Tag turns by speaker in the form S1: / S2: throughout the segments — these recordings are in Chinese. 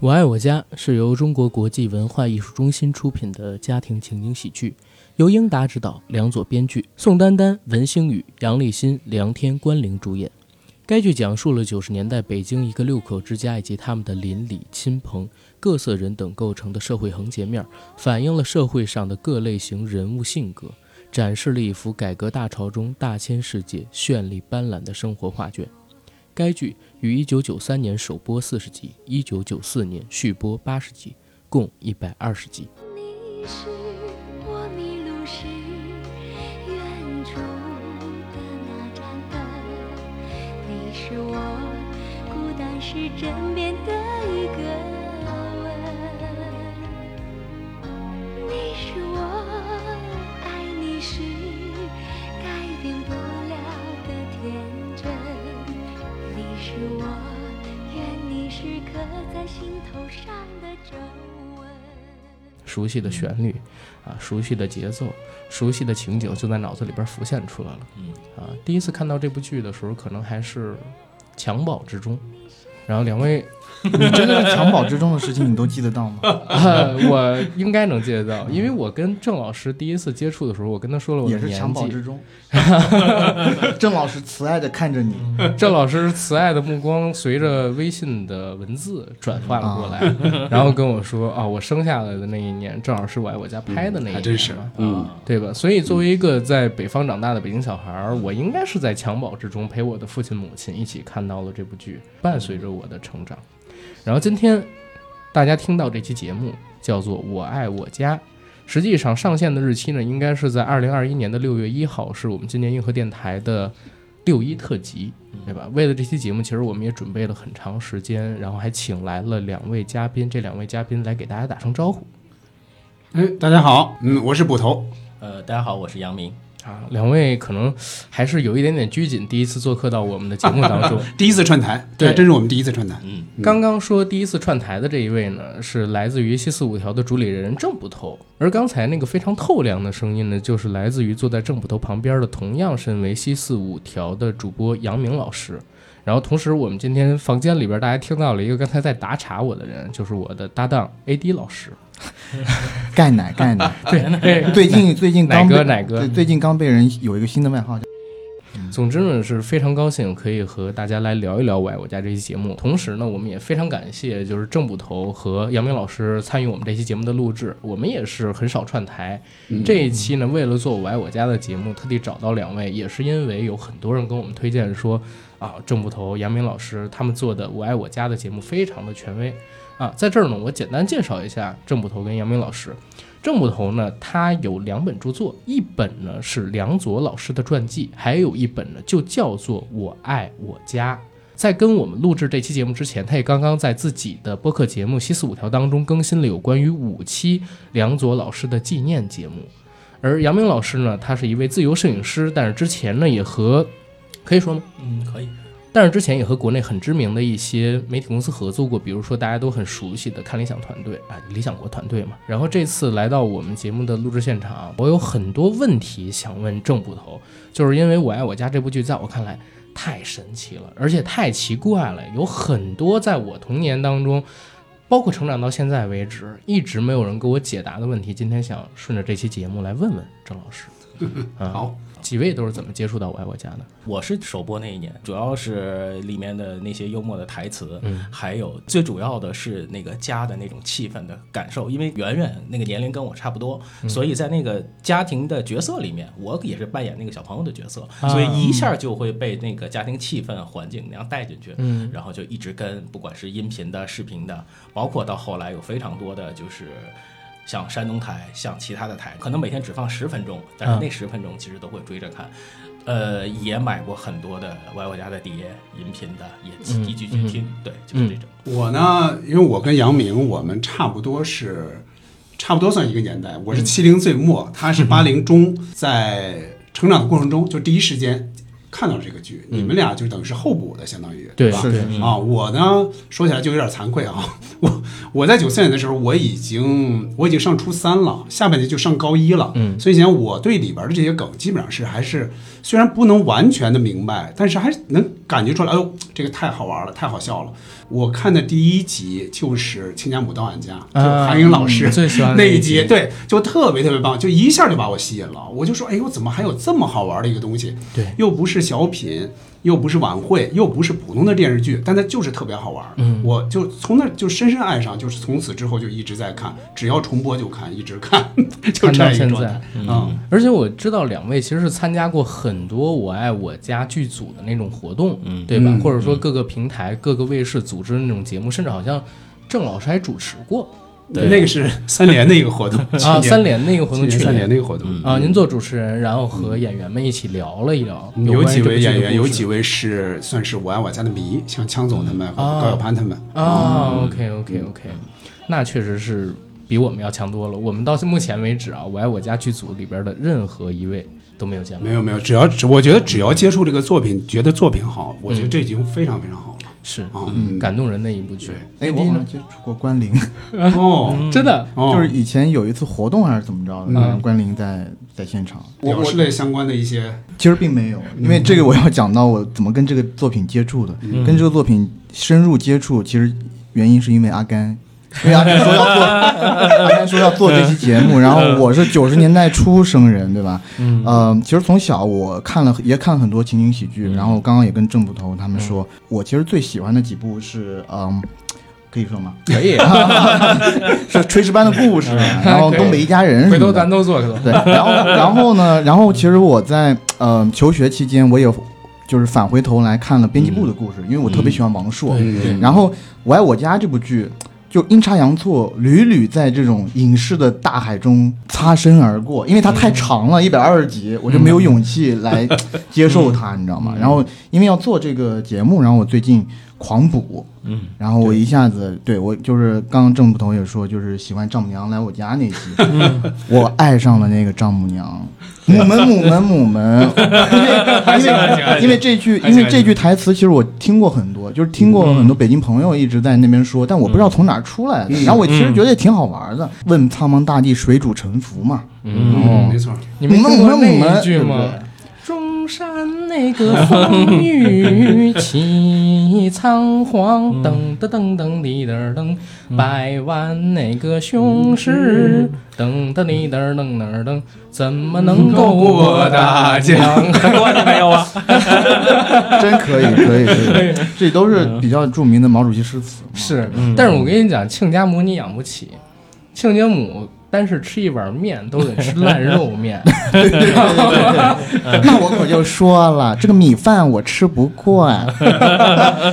S1: 我爱我家是由中国国际文化艺术中心出品的家庭情景喜剧，由英达执导，梁左编剧，宋丹丹、文星宇、杨立新、梁天、关凌主演。该剧讲述了九十年代北京一个六口之家以及他们的邻里、亲朋、各色人等构成的社会横截面，反映了社会上的各类型人物性格，展示了一幅改革大潮中大千世界绚丽斑斓的生活画卷。该剧于1993年首播四十集，1994年续播八十集，共一百二十集。
S2: 你是我迷路时远处的那盏灯，你是我孤单时枕边的一个吻，你是我爱你时改变不了的天真，你是我愿你时刻在心头上的皱纹。
S1: 熟悉的旋律，
S3: 嗯
S1: 啊，熟悉的节奏，熟悉的情景就在脑子里边浮现出来了。
S4: 嗯，
S1: 啊，第一次看到这部剧的时候，可能还是襁褓之中。然后两 位，
S3: 你真的是襁褓之中的事情，你都记得到吗？
S1: 啊我应该能记得到，因为我跟郑老师第一次接触的时候，我跟他说了我
S3: 也
S1: 的
S3: 是
S1: 年
S3: 襁褓
S1: 纪。
S3: 之中。 郑老师慈爱的看着你，
S1: 郑老师慈爱的目光随着微信的文字转换了过来， 然后跟我说：“啊，我生下来的那一年，正好是我爱我家拍的那一年嘛，啊
S4: 啊还真是，
S5: 嗯，
S1: 对吧？所以作为一个在北方长大的北京小孩儿，我应该是在襁褓之中陪我的父亲母亲一起看到了这部剧，伴随着我的成长。然后今天大家听到这期节目叫做《我爱我家》，实际上上线的日期呢，应该是在二零二一年的六月一号，是我们今年硬核电台的六一特辑，对吧？为了这期节目，其实我们也准备了很长时间，然后还请来了两位嘉宾，这两位嘉宾来给大家打声招呼。
S5: 哎，大家好，
S4: 嗯，我是捕头，
S6: 呃，大家好，我是杨明。
S1: 啊，两位可能还是有一点点拘谨，第一次做客到我们的节目当中。
S4: 第一次串台，
S1: 对
S4: 还真是我们第一次串台。
S6: 嗯，
S1: 刚刚说第一次串台的这一位呢，是来自于西四五条的主理人郑捕头，而刚才那个非常透亮的声音呢，就是来自于坐在郑捕头旁边的，同样身为西四五条的主播杨明老师。然后，同时我们今天房间里边大家听到了一个刚才在打岔我的人，就是我的搭档 AD 老师。
S3: 盖奶 盖奶。
S1: 对，哎
S3: 最近最近刚被
S1: 奶哥奶哥
S3: 对，最近刚被人有一个新的外号叫
S1: 总之呢，是非常高兴可以和大家来聊一聊《我爱我家》这期节目。同时呢，我们也非常感谢就是郑捕头和杨明老师参与我们这期节目的录制。我们也是很少串台，这一期呢，为了做《我爱我家》的节目，特地找到两位，也是因为有很多人跟我们推荐说，啊，郑捕头、杨明老师他们做的《我爱我家》的节目非常的权威。啊，在这儿呢，我简单介绍一下郑捕头跟杨明老师。郑捕头呢，他有两本著作，一本呢是梁左老师的传记，还有一本呢就叫做《我爱我家》。在跟我们录制这期节目之前，他也刚刚在自己的播客节目《西四五条》当中更新了有关于五期梁左老师的纪念节目。而杨明老师呢，他是一位自由摄影师，但是之前呢也和可以说吗？
S6: 嗯，可以。
S1: 但是之前也和国内很知名的一些媒体公司合作过，比如说大家都很熟悉的看理想团队啊，理想国团队嘛。然后这次来到我们节目的录制现场，我有很多问题想问郑捕头，就是因为《我爱我家》这部剧在我看来太神奇了，而且太奇怪了，有很多在我童年当中。包括成长到现在为止，一直没有人给我解答的问题，今天想顺着这期节目来问问郑老 师。啊，
S4: 好，
S1: 几位都是怎么接触到《我爱我家》的？
S6: 我是首播那一年，主要是里面的那些幽默的台词，还有最主要的是那个家的那种气氛的感受。因为圆圆那个年龄跟我差不多，所以在那个家庭的角色里面，我也是扮演那个小朋友的角色，所以一下就会被那个家庭气氛环境那样带进去。
S1: 嗯，
S6: 然后就一直跟，不管是音频的、视频的，包括到后来有非常多的就是。像山东台，像其他的台，可能每天只放十分钟，但
S1: 嗯
S6: 是那十分钟其实都会追着看。呃，也买过很多的 Y Y 家的碟、音频的，也
S1: 嗯
S6: 一句去听，对，就是这种。
S4: 我呢，因为我跟杨明，我们差不多是，差不多算一个年代。我是七零最末，他是八零中，在成长的过程中，就第一时间看到了这个剧。你们俩就等于是候补的，相当于
S1: 对
S4: 吧？
S3: 是哎
S1: 对
S3: 是
S4: 啊，我呢说起来就有点惭愧啊，我 我在九四年的时候，我已经我已经上初三了，下半年就上高一了。
S1: 嗯
S4: 所以讲我对里边的这些梗，基本上是还是虽然不能完全的明白，但是还是能感觉出来。哎呦，这个太好玩了，太好笑了！我看的第一集就是《亲家母到俺家》，就
S1: 啊
S4: 韩英老师、
S1: 嗯最喜欢
S4: 那
S1: 那一
S4: 一
S1: 集
S4: 集，对，就特别特别棒，就一下就把我吸引了。我就说，哎呦，怎么还有这么好玩的一个东西？
S1: 对
S4: 又不是小品，又不是晚会，又不是普通的电视剧，但它就是特别好玩。
S1: 嗯
S4: 我就从那就深深爱上，就是从此之后就一直在看，只要重播就看，一直看， 就这样一个状态。
S1: 看
S4: 嗯，
S1: 而且我知道两位其实是参加过很多“我爱我家”剧组的那种活动，
S6: 嗯
S1: 对吧？
S4: 嗯
S1: 或者说各个平台、各个卫视组织的那种节目，甚至好像郑老师还主持过
S6: 对
S4: 那个是三联的一个活动
S1: 啊，
S4: 去年
S1: 三联那个活
S4: 去
S1: 动
S4: 年
S1: 去
S4: 三联
S1: 年
S4: 的一个活动。
S1: 啊，您做主持人，然后和演员们一起聊了一聊，
S4: 有
S1: 关于
S4: 几
S1: 这部
S4: 位
S1: 剧的
S4: 演员，
S1: 故
S4: 有
S1: 事
S4: 几位是算是我爱我家的迷，像枪总他们和
S1: 啊
S4: 高晓攀他们。嗯
S1: 啊，OK OK OK，那确实是比我们要强多了。我们到目前为止啊，我爱我家剧组里边的任何一位都没有见过
S4: 没。有没有，只要只我觉得只要接触这个作品，觉得作品好，我觉得这已经非常非常好了
S1: 是
S4: 啊。
S1: 嗯感动人的一部剧，
S3: 哎，我好像接触过关凌，
S4: 哦，
S1: 真的
S4: 哦
S3: 就是以前有一次活动还是怎么着的，
S1: 嗯
S3: 让关凌在在现场。
S4: 影视类相关的一些，
S3: 其实并没有，因为这个我要讲到我怎么跟这个作品接触的，
S1: 嗯
S3: 跟这个作品深入接触，其实原因是因为阿甘。因为阿甘说要做，阿甘说要做这期节
S1: 嗯
S3: 目，然后我是九十年代初生人，对吧？嗯，呃，其实从小我看了，也看了很多情景喜剧，然
S1: 嗯
S3: 后刚刚也跟郑捕头他们说，我其实最喜欢的几部是，嗯，可以说吗？
S1: 可以，啊
S3: 是《炊事班的故事》，啊然后《东北一家人》什么的，
S1: 嗯回头咱都做去了。
S3: 对，然后然后呢，然后其实我在呃求学期间，我也就是返回头来看了编辑部的故事，因为我特别喜欢王朔。
S4: 嗯，
S3: 然后《我爱我家》这部剧，就阴差阳错，屡屡在这种影视的大海中擦身而过，因为它太长了，一百二十集，我就没有勇气来接受它，你知道吗？然后因为要做这个节目，然后我最近狂补，嗯，然后我一下子对我就是刚刚郑捕头也说，就是喜欢丈母娘来我家那集，我爱上了那个丈母娘。母门母门母门，因为因为这句因为这句台词其实我听过很多，就是听过很多北京朋友一直在那边说，但我不知道从哪儿出来的。然后我其实觉得也挺好玩的，问苍茫大地谁主沉浮嘛。
S1: 哦
S4: 嗯，没错，
S1: 你们听过那一句
S3: 我
S1: 吗
S3: 们？
S1: 中山那个风雨起苍黄，噔
S3: 嗯
S1: 噔噔噔滴噔儿噔，百万那个雄师，噔
S3: 嗯
S1: 噔滴噔儿噔噔儿噔，怎么能够过大 江？
S6: 过你没有 啊？
S3: 真可以，可以，可以，这都是比较著名的毛主席诗词嘛。
S1: 是，
S3: 嗯
S1: 但是我跟你讲，亲家母你养不起，亲家母单是吃一碗面都得吃烂肉 面，
S3: 那我可就说了，这个米饭我吃不惯。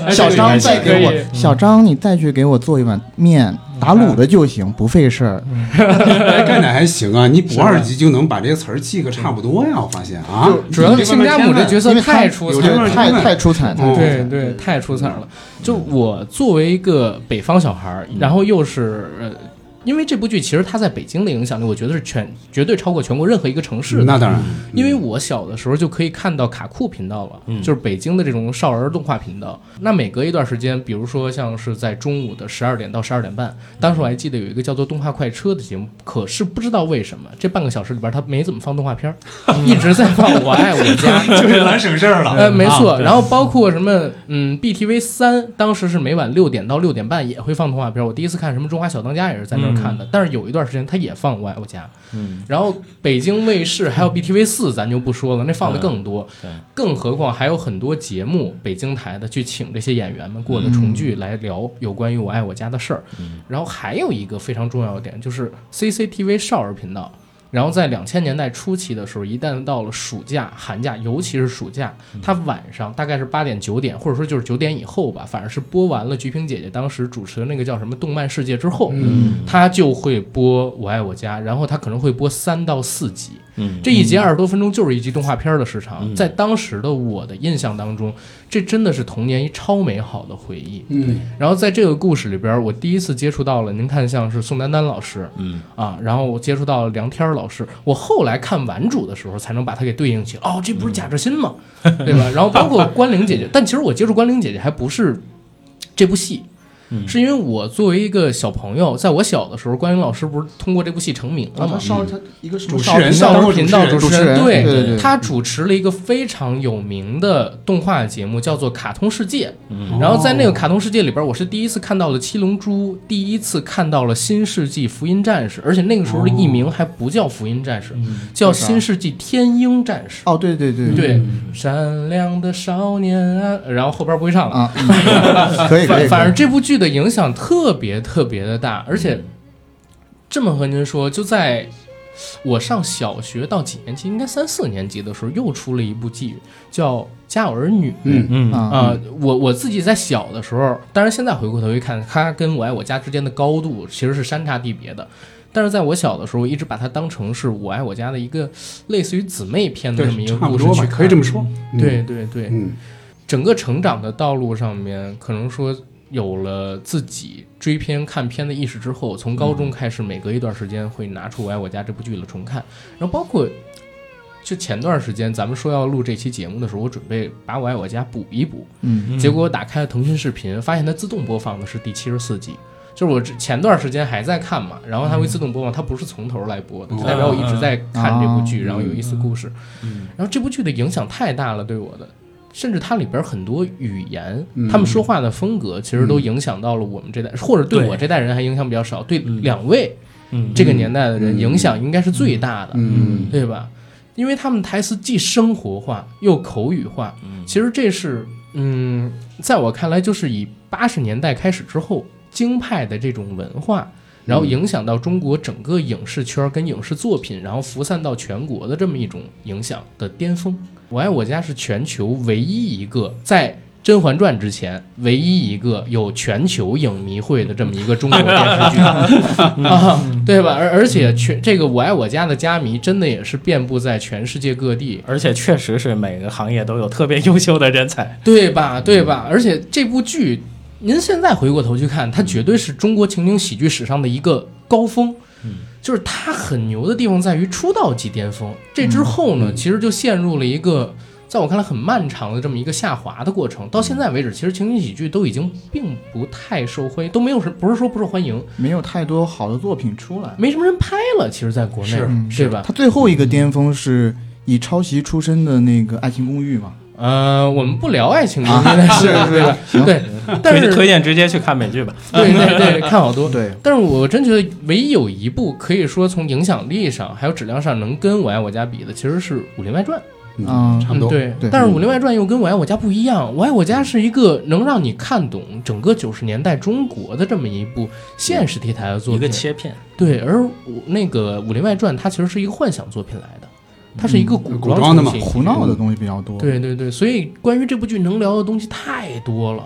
S3: 小张再给
S1: 可以
S3: 我，小张你再去给我做一碗面，打卤的就行，不费事儿。
S4: 干的还行啊，你补二级就能把这些词儿记个差不多呀，我发现啊，
S1: 主要是亲家母这角色
S3: 因为
S1: 太出
S3: 有
S1: 彩
S3: 这
S1: 了
S3: 个。太太出彩了。
S4: 哦
S1: 对对，太出彩了。就我作为一个北方小孩儿，然后又是呃，因为这部剧其实它在北京的影响力，我觉得是全绝对超过全国任何一个城市的。
S4: 嗯那当然，
S1: 因为我小的时候就可以看到卡酷频道了，就是北京的这种少儿动画频道。那每隔一段时间，比如说像是在中午的十二点到十二点半，当时我还记得有一个叫做《动画快车》的节目，可是不知道为什么这半个小时里边它没怎么放动画片儿，一直在放《我爱我家》。
S4: 就是咱省事儿了。
S1: 呃，没错。然后包括什么，嗯，BTV 三当时是每晚六点到六点半也会放动画片儿。我第一次看什么《中华小当家》也是在那儿看的，但是有一段时间它也放《我爱我家》。嗯。然后北京卫视还有 BTV 四，咱就不说了，那放的更多。
S6: 嗯
S1: 更何况还有很多节目，北京台的去请这些演员们过的重聚来聊有关于《我爱我家》的事儿。然后还有一个非常重要的点就是 CCTV 少儿频道。然后在两千年代初期的时候，一旦到了暑假、寒假，尤其是暑假，它晚上大概是八点、九点，或者说就是九点以后吧，反正是播完了菊萍姐姐当时主持的那个叫什么《动漫世界》之后，
S4: 嗯
S1: 它就会播《我爱我家》，然后它可能会播三到四集。
S6: 嗯
S1: 这一集二十多分钟就是一集动画片的时长，在当时的我的印象当中，这真的是童年一超美好的回忆。
S4: 嗯，
S1: 然后在这个故事里边儿，我第一次接触到了，您看像是宋丹丹老师，
S6: 嗯
S1: 啊，然后我接触到了梁天儿老师，我后来看《顽主》的时候才能把它给对应起来。哦，这不是贾志新吗？ 对吧？然后包括关凌姐姐，但其实我接触关凌姐姐还不是这部戏，是因为我作为一个小朋友，在我小的时候，关云老师不是通过这部戏成名了吗
S3: 他？烧他一个什么
S4: 主持
S3: 烧
S4: 人
S3: 烧
S1: 少
S4: 当
S1: 儿
S4: 过
S1: 频道
S4: 主
S1: 主
S3: 持
S1: 持
S3: 人
S1: 对
S3: 对对对
S1: 他主持了一个非常有名的动画节目，叫做《卡通世界》。然后在
S3: 哦
S1: 那个《卡通世界》里边，我是第一次看到了《七龙珠》，第一次看到了《新世纪福音战士》，而且那个时候的
S3: 哦
S1: 译名还不叫福音战士，
S3: 嗯
S1: 叫《新世纪天鹰战士》。
S3: 哦，对对对
S1: 对，善良的少年啊，然后后边不会唱了。
S3: 啊，嗯可以可
S1: 反
S3: 以，
S1: 反
S3: 可以
S1: 正这部剧的影响特别特别的大，而
S4: 嗯
S1: 且这么和您说，就在我上小学到几年级，应该三四年级的时候，又出了一部剧叫《家有儿女》。
S4: 嗯
S6: 嗯
S3: 啊，
S1: 啊、我我自己在小的时候，当然现在回过头一看，它跟我爱我家之间的高度其实是山差地别的。但是在我小的时候，我一直把它当成是我爱我家的一个类似于姊妹篇的这么一个
S4: 差不
S1: 故事
S4: 多
S1: 去
S4: 吧，
S1: 看，
S4: 可以嗯这么说。嗯
S1: 对，对对，
S4: 嗯，
S1: 整个成长的道路上面，可能说有了自己追片看片的意识之后，从高中开始，每隔一段时间会拿出《我爱我家》这部剧了重看，然后包括。就前段时间咱们说要录这期节目的时候，我准备把《我爱我家》补一补，
S3: 嗯，
S1: 结果我打开了腾讯视频，发现它自动播放的是第七十四集，就是我之前段时间还在看嘛，然后它会自动播放，它不是从头来播的，
S4: 哦
S1: 就代表我一直在看这部剧，
S4: 啊
S1: 然后有意思故事，然后这部剧的影响太大了对我的。甚至它里边很多语言，他们说话的风格其实都影响到了我们这代，或者对
S6: 对
S1: 我这代人还影响比较少，对两位
S6: 嗯
S1: 这个年代的人
S4: 嗯
S1: 影响应该是最大的。
S4: 嗯，
S1: 对吧？因为他们台词既生活化又口语化，其实这是嗯，在我看来，就是以八十年代开始之后，京派的这种文化，然后影响到中国整个影视圈跟影视作品，然后辐散到全国的这么一种影响的巅峰。我爱我家是全球唯一一个在《甄嬛传》之前唯一一个有全球影迷会的这么一个中国电视剧。啊，对吧？而而且全这个我爱我家的家迷真的也是遍布在全世界各地，
S6: 而且确实是每个行业都有特别优秀的人才。
S1: 对吧？对吧？而且这部剧，您现在回过头去看，它绝对是中国情景喜剧史上的一个高峰。就是它很牛的地方在于出道即巅峰，这之后呢，其实就陷入了一个在我看来很漫长的这么一个下滑的过程。到现在为止，其实情景喜剧都已经并不太受欢迎，都没有什不是说不受欢迎，
S3: 没有太多好的作品出来。
S1: 没什么人拍了。其实，在国内
S4: 是，
S1: 对吧？
S3: 他最后一个巅峰是以抄袭出身的那个《爱情公寓》嘛？
S1: 呃，我们不聊爱情故事，是对吧？对，但
S6: 推
S1: 是
S6: 推
S1: 对
S6: 荐直接去看美剧吧。
S1: 对哦对，看好多。
S3: 对，
S1: 但是我真觉得唯一有一部可以说从影响力上还有质量上能跟《我爱我家》比的，其实是《武林外传》。
S3: 嗯
S4: 差不
S1: 嗯、
S4: 多。
S1: 对，
S3: 对
S1: 但是《武林外传》又跟《我爱我家》不一样，《我爱我家》是一个能让你看懂整个九十年代中国的这么一部现实题材的作
S6: 一个
S1: 品。
S6: 切片，
S1: 对，而我那个《武林外传》它其实是一个幻想作品来的，它是一个古
S4: 嗯古装的嘛
S1: 情景
S3: 胡闹的东西比较多。，
S1: 对对对，所以关于这部剧能聊的东西太多了，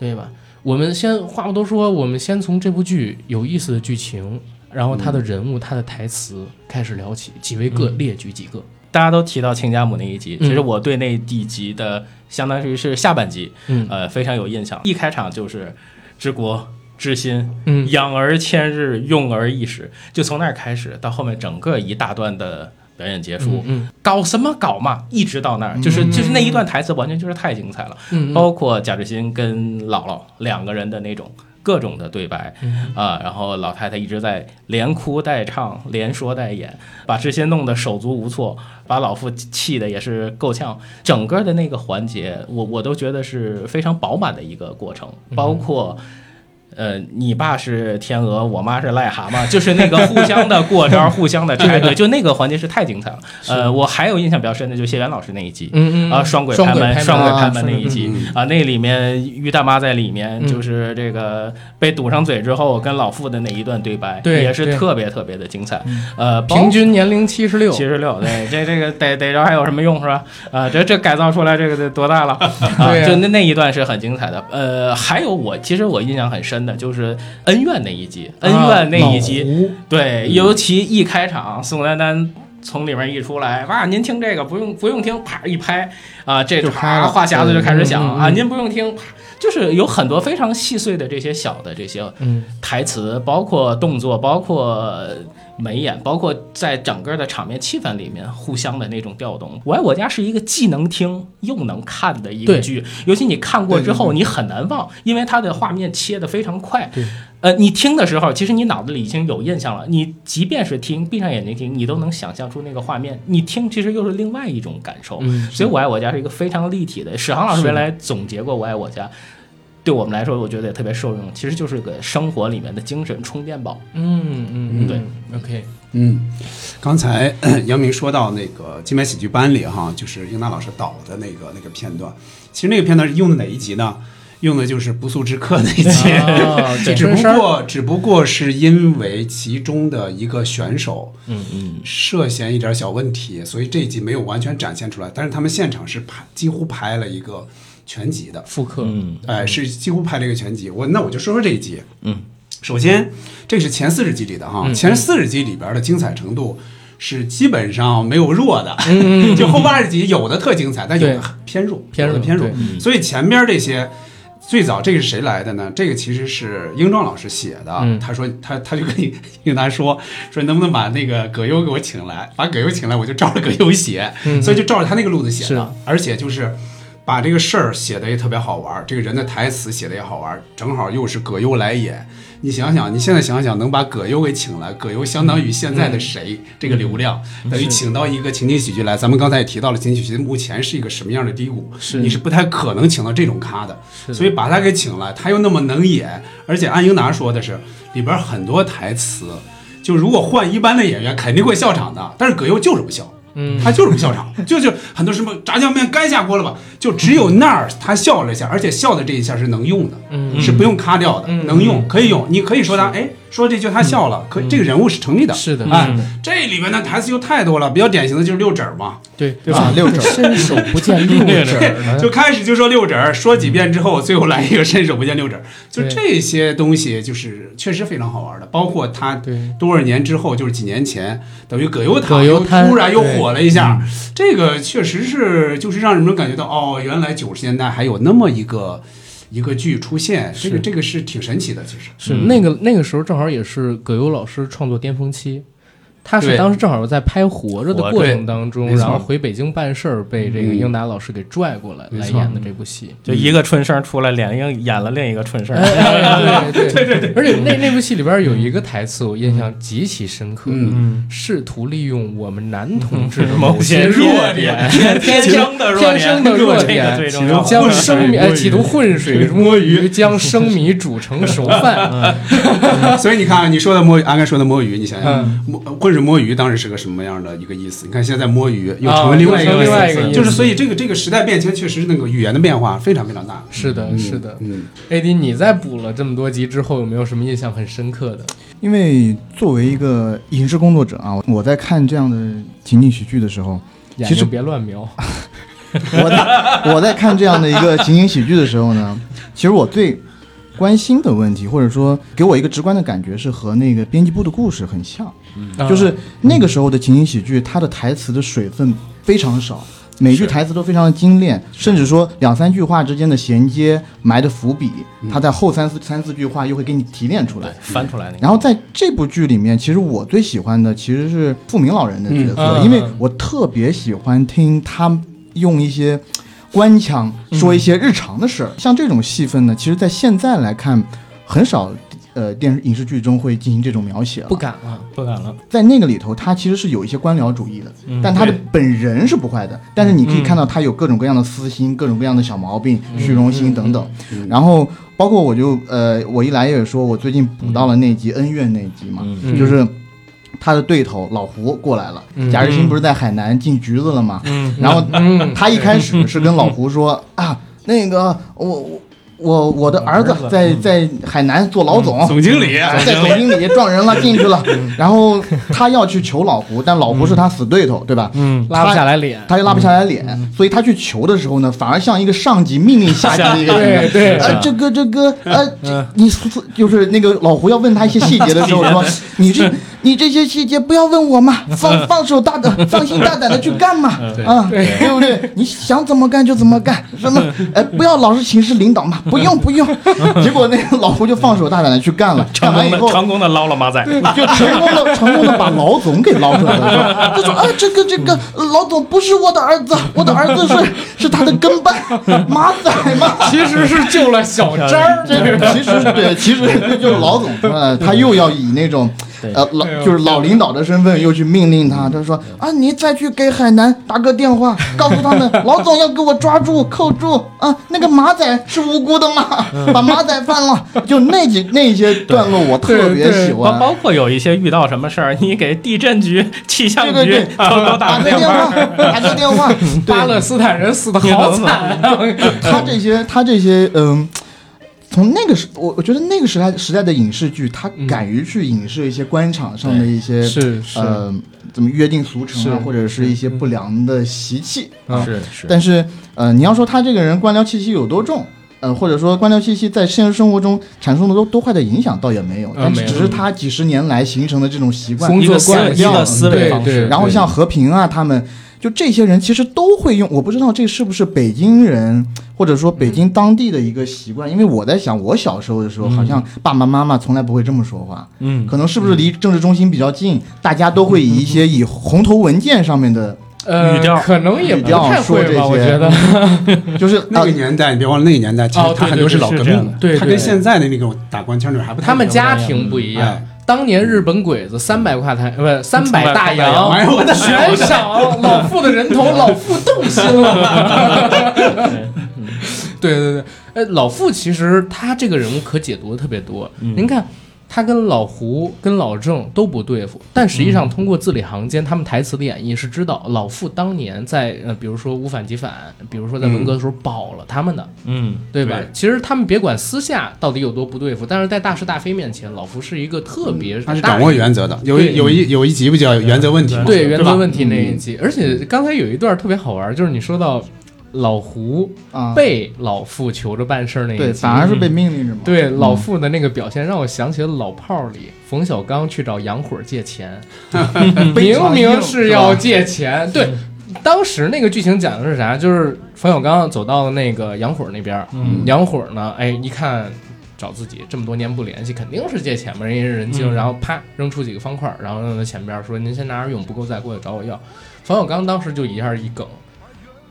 S1: 对吧？我们先话不多说，我们先从这部剧有意思的剧情，然后他的人物、他的台词开始聊起，几位个列举几个。
S6: 大家都提到亲家母那一集，
S1: 嗯
S6: 其实我对那一集的相当于是下半集，
S1: 嗯
S6: 呃，非常有印象。一开场就是治国治心，
S1: 嗯
S6: 养儿千日，用儿一时，就从那儿开始到后面整个一大段的表演结束，
S1: 嗯
S6: 搞什么搞嘛，一直到那儿，就是就是那一段台词完全就是太精彩了，
S1: 嗯嗯
S6: 包括贾志新跟姥姥两个人的那种。各种的对白啊、然后老太太一直在连哭带唱，连说带演，把志新弄得手足无措，把老父气的也是够呛。整个的那个环节，我我都觉得是非常饱满的一个过程，包括。呃，你爸是天鹅，我妈是癞蛤蟆，就是那个互相的过 招，互相的拆对，就那个环节是太精彩了。呃，我还有印象比较深的就是谢元老师那一集，
S1: 嗯嗯
S6: 啊，双轨
S1: 双
S6: 拍
S1: 轨
S6: 门，
S1: 门
S6: 双轨
S3: 啊
S6: 拍门
S3: 双
S6: 那
S3: 轨
S6: 一集
S4: 嗯
S6: 啊，那里面于大妈在里面
S1: 嗯
S6: 就是这个被堵上嘴之后跟老傅的那一段对白，
S1: 对
S6: 也是
S1: 对嗯
S6: 特别特别的精彩。呃，包
S1: 平均年龄七十六
S6: 七。十六，对，这这个逮逮着还有什么用是吧？啊，这这改造出来这个得多 大了啊
S1: 对？呀
S6: 就那那一段是很精彩的。呃，还有我其实我印象很深的就是恩怨那一集，恩
S1: 啊
S6: 怨那一集，对，尤其一开场宋丹丹。从里面一出来，哇！您听这个不用不用听，啪一拍啊，这
S1: 就拍了
S6: 啪话匣子就开始响
S1: 嗯嗯嗯
S6: 啊！您不用听，啪就是有很多非常细碎的这些小的这些台词，包括动作，包括眉眼，包括在整个的场面气氛里面互相的那种调动。《我爱我家》是一个既能听又能看的一个
S1: 对
S6: 剧，尤其你看过之
S3: 对
S6: 后，你很难忘，因为它的画面切得非常快。呃，你听的时候，其实你脑子里已经有印象了。你即便是听，闭上眼睛听，你都能想象出那个画面。你听，其实又是另外一种感受。
S1: 嗯
S6: 所以，《我爱我家》是一个非常立体的。史航老师原来总结过《我爱我家》，对我们来说，我觉得也特别受用。其实就是个生活里面的精神充电宝。
S1: 嗯嗯，
S6: 对
S1: ，OK，
S4: 嗯，刚才咳杨明说到那个《金牌喜剧班》里哈，就是英达老师导的那个那个片段。其实那个片段是用的哪一集呢？用的就是《不速之客》那一集。
S1: 啊对
S4: 只
S1: 春
S4: 不
S1: 山
S4: 过只不过是因为其中的一个选手
S6: 嗯嗯，
S4: 涉嫌一点小问题，所以这一集没有完全展现出来。但是他们现场是拍几乎拍了一个全集的，
S1: 复刻，
S6: 嗯
S4: 哎、是几乎拍了一个全集。我那我就说说这一集。嗯，首先这是前四十集里的哈，
S1: 嗯
S4: 前四十集里边的精彩程度是基本上没有弱的，
S1: 嗯
S4: 就后八十集有的特精彩，但有
S1: 对
S4: 的偏弱，
S1: 偏
S4: 有
S1: 弱
S4: 的偏弱
S1: 对。嗯
S4: 所以前边这些。最早这个是谁来的呢？这个其实是英壮老师写的，
S1: 嗯
S4: 他说他他就跟英英达说说能不能把那个葛优给我请来，把葛优请来我就照着葛优写，所以就照着他那个路子写
S1: 嗯是
S4: 的，而且就是把这个事儿写的也特别好玩儿，这个人的台词写的也好玩儿，正好又是葛优来演。你想想，你现在想想，能把葛优给请来，葛优相当于现在的谁、这个流量，等于请到一个情景喜剧来。咱们刚才也提到了，情景喜剧目前是一个什么样的低谷，
S1: 是
S4: 你是不太可能请到这种咖的，所以把他给请来，他又那么能演，而且安英达说的是里边儿很多台词，就如果换一般的演员肯定会笑场的，但是葛优就是不笑。
S1: 嗯
S4: 他就是不笑场，就就很多什么炸酱面该下锅了吧，就只有那儿他笑了一下，而且笑的这一下是能用的，
S1: 嗯
S4: 是不用咔掉的，
S1: 嗯
S4: 能用可以用，你可以说他哎说这句他笑了，可这个人物是成立的，
S1: 是的
S4: 哎
S1: 嗯，
S4: 这里面的台词就太多了，比较典型的就是六指儿嘛，
S1: 对
S3: 对吧？啊六指
S1: 伸手不见六指 儿，
S4: 就开始就说六指儿，说几遍之后，最后来一个伸手不见六指儿，就
S1: 对
S4: 这些东西就是确实非常好玩的，包括他
S1: 对
S4: 多少年之后，就是几年前，等于葛优
S1: 葛
S4: 躺
S1: 优
S4: 又
S1: 瘫嗯
S4: 突然又火了一下，这个确实是就是让人们感觉到哦，原来九十年代还有那么一个一个剧出现，这个这个是挺神奇的，其实
S1: 是那个那个时候正好也是葛优老师创作巅峰期，他是
S4: 对
S1: 当时正好在拍《活着》的
S6: 活
S1: 过
S4: 着
S1: 程当中，
S4: 没错
S1: 然后回北京办事儿，被这个
S4: 嗯
S1: 英达老师给拽过来
S4: 没
S1: 来
S4: 错
S1: 演的这部戏。
S6: 就一个春生出来，脸硬演了另一个春生。
S1: 哎对 对对对，而且那那部戏里边有一个台词我印象极其深刻，
S4: 嗯
S1: 试图利用我们男同 志的
S6: 某
S1: 些
S6: 些
S1: 弱
S6: 弱
S1: 点
S6: 点， 天生的弱点，
S1: 天生的弱点
S6: 这个最重要。
S1: 将生米哎企图浑水摸鱼，嗯将生米煮成熟 饭。
S4: 所以你看，你说的摸鱼，阿甘说的摸鱼，你想想，
S1: 啊
S4: 摸混水摸鱼当时是个什么样的一个意思？你看现在摸鱼又成
S1: 啊
S4: 为另外一
S1: 又成
S4: 个
S1: 另外一个意思
S4: 就是所以这个这个时代变迁确实那个语言的变化非常非常大。
S1: 是的，
S4: 嗯
S1: 是的。
S4: 嗯，
S1: AD，你在补了这么多集之后，有没有什么印象很深刻的？
S3: 因为作为一个影视工作者啊，我在看这样的情景喜剧的时候，
S1: 眼
S3: 其实
S1: 睛别乱瞄，
S3: 我在 我在看这样的一个情景喜剧的时候呢，其实我最关心的问题，或者说给我一个直观的感觉，是和那个编辑部的故事很像，
S1: 嗯
S3: 就是那个时候的情景喜剧，它的台词的水分非常少。每句台词都非常的精炼，甚至说两三句话之间的衔接埋的伏笔，它在后三四三四句话又会给你提炼出来。
S6: 翻出来那个。
S3: 然后在这部剧里面，其实我最喜欢的其实是富明老人的角色，
S1: 嗯嗯
S3: 因为我特别喜欢听他用一些官腔说一
S1: 嗯
S3: 些日常的事儿。像这种戏份呢，其实在现在来看，很少呃电视影视剧中会进行这种描写了。
S1: 不敢了。
S6: 不敢了，
S3: 在那个里头，他其实是有一些官僚主义的，
S1: 嗯
S3: 但他的本人是不坏的。但是你可以看到他有各种各样的私心、各种各样的小毛病、
S1: 嗯
S3: 虚荣心等等。然后包括我就呃，我一来也说，我最近补到了那集恩怨那集嘛，
S1: 嗯
S3: 就是他的对头老胡过来了。贾日新不是在海南进局子了吗？然后
S1: 嗯，
S3: 他一开始是跟老胡说啊，那个我我我我的儿子在
S1: 嗯
S3: 在海南做老总，
S4: 总经理，
S3: 在总经理撞人了，进去了。
S1: 嗯
S3: 然后他要去求老胡，但老胡是他死对头，对吧？嗯
S1: 拉不下，来脸。
S3: 他又拉不下来脸，所以他去求的时候呢，反而像一个上级命令下级的一个人。
S1: 对对
S3: 呃，这个这个呃，这你就是那个老胡要问他一些细节的时候说，你这你这些细节不要问我嘛，放放手大胆，放心大胆的去干嘛，啊，对不对？你想怎么干就怎么干，什么 哎，不要老是请示领导嘛，不用 不用。结果那个老胡就放手大胆的去干了，
S6: 成
S3: 干完
S6: 功
S3: 以
S6: 的
S3: 后。
S6: 成功的捞了马仔，
S3: 就成功 的成功的把老总给捞出来了，他说啊，这个这个
S1: 嗯
S3: 老总不是我的儿 子，我的儿子是是他的跟班马仔嘛。
S1: 其实是救了小张儿，
S3: 这个其实对，其实就是老 总呃，他又要以那种
S6: 对
S3: 呃老就是老领导的身份又去命令他，他说
S1: 嗯
S3: 啊，你再去给海南打个 电话，告诉他们老总要给我抓住扣住啊，那个马仔是无辜的嘛，
S1: 嗯
S3: 把马仔放了，就那几那些段落我特别喜
S6: 包
S3: 欢。
S6: 包括有一些遇到什么事儿，你给地震局、气象
S3: 对
S6: 局啊
S3: 对
S6: 都都
S3: 打
S6: 打个
S3: 个
S6: 电
S3: 电
S6: 话
S3: 话，，打个电话，对
S1: 巴勒斯坦人死的好惨啊！
S3: 他这些，他这些，嗯，从那个时，我我觉得那个时代时代的影视剧，他敢于去影射一些官场上的一些，
S1: 是是
S3: 呃，怎么约定俗成啊
S1: 是，
S3: 或者是一些不良的习气啊。
S1: 嗯
S6: 是是
S3: 但是，呃，你要说他这个人官僚气息有多重，呃，或者说官僚气息在现实生活中产生的多多坏的影响，倒也没有，但
S1: 没
S3: 是
S1: 有
S3: 只是他几十年来形成的这种习惯，
S1: 工
S6: 一
S1: 作
S6: 个思
S1: 惯
S6: 一个
S1: 性，
S6: 思维
S1: 对
S6: 方
S1: 对
S6: 式，
S3: 然后像和平啊，他们就这些人其实都会用，我不知道这是不是北京人或者说北京当地的一个习惯，因为我在想，我小时候的时候，好像爸爸妈妈从来不会这么说话，
S6: 嗯，
S3: 可能是不是离政治中心比较近，大家都会以一些以红头文件上面的，
S1: 呃
S6: 语调
S1: 可能也不太会
S3: 语调说这些
S1: 吧，我觉得
S3: 就是
S4: 那
S3: 啊
S4: 个。年代，你别忘了那个年代，其
S1: 哦
S4: 实
S1: 对
S4: 他很
S1: 对
S4: 多是
S1: 对
S4: 老
S1: 是
S4: 革
S1: 这样
S4: 命
S1: 的，对
S4: 他
S1: 对
S4: 跟现在的那种打官腔儿还不太
S1: 他们
S4: 一样
S1: 家庭不一样
S4: 哎。
S1: 当年日本鬼子三百块台，呃，不，三
S6: 百啊
S1: 百大洋
S4: 哎，呦我的
S1: 悬赏老傅的人头，老傅动心了。 对对 对，呃，老傅其实他这个人物可解读的特别多。嗯您看，他跟老胡、跟老郑都不对付，但实际上通过字里行间，他们台词的演绎是知道老傅当年在呃，比如说无反即反，比如说在文革的时候保了他们的，
S6: 嗯，
S1: 对吧？
S4: 对
S1: 其实他们别管私下到底有多不对付，但是在大是大非面前，老傅是一个特别
S4: 嗯他是
S1: 大
S4: 掌握原则的，有一有一有一集不叫原则问题吗？
S1: 对原
S4: 吧
S1: 则问题那一集，而且刚才有一段特别好玩，就是你说到老胡
S3: 啊
S1: 被老傅求着办事儿那一
S3: 对，
S1: 集
S3: 反，而是嗯被命令着嘛。
S1: 对老傅的那个表现让我想起了《老炮儿》里冯小刚去找杨虎借钱，嗯明明是要借钱，对。当时那个剧情讲的是啥？就是冯小刚走到了那个杨虎那边儿，杨虎呢，哎，一看找自己这么多年不联系，肯定是借钱嘛，人家是人精，然后啪扔出几个方块儿，然后扔到前边儿说：“您先拿着用，不够再过来找我要。”冯小刚当时就一下一梗，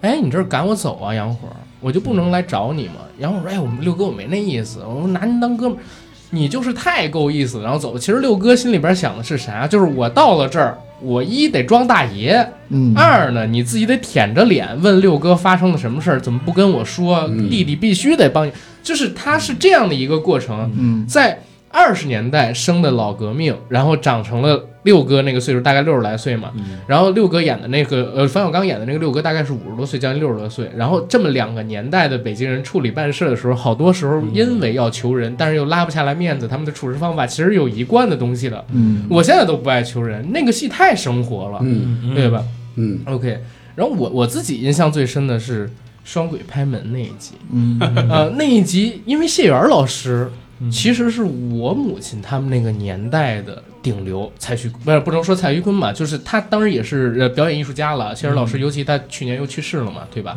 S1: 哎，你这是赶我走啊，杨虎，我就不能来找你吗？杨虎说，哎，我们六哥我没那意思，我拿您当哥们儿，你就是太够意思了，然后走了。其实六哥心里边想的是啥？就是我到了这儿，我一得装大爷，
S3: 嗯，
S1: 二呢你自己得舔着脸问六哥发生了什么事儿，怎么不跟我说？弟弟必须得帮你，就是他是这样的一个过程。
S3: 嗯，
S1: 在二十年代生的老革命，然后长成了六哥那个岁数，大概六十来岁嘛。
S4: 嗯
S1: 然后六哥演的那个，呃，冯小刚演的那个六哥大概是五十多岁，将近六十多岁。然后这么两个年代的北京人处理办事的时候，好多时候因为要求人，但是又拉不下来面子，他们的处事方法其实有一贯的东西的。
S3: 嗯，
S1: 我现在都不爱求人，那个戏太生活了，
S4: 嗯
S1: 对吧
S4: 嗯，
S1: ？OK，然后我我自己印象最深的是双轨拍门那一集。
S3: 嗯，
S1: 呃，那一集因为谢元老师
S4: 嗯
S1: 其实是我母亲他们那个年代的顶流蔡徐，不是不能说蔡徐坤嘛，就是他当时也是呃表演艺术家了。谢元
S4: 嗯
S1: 老师，尤其他去年又去世了嘛，对吧？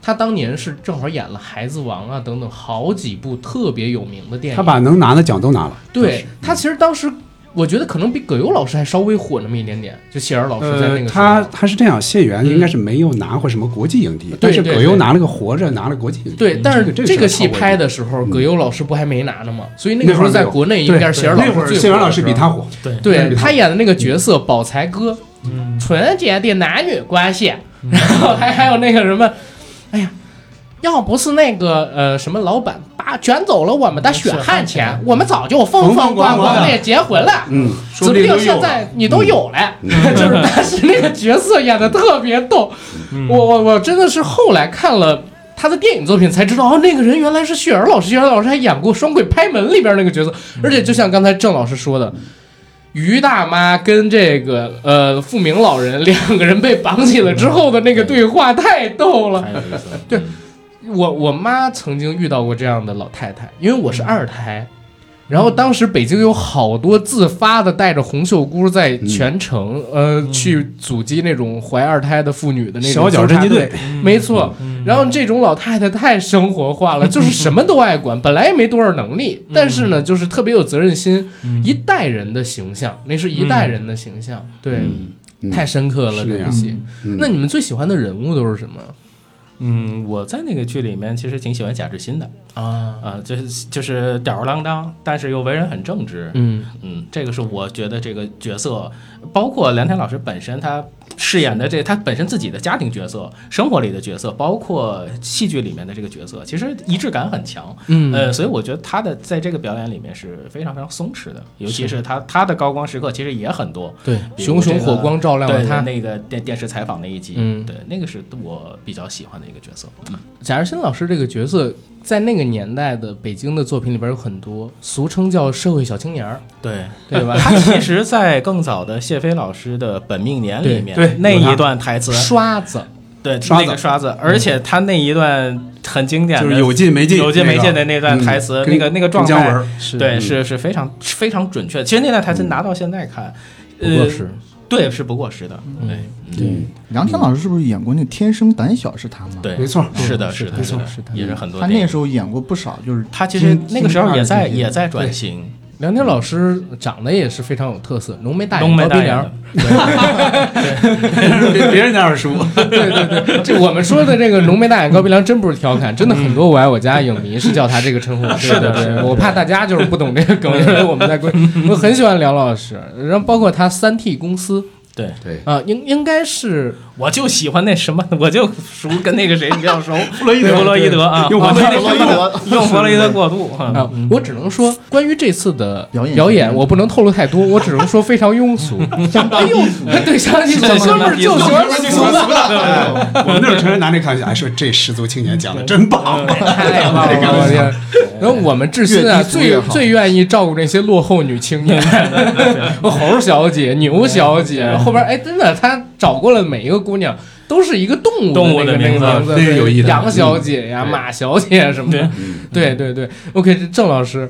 S1: 他当年是正好演了《孩子王》啊等等好几部特别有名的电影。
S4: 他把能拿的奖都拿了，
S1: 对他其实当时。我觉得可能比葛优老师还稍微火那么一点点，就谢元老师哦在那
S4: 呃
S1: 个，时候，嗯
S4: 他他是这样，谢元应该是没有拿过什么国际影帝，但是
S1: 对
S4: 葛优拿了个活着，拿了国际影帝。
S1: 对，但是
S4: 这
S1: 这
S4: 个
S1: 个
S4: 事儿
S1: 戏
S4: 超过
S1: 拍
S4: 一
S1: 的时候，葛优老师不还没拿呢吗？所以那
S4: 那
S1: 个时
S4: 会儿
S1: 候在
S4: 没有
S1: 国内
S4: 对
S1: 应该是谢元老师
S4: 嗯那会儿
S1: 最
S4: 谢元
S1: 火
S4: 老
S1: 的
S4: 师
S1: 时
S4: 比
S1: 候
S4: 他火，
S1: 对
S4: 比他嗯
S1: 他演的那个角色宝财哥，纯洁的男女关系，然后还还有那个什么，哎呀，要不是那个呃什么老板把卷走了我们的血
S4: 嗯
S1: 汗钱，我们早就风风光光的结婚了。
S4: 嗯，
S1: 指不定现在你都有了， 就是但是那个角色演的特别逗，
S4: 嗯
S1: 我我我真的是后来看了。他的电影作品才知道哦，那个人原来是雪儿老师，雪儿老师还演过《双轨拍门》里边那个角色，
S4: 嗯
S1: 而且就像刚才郑老师说的，于大妈跟这个呃富明老人两个人被绑起了之后的那个对话太逗了。
S6: 太有意思了，
S4: 嗯
S1: 对我我妈曾经遇到过这样的老太太，因为我是二胎，然后当时北京有好多自发的带着红袖箍在全城，呃，去阻击那种怀二胎的妇女的那种
S4: 嗯小脚
S1: 纠察
S4: 侦缉队
S1: 队，没
S6: 嗯
S1: 错。然后这种老太太太生活化了，就是什么都爱管，本来也没多少能力，
S6: 嗯
S1: 但是呢，就是特别有责任心，一代人的形象，那是一代人的形象，对，
S4: 嗯
S1: 太深刻了
S4: 是这
S1: 这
S4: 样
S1: 个戏。
S4: 嗯
S1: 那你们最喜欢的人物都是什么
S6: 嗯，我在那个剧里面其实挺喜欢贾志新的，
S1: 啊？
S6: 啊、就是就是吊儿郎当，但是又为人很正直。
S1: 嗯
S6: 嗯，这个是我觉得这个角色，包括梁天老师本身他饰演的这他本身自己的家庭角色、生活里的角色，包括戏剧里面的这个角色，其实一致感很强。
S1: 嗯
S6: 呃，所以我觉得他的在这个表演里面是非常非常松弛的，尤其是他他的高光时刻其实也很多，
S1: 对，
S6: 比
S1: 熊
S6: 如
S1: 熊
S6: 这个
S1: 火光照亮了
S6: 对
S1: 他。
S6: 那个电电视采访那一集，
S1: 嗯
S6: 对，那个是我比较喜欢的一个角色。嗯
S1: 贾日新老师这个角色，在那个年代的北京的作品里边有很多，俗称叫社会小青年儿，
S6: 对
S1: 对吧
S6: 他其实，在更早的谢飞老师的《本命年》里面，
S4: 对对
S6: 那
S4: 有他
S6: 一段台词，
S1: 刷子。
S6: 对
S4: 刷子
S6: 那个刷子，而且他那一段很经典的，
S4: 就是有进没进，
S6: 有进没进
S4: 那
S6: 的那
S4: 个
S6: 段台词
S4: 嗯，
S6: 那个那个
S4: 跟
S6: 状
S4: 姜文
S6: 态，
S4: 儿
S1: 是
S6: 对，是是非常非常准确。其实那段台词拿到现在看，
S1: 不过
S6: 呃，
S1: 是，
S6: 对，是不过时的，
S4: 嗯，
S3: 梁天老师是不是演过那《天生胆小》是他吗？，
S6: 对
S4: 没
S6: 对，
S4: 错，
S6: 是的，是的，
S4: 没
S6: 是
S4: 错
S6: 的，
S1: 是的
S6: 也是很多
S3: 他
S6: 电影。
S3: 那时候演过不少，就是
S6: 他其实
S3: 金
S6: 那个时候也
S3: 金二
S6: 在
S3: 的这些
S6: 也在转型，
S1: 梁天老师长得也是非常有特色，浓眉大
S6: 浓
S1: 眼
S6: 眉
S1: 高鼻
S6: 大
S1: 梁
S6: 眼
S1: 儿
S6: 的。，
S4: 别别人家 二叔，
S1: 对对对，这我们说的这个浓眉大眼高鼻梁真不是调侃，真的很多我爱我家影迷是叫他这个称呼。
S6: 是的
S1: 对
S6: 是
S1: 对
S6: 的
S1: 对，我怕大家就是不懂这个梗，因为我 们在归，我很喜欢梁老师，然后包括他三 T 公司
S6: 对，
S4: 对，
S1: 啊，应应该是
S6: 我就喜欢那什么，我就熟跟那个谁比较熟，弗
S4: 洛伊德
S6: 弗洛伊德啊，
S4: 用
S6: 啊
S4: 弗
S6: 那
S4: 洛伊德
S6: 什么用弗洛伊德过渡
S1: 啊
S6: 啊，，
S1: 我只能说关于这次的呃
S3: 表
S6: 嗯
S3: 演
S1: 表演，我不能透露太多，我只能说非常庸 俗，相当庸俗。 对，相当
S6: 是
S1: 我哥们儿就喜欢庸俗的，
S4: 我们那时候成人拿这开玩笑，哎，说这十足青年讲的真棒，
S1: 太棒了，我天！然后我们志新啊，
S3: 越低俗越
S1: 最
S3: 好
S1: 最愿意照顾那些落后女青年，猴小姐、牛小姐，后边哎，真的，他找过了每一个姑娘。都是一个动物
S6: 动物
S1: 的
S6: 的
S1: 那个
S6: 名字
S1: 那个字，
S4: 这是有意
S1: 对
S4: 的
S1: 杨小姐呀、
S6: 嗯
S1: 马小姐什么的，对对对。OK，这郑老师，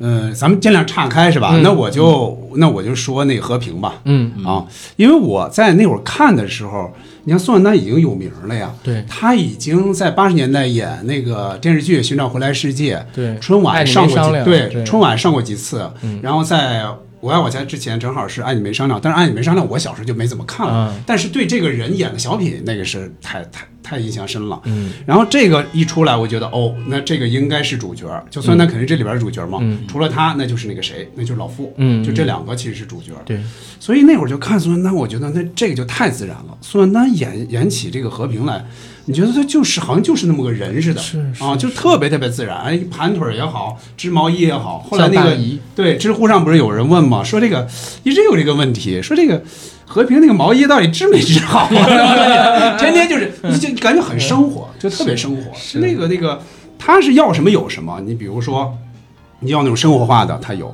S4: 嗯，咱们尽量岔开是吧？
S1: 嗯
S4: 那我就那我就说那和平吧，
S1: 嗯，
S4: 啊，因为我在那会儿看的时候，你看宋丹丹已经有名了呀，
S1: 对
S4: 她已经在八十年代演那个电视剧《寻找回来世界》，
S1: 对，
S4: 春
S1: 爱
S4: 晚
S1: 你没
S4: 上过
S1: 商
S4: 几
S1: 量
S4: 对
S1: 对
S4: 春晚上过几次，
S1: 嗯
S4: 然后在我爱我家之前正好是《爱你没商量》，但是《爱你没商量》我小时候就没怎么看了，
S1: 嗯
S4: 但是对这个人演的小品那个是太太太印象深了。
S1: 嗯
S4: 然后这个一出来，我觉得哦，那这个应该是主角，就孙丹肯定这里边是主角嘛，
S1: 嗯
S4: 除了他那就是那个谁，那就是老傅，
S1: 嗯
S4: 就这两个其实是主角。
S1: 对，
S4: 所以那会儿就看宋丹丹，我觉得那这个就太自然了。宋丹丹演演起这个和平来，你觉得他就是好像就是那么个人似的，
S1: 是是
S4: 啊，就特别特别自然。哎，盘腿儿也好，织毛衣也好。后来那
S1: 像大
S4: 个
S1: 姨
S4: 对知乎上不是有人问吗？说这个一直有这个问题，说这个和平那个毛衣到底织没织好、 啊？天天就是你就感觉很生活，就特别生活。是那个那个，他是要什么有什么。你比如说。你要那种生活化的，他有；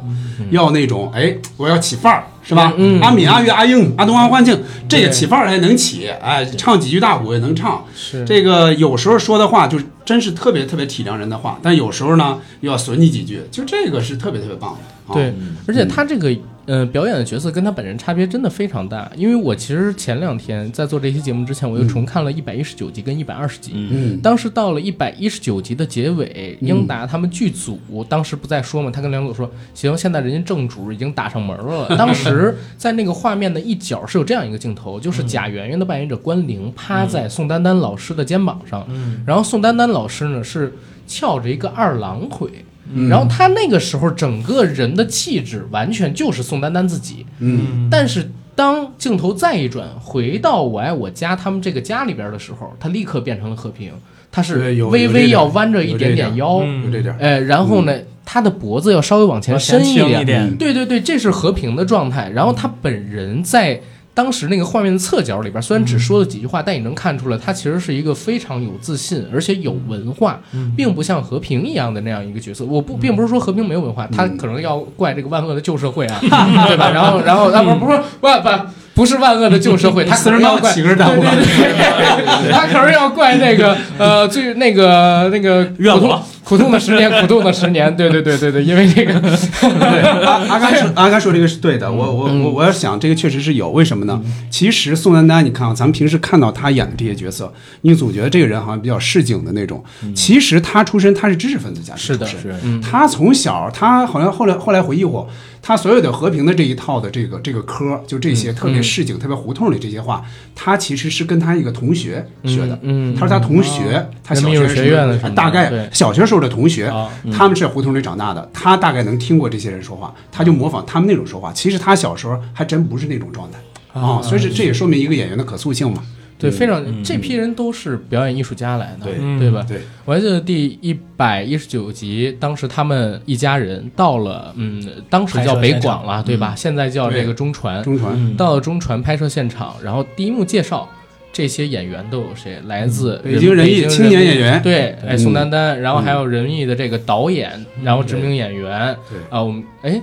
S4: 要那种哎，我要起范儿，是吧？
S1: 嗯嗯
S4: 阿敏、阿月、阿英、阿东、阿欢庆，这个起范儿还能起，哎，唱几句大鼓也能唱。
S1: 是
S4: 这个有时候说的话就是真是特别特别体谅人的话，但有时候呢又要损你几句，就这个是特别特别棒的。啊、
S1: 对，，而且他这个呃表演的角色跟他本人差别真的非常大，因为我其实前两天在做这期节目之前，我又重看了一百一十九集跟一百二十集。
S4: 嗯，
S1: 当时到了一百一十九集的结尾，
S4: 嗯
S1: 英达他们剧组当时不在说嘛，他跟梁总说：“行，现在人家正主已经打上门了。”当时在那个画面的一角是有这样一个镜头，
S4: 嗯
S1: 就是贾圆圆的扮演者关凌趴在宋丹丹老师的肩膀上，然后宋丹丹老师呢是翘着一个二郎腿。
S4: 嗯
S1: 然后他那个时候整个人的气质完全就是宋丹丹自己，
S4: 嗯，
S1: 但是当镜头再一转回到我爱我家他们这个家里边的时候，他立刻变成了和平，他
S4: 对
S1: 是
S4: 有
S1: 微
S4: 有这
S1: 微
S4: 点
S1: 要弯着一
S4: 有
S1: 点
S4: 这
S1: 点
S4: 点
S1: 腰，
S4: 就这点儿。嗯
S1: 哎，然后呢，他的脖子要稍微往前啊伸
S6: 一
S1: 点，
S4: 点
S1: 对对对，这是和平的状态。然后他本人在当时那个画面的侧角里边，虽然只说了几句话，但你能看出来，他其实是一个非常有自信，而且有文化，并不像和平一样的那样一个角色。我不，并不是说和平没有文化，他可能要怪这个万恶的旧社 会啊，对吧？然后，然后啊，不是不是不不不是万恶的旧 社会，他可
S4: 四
S1: 能
S4: 十
S1: 要
S4: 刀
S1: 怪
S4: 起。根儿蛋
S1: 对对对，他可是要怪那个呃，最那个那个
S6: 怨
S1: 普通
S6: 我
S1: 苦痛的十年，苦痛的十年，对对对对对，因为这个，
S4: 对，阿 阿甘说阿甘说这个是对的，我我
S1: 嗯
S4: 我我要想这个确实是有，为什么呢？其实宋丹丹，你看啊，咱们平时看到她演的这些角色，你总觉得这个人好像比较市井的那种，其实她出身她嗯是知识分子家庭，
S1: 嗯是的
S4: 出身
S6: 是
S1: 嗯
S4: 她从小她好像后来后来回忆过，她所有的和平的这一套的这个这个科，就这
S1: 嗯
S4: 些特别市井、特别胡同里这些话，她其实是跟她一个同学学的，
S1: 嗯嗯
S4: 她说她同学，她
S1: 人
S4: 小
S1: 民
S4: 学
S1: 艺术学院的什么的
S4: 大
S1: 对
S4: 概小学时候的同学
S1: 啊，
S4: 他们是在胡同里长大的，他大概能听过这些人说话，他就模仿他们那种说话。其实他小时候还真不是那种状态啊，所以这
S1: 嗯
S4: 这也说明一个演员的可塑性嘛。
S1: 对，非常这批人都是表演艺术家来的，
S6: 对
S1: 对吧？
S4: 嗯对，
S1: 我还记得第一百一十九集，当时他们一家人到了，嗯，当时叫北广了，对吧？现在叫这个中传，
S4: 嗯中嗯传
S1: 到了中传拍摄现场，然后第一幕介绍这些演员都有谁，来自
S4: 嗯北京人艺青年演员
S1: 对，哎，
S4: 嗯
S1: 宋丹丹，然后还有人艺的这个导演，然后知名演员，
S4: 对
S1: 啊，我们哎，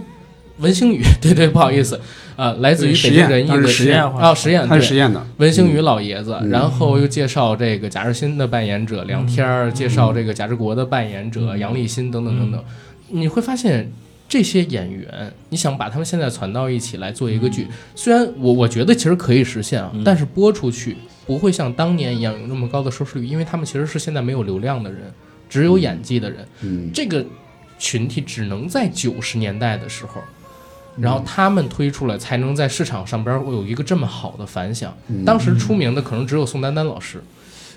S1: 文星宇， 对对，不好意思，啊，来自于北京人艺
S4: 嗯对
S1: 的
S4: 实验
S1: 啊，实验，
S4: 他
S1: 对
S4: 是实验的，
S1: 文星宇老爷子，然后又介绍这个贾日新的扮演者梁天儿，介绍这个贾志国的扮演者杨立新等等等等，你会发现。这些演员，你想把他们现在攒到一起来做一个剧，虽然我我觉得其实可以实现啊，但是播出去不会像当年一样有那么高的收视率，因为他们其实是现在没有流量的人，只有演技的人，
S4: 嗯，
S1: 这个群体只能在九十年代的时候，
S4: 嗯
S1: 然后他们推出来，才能在市场上边儿会有一个这么好的反响。当时出名的可能只有宋丹丹老师，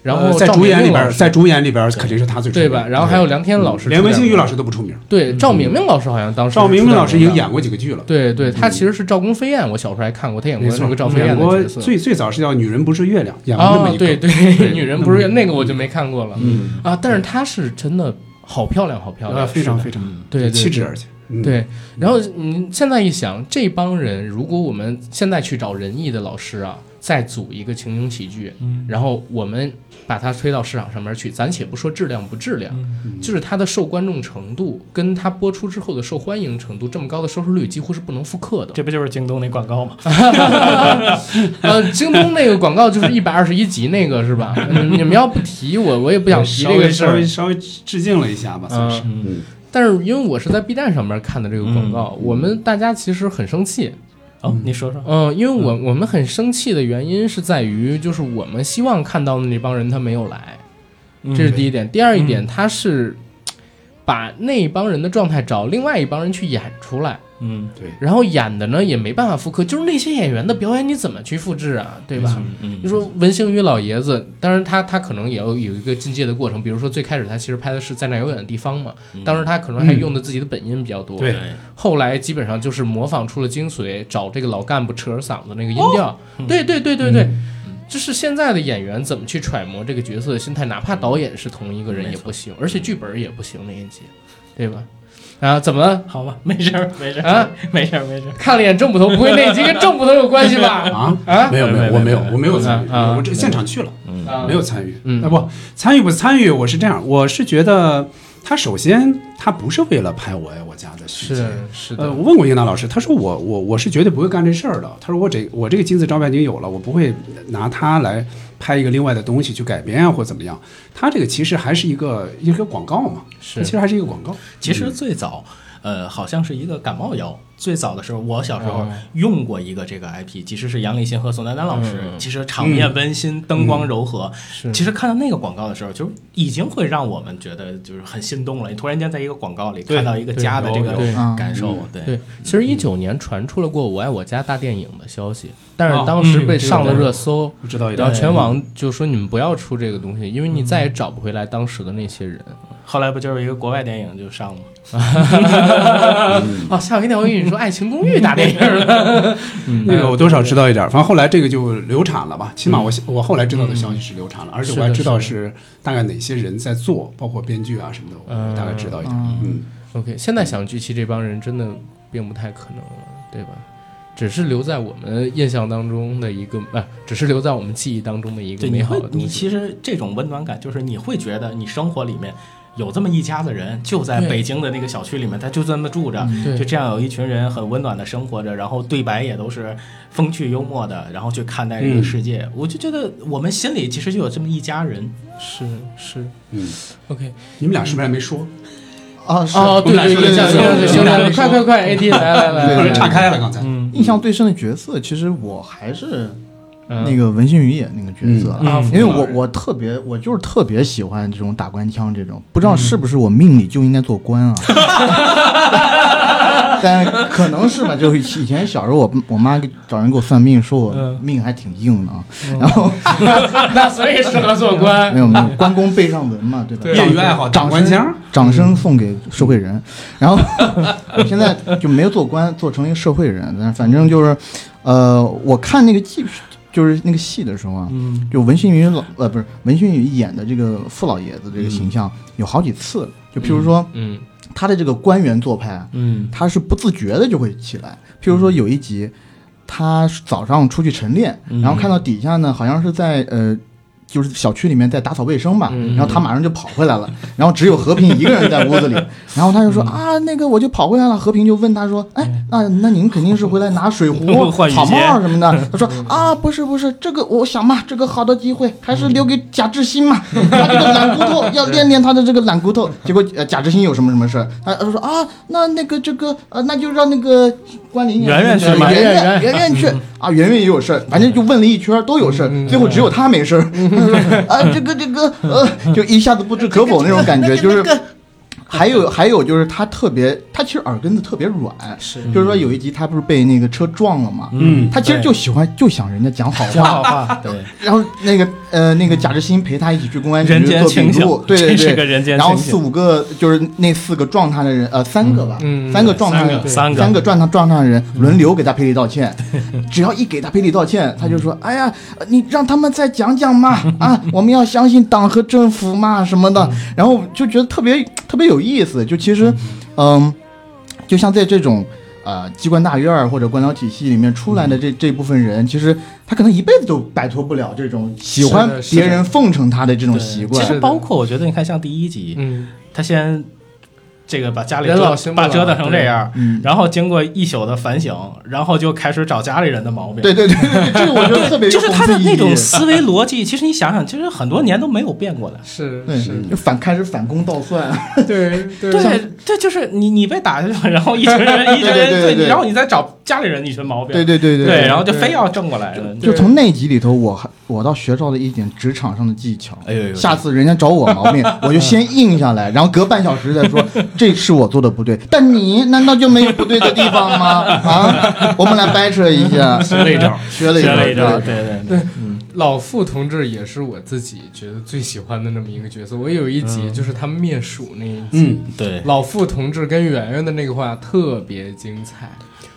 S1: 然后
S4: 嗯呃在
S1: 赵
S4: 主
S1: 明
S4: 演
S1: 明
S4: 里
S1: 老
S4: 边，
S1: 师
S4: 在主演里边肯定是他最出
S1: 对
S4: 名
S1: 吧？然后还有梁天老
S4: 对嗯
S1: 师，
S4: 连文星宇老
S1: 师，
S4: 师都不出名，
S1: 对赵明明老师好像当时
S4: 赵明明老师已经
S1: 出道
S4: 演过几个剧了。
S1: 对对，他其实是赵公飞燕，我小时候还看过，他演
S4: 没
S1: 过那
S4: 错
S1: 个，赵飞
S4: 演
S1: 燕的
S4: 过
S1: 角色。
S4: 最最早是叫《女人不是月亮》，演过那
S1: 哦
S4: 么，一
S1: 对
S4: 个。嗯
S1: 对，
S4: 对
S1: 女人不是那个我就没看过了，嗯啊，但是她是真的好漂亮，好漂
S4: 呃，
S1: 亮，
S4: 非常
S1: 是的
S4: 非常
S1: 对对
S4: 气
S1: 对
S4: 质，而且嗯
S1: 对，然后你现在一想，这帮人如果我们现在去找仁义的老师啊，再组一个情景喜剧，
S4: 嗯
S1: 然后我们把它推到市场上面去，咱且不说质量不质量，
S4: 嗯
S1: 就是它的受观众程度跟它播出之后的受欢迎程度，这么高的收视率几乎是不能复刻 的。
S6: 这不就是京东那广告吗？
S1: 呃，京东那个广告就是一百二十一集那个是吧？嗯你们要不提我，我也不想提
S4: 稍
S1: 这个
S4: 微
S1: 事
S4: 稍
S1: 儿
S4: 微。稍微致敬了一下吧，算是。嗯，
S1: 但是因为我是在 B 站上面看的这个广告，我们大家其实很生气，
S6: 哦，你说说，
S1: 嗯，因为我我们很生气的原因是在于，就是我们希望看到的那帮人他没有来，
S6: 嗯
S1: 这是第一点。第二一点，他是把那帮人的状态找另外一帮人去演出来，
S6: 嗯
S1: 然后演的呢也没办法复刻，就是那些演员的表演你怎么去复制啊，对吧？
S6: 嗯
S1: 就说文星宇老爷子，当然他他可能也有有一个进阶的过程，比如说最开始他其实拍的是在那遥远的地方嘛，
S6: 嗯
S1: 当时他可能还用的自己的本音比较多，
S4: 对
S1: 后来基本上就是模仿出了精髓，找这个老干部扯着嗓子那个音
S4: 哦
S1: 调，
S4: 嗯
S1: 对对对对对，就是现在的演员怎么去揣摩这个角色的心态，哪怕导演是同一个人也不行，而且
S4: 嗯
S1: 剧本也不行那一集，对吧？啊，怎么了？
S6: 好吧，没事儿，没事儿
S1: 啊，
S6: 没事儿，没事儿。
S1: 看了一眼郑捕头，不会那集跟郑捕头有关系 吧？
S4: 啊
S1: 啊
S4: 没有没有，我没有我没有参与，
S1: 啊啊
S4: 我这现场去了。
S1: 啊
S4: 没有参与，
S1: 嗯
S4: 啊不参与不参与，我是这样，我是觉得他首先他不是为了拍我爱我家的续集
S1: 是是的
S4: 呃，，我问过英达老师，他说我我我是绝对不会干这事儿的。他说我这我这个金字招牌已经有了，我不会拿它来拍一个另外的东西去改编啊或怎么样。他这个其实还是一个一个广告嘛，
S1: 是
S4: 它其实还是一个广告。
S6: 其实最早，呃，好像是一个感冒药。最早的时候，我小时候用过一个这个 IP，其实是杨立新和宋丹丹老师。其实场面温馨，灯光柔和。其实看到那个广告的时候，就已经会让我们觉得就是很心动了。你突然间在一个广告里看到一个家的这个
S1: 有有
S3: 嗯
S6: 感受，对
S1: 对，其实一九年传出了过《我爱我家》大电影的消息，但
S4: 哦
S1: 是当
S4: 嗯
S1: 时被上了热搜，
S4: 我知道一
S1: 然
S4: 道
S1: 后全网就说你们不要出这个东西，因为你
S4: 嗯
S1: 再也找不回来当时的那些人。
S6: 后来不就是一个国外电影就上了吗？
S1: 哦，吓我一跳！我以为你说《爱情公寓》大电影了。
S4: 那
S1: 哎
S4: 个我多少知道一点儿，反正后来这个就流产了吧，起码
S1: 嗯
S4: 我我后来知道的消息是流产了，而且我还知道是大概哪些人在做，包括编剧啊什么的，
S1: 呃
S4: 我大概知道一点儿。嗯，
S1: OK，现在想聚齐这帮人真的并不太可能了，对吧？只是留在我们印象当中的一个，啊，只是留在我们记忆当中的一个
S6: 对，
S1: 美
S6: 你
S1: 好
S6: 会
S1: 的，东
S6: 你
S1: 西。
S6: 其实这种温暖感，就是你会觉得你生活里面有这么一家子人，就在
S1: 对
S6: 北京的那个小区里面，他就这么住着，
S1: 对
S6: 就这样有一群人很温暖的生活着，然后对白也都是风趣幽默的，然后去看待这个
S4: 嗯
S6: 世界。我就觉得我们心里其实就有这么一家人，
S1: 是是
S4: 嗯，
S1: ，OK
S4: 你们俩是不是还没说？
S3: 啊，是
S1: 哦，对
S4: 我们俩
S1: 对
S4: 说
S1: 对，
S4: 的
S1: 讲这
S4: 像
S1: 个
S4: 我们
S1: 行
S4: 俩
S1: 了，
S4: 没
S1: 快快
S4: 说
S1: 快，AD 来来来
S4: 有
S1: 来
S4: 人
S1: 来，
S4: 岔开了，刚才。
S1: 嗯
S3: 印象最深的角色，其实我还是
S1: 嗯
S3: 那个文心宇演那个角色，
S1: 嗯啊
S3: 因为我我特别我就是特别喜欢这种打官腔这种，不知道是不是我命里就应该做官啊，但可能是吧，就以前小时候我我妈找人给我算命，说我命还挺硬的啊，然后
S1: 那所以适合做官
S3: 没。有没有，关公背上文嘛，对吧？
S1: 对嗯
S3: 掌
S4: 业余爱好
S3: 掌
S4: 打官腔
S3: 声掌声送给社会人。然后 我现在就没有做官，做成一个社会人，但是反正就是，呃，我看那个剧，就是那个戏的时候啊，
S1: 嗯
S3: 就文心宇老呃不是文心宇演的这个傅老爷子这个形象有好几次，就譬如说
S1: 嗯
S3: 他的这个官员做派，啊
S1: 嗯
S3: 他是不自觉的就会起来。譬如说有一集，他早上出去晨练，
S1: 嗯
S3: 然后看到底下呢好像是在呃。就是小区里面在打扫卫生吧，
S1: 嗯
S3: 然后他马上就跑回来了，然后只有和平一个人在屋子 里，然后他就说啊，那个我就跑回来了。和平就问他说，
S1: 嗯
S3: 哎，那那您肯定是回来拿水壶
S6: 换、雨
S3: 草
S6: 鞋
S3: 帽什 么的。他说啊，不是不是，这个我想嘛，这个好的机会还是留给贾志新 嘛，他这个懒骨头要练练他的这个懒骨头。结果呃贾志新有什么什么事儿，他他说啊，那那个这个呃，那就让那个关林
S6: 圆圆去嗯
S3: 圆
S6: 吧
S3: 圆圆圆圆去啊，圆圆也有事儿，反正就问了一圈儿都有事儿，
S6: 嗯
S3: 最后只有他没事儿。 他说啊，这个这个呃，就一下子不置可否那种感觉，就是。还有还有就是他特别，他其实耳根子特别软，
S6: 是
S3: 就是说有一集他不是被那个车撞了嘛，
S4: 嗯，
S3: 他其实就喜欢就想人家讲好
S6: 讲
S3: 话，
S6: 好话，对，
S3: 然后那个呃那个贾志新陪他一起去公安局
S6: 人间
S3: 做笔
S6: 清醒
S3: 录，，对对
S6: 真是个
S3: 对。
S6: 人间
S3: 然后
S6: 清
S3: 四
S6: 醒。
S3: 五个就是那四个撞他的人，呃，三个吧，
S1: 嗯嗯
S3: 三个撞他
S1: 三
S3: 的
S1: 个
S3: 人，
S6: 三个
S3: 三个撞他撞他的人
S6: 嗯
S3: 轮流给他赔礼道 歉。只要一给他赔礼道歉，他就
S6: 嗯
S3: 说：“哎呀，呃你让他们再讲讲 嘛，啊，我们要相信党和政府嘛什么
S6: 嗯
S3: 的。”然后就觉得特别特别有意思，就其实，嗯，就像在这种呃机关大院儿或者官僚体系里面出来
S6: 嗯
S3: 的这、这部分人，其实他可能一辈子都摆脱不了这种喜欢
S1: 是的是的
S3: 别人奉承他的这种
S6: 对
S3: 习
S6: 其
S3: 惯。
S1: 是
S6: 实
S1: 的
S6: 包括我觉得，你看像第一集，
S1: 嗯，
S6: 他先这个把家里
S1: 人老
S6: 折
S1: 心不
S6: 把
S1: 老
S6: 折腾成这
S1: 对
S6: 样，
S3: 嗯，
S6: 然后经过一宿的反省，然后就开始找家里人的毛病。
S3: 对对对对，对这个我觉得特别有
S6: 就是他的
S3: 讽刺意义
S6: 那种思维逻辑，其实你想想，其实很多年都没有变过来。
S1: 是
S3: 对
S1: 是，，
S3: 就反开始反攻倒算。
S1: 对 对
S6: 对，这就是你你被打下去了，然后一群人一
S3: 对对
S6: 群
S3: 对
S6: 人
S3: 对对
S6: 然后你再找家里人一群毛病，
S3: 对对对
S6: 对，然后就
S1: 对
S6: 非要正过来。
S3: 就从那集里头，我还我倒学到了一点职场上的技巧。
S6: 哎呦呦
S3: 下次人家找我毛 病，我就先硬下来，然后隔半小时再 说，这是我做的不对。但你难道就没有不对的地方吗？啊，我们来掰扯一下，
S1: 学了一招。
S3: 学了一
S6: 学了一
S3: 招
S6: 招，，对对
S1: 对老傅同志也是我自己觉得最喜欢的那么一个角色。我有一集就是他们灭鼠那一集，
S4: 嗯，
S6: 对，
S1: 老傅同志跟圆圆的那个话特别精彩。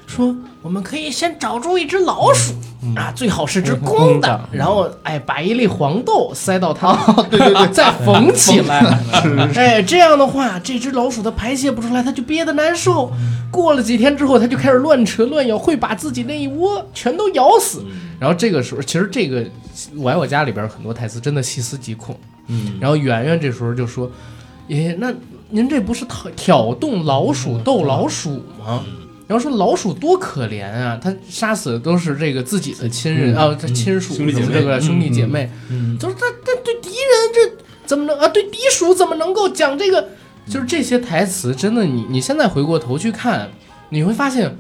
S7: 说我们可以先找出一只老鼠、啊，最好是只公的，然后哎，把一粒黄豆塞到 它，哦对对对，再缝起来，哎，这样的话，这只老鼠它排泄不出来，它就憋得难受。过了几天之后，它就开始乱扯乱咬，会把自己那一窝全都咬死。
S1: 然后这个时候，其实这个《我爱我家》里边很多台词真的细思极恐。嗯，然后圆圆这时候就说：“爷爷，那您这不是挑挑动老鼠斗老鼠吗？”
S4: 嗯
S1: 然后说老鼠多可怜啊，它杀死的都是这个自己的亲人啊，这亲属
S4: 嗯兄弟姐
S1: 什
S4: 妹嗯
S1: 么这个兄弟姐妹，
S7: 就是他他对敌人这怎么能啊？对敌鼠怎么能够讲这个？
S1: 就是这些台词，真的你你现在回过头去看，你会发现，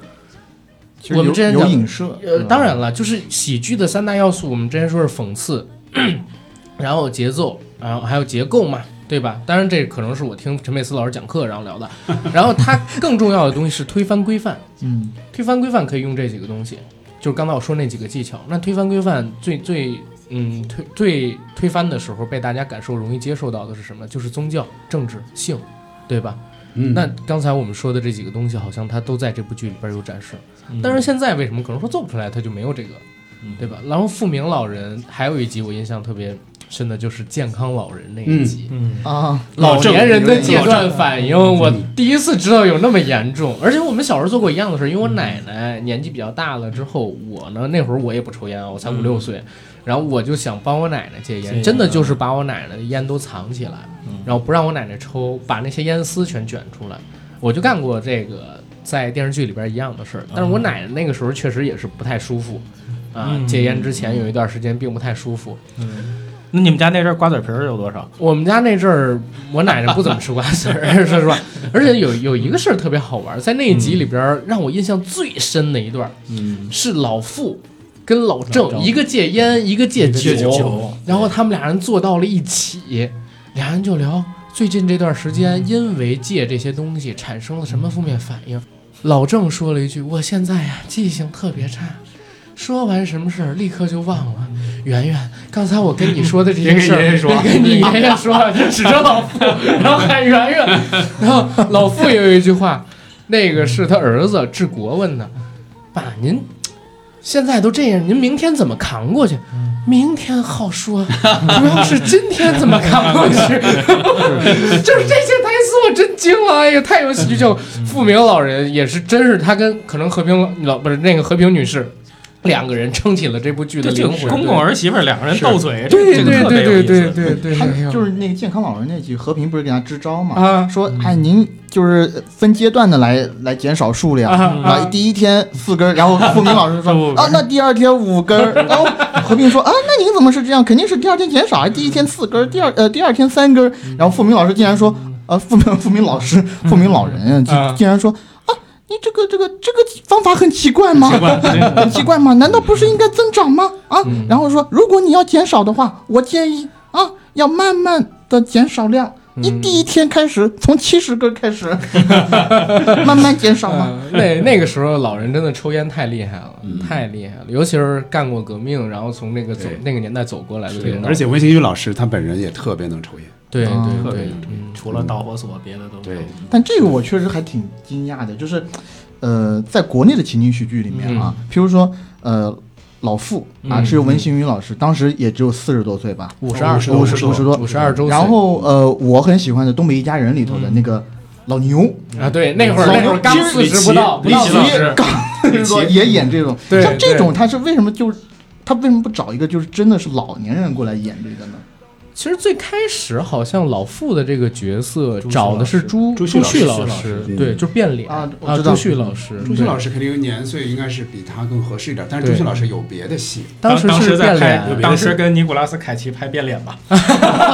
S3: 其实
S1: 我们
S3: 有
S1: 之前
S3: 有
S1: 讲
S3: 影射，嗯
S1: 呃，当然了，就是喜剧的三大要素，我们之前说是讽刺， 然后节奏，然后还有结构嘛，对吧？当然，这可能是我听陈佩斯老师讲课然后聊的。然后它更重要的东西是推翻规范，
S3: 嗯，
S1: 推翻规范可以用这几个东西，就是刚才我说那几个技巧。那推翻规范最最嗯推最推翻的时候被大家感受容易接受到的是什么？就是宗教、政治、性，对吧？
S4: 嗯
S1: 那刚才我们说的这几个东西，好像它都在这部剧里边有展示。但是现在为什么可能说做不出来，它就没有这个，对吧？然后富明老人还有一集我印象特别真的就是健康老人那一集。
S6: 嗯，
S3: 啊，
S1: 老年人的戒
S4: 老郑
S1: 断反应，我第一次知道有那么严重。而且我们小时候做过一样的事，因为我奶奶年纪比较大了之后，我呢那会儿我也不抽烟啊，我才五六岁，然后我就想帮我奶奶戒
S6: 戒
S1: 烟，
S6: 烟
S1: 真的就是把我奶奶的烟都藏起来
S6: 嗯，
S1: 然后不让我奶奶抽，把那些烟丝全卷出来。我就干过这个在电视剧里边一样的事儿，但是我奶奶那个时候确实也是不太舒服。啊，
S6: 嗯
S1: 戒烟之前有一段时间并不太舒服。
S6: 那你们家那阵儿瓜子皮儿有多少？
S1: 我们家那阵儿，我奶奶不怎么吃瓜子儿，说实 话。而且有有一个事儿特别好玩儿，在那一集里边儿，让我印象最深的一段儿
S6: 嗯，
S1: 是老傅跟老
S6: 老郑
S1: 郑，一个戒烟，一个戒
S6: 戒
S1: 酒，
S6: 酒
S1: 然后他们俩人坐到了一起，俩人就聊最近这段时间因为戒这些东西产生了什么负面反应。老郑说了一句：“我现在呀、记性特别差。”说完什么事儿，立刻就忘了。圆圆，刚才我跟你说的这些事儿，跟你爷爷说，指着老傅，然后喊圆圆，然后老傅也有一句话，那个是他儿子治国问的，爸，您现在都这样，您明天怎么扛过去？明天好说，主要是今天怎么扛过去？就是这些台词，我真惊了！哎呀，太有喜剧效果。富明老人也是，真是他跟可能和平老不是那个和平女士，两个人撑起了这部剧的
S6: 这这
S1: 灵
S6: 个
S1: 魂。
S6: 公公儿媳妇儿两个人斗嘴，
S1: 对
S6: 这
S1: 对对
S6: 个特别有
S1: 对
S6: 意
S1: 对
S6: 思。
S1: 对对，
S3: 他
S1: 哎呀
S3: 就是那个健康老人那集，和平不是给他支招嘛？
S1: 啊
S3: 说哎，您就是分阶段的来来减少数量，
S1: 啊
S3: 然后
S1: 啊！
S3: 第一天四根儿，然后付明老师说
S6: 不不不
S3: 啊，那第二天五根儿， 然后和平说啊，那您怎么是这样？肯定是第二天减少，第一天四根儿，第二呃第二天三根儿，然后付明老师竟然说啊，付明付明老师付明老人
S1: 啊
S3: 竟竟然说啊，你这个这个这个方法很奇怪吗？很奇怪吗？难道不是应该增长吗？啊，然后说如果你要减少的话，我建议啊要慢慢的减少量。你第一天开始，从七十根儿开始， 慢慢减少嘛。
S1: 呃那那个时候，老人真的抽烟太厉害了，太厉害了，尤其是干过革命，然后从那个走
S4: 嗯对
S1: 那个年代走过来的
S4: 对
S1: 领，导，
S4: 而且温新宇老师他本人也特别能抽烟，
S1: 对
S3: 啊
S1: 对嗯
S4: 特别
S1: 对
S4: 能抽烟。
S6: 除了导火索，别的都
S4: 对
S3: 但这个我确实还挺惊讶的，就是，呃，在国内的情景喜剧里面啊，
S4: 嗯
S3: 譬如说，呃，老傅啊，
S1: 嗯
S3: 是由文星宇老师，当时也只有四十多岁吧，
S1: 五十二
S3: 十五十多，
S1: 五十二周岁，
S3: 然后呃，我很喜欢的《东北一家人》里头
S4: 嗯
S3: 的那个老牛，
S1: 啊，对，那会儿
S3: 老
S1: 那会儿刚四十不
S4: 啊
S1: 到，不
S3: 老
S1: 到
S3: 徐
S1: 四十，
S3: 刚
S4: 嗯
S3: 也演这种，
S1: 对
S3: 像这
S1: 对
S3: 种他是为什么就是他为什么不找一个就是真的是老年人过来演这个呢？
S1: 其实最开始好像老傅的这个角色
S6: 朱旭
S1: 找的是朱
S4: 朱
S1: 旭
S4: 旭
S1: 老
S6: 老师
S1: 师
S4: 朱旭老师，嗯
S1: 对，就变脸
S3: 啊我
S1: 啊，
S3: 知道
S1: 朱旭老师，
S4: 朱旭老
S1: 师
S4: 师肯定年岁应该是比他更合适一点，但是
S1: 对
S4: 朱旭老师有别的戏，
S1: 当
S6: 当
S1: 是呃
S6: 时
S1: 变
S6: 在拍，
S1: 脸，啊
S6: 当时跟尼古拉斯凯奇拍变脸吧。